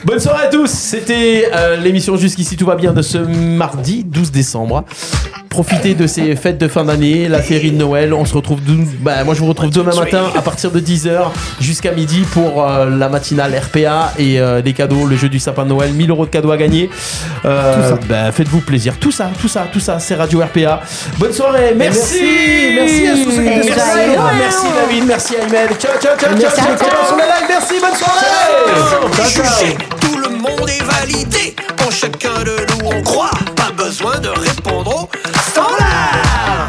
Bonne soirée à tous. C'était euh, l'émission Jusqu'ici tout va bien de ce mardi 12 décembre. Profitez de ces fêtes de fin d'année, la féerie de Noël. On se retrouve dou- bah, moi je vous retrouve demain matin à partir de 10h jusqu'à midi pour euh, la matinale RPA et euh, les cadeaux, le jeu du sapin de Noël, 1000 euros de cadeaux à gagner. Euh, Tout ça. bah, faites-vous plaisir. Tout ça, tout ça, tout ça, c'est Radio RPA. Bonne soirée. Merci. Merci à tous ceux qui nous ont Merci, parlé. Laura, merci David, merci Aymed. Ciao, ciao, ciao, ciao. Merci à ciao, toi. ciao. Sur le live, merci, bonne soirée. Ciao, ciao. Jugé, tout le monde est validé. En chacun de nous, on croit. Pas besoin de répondre au standard.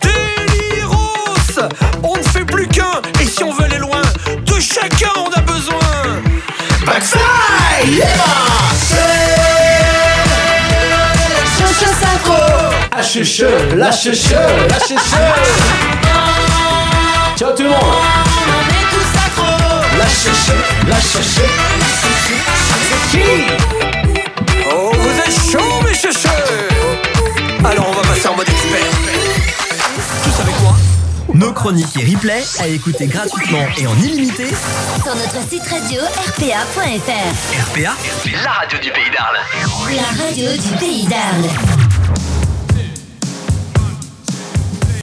Déliros, on ne fait plus qu'un. Et si on veut aller loin, de chacun, on a besoin. Backside, yeah C'est la chanson Ah, chuche, la chuche, la chuche. Ciao tout le monde. La chuche, la chuche, C'est qui Oh, vous êtes chaud, mes chucheux Alors, on va passer en mode expert. Tous avec moi Nos chroniques et replays à écouter gratuitement et en illimité. Sur notre site radio rpa.fr. RPA, la radio du pays d'Arles. La radio du pays d'Arles.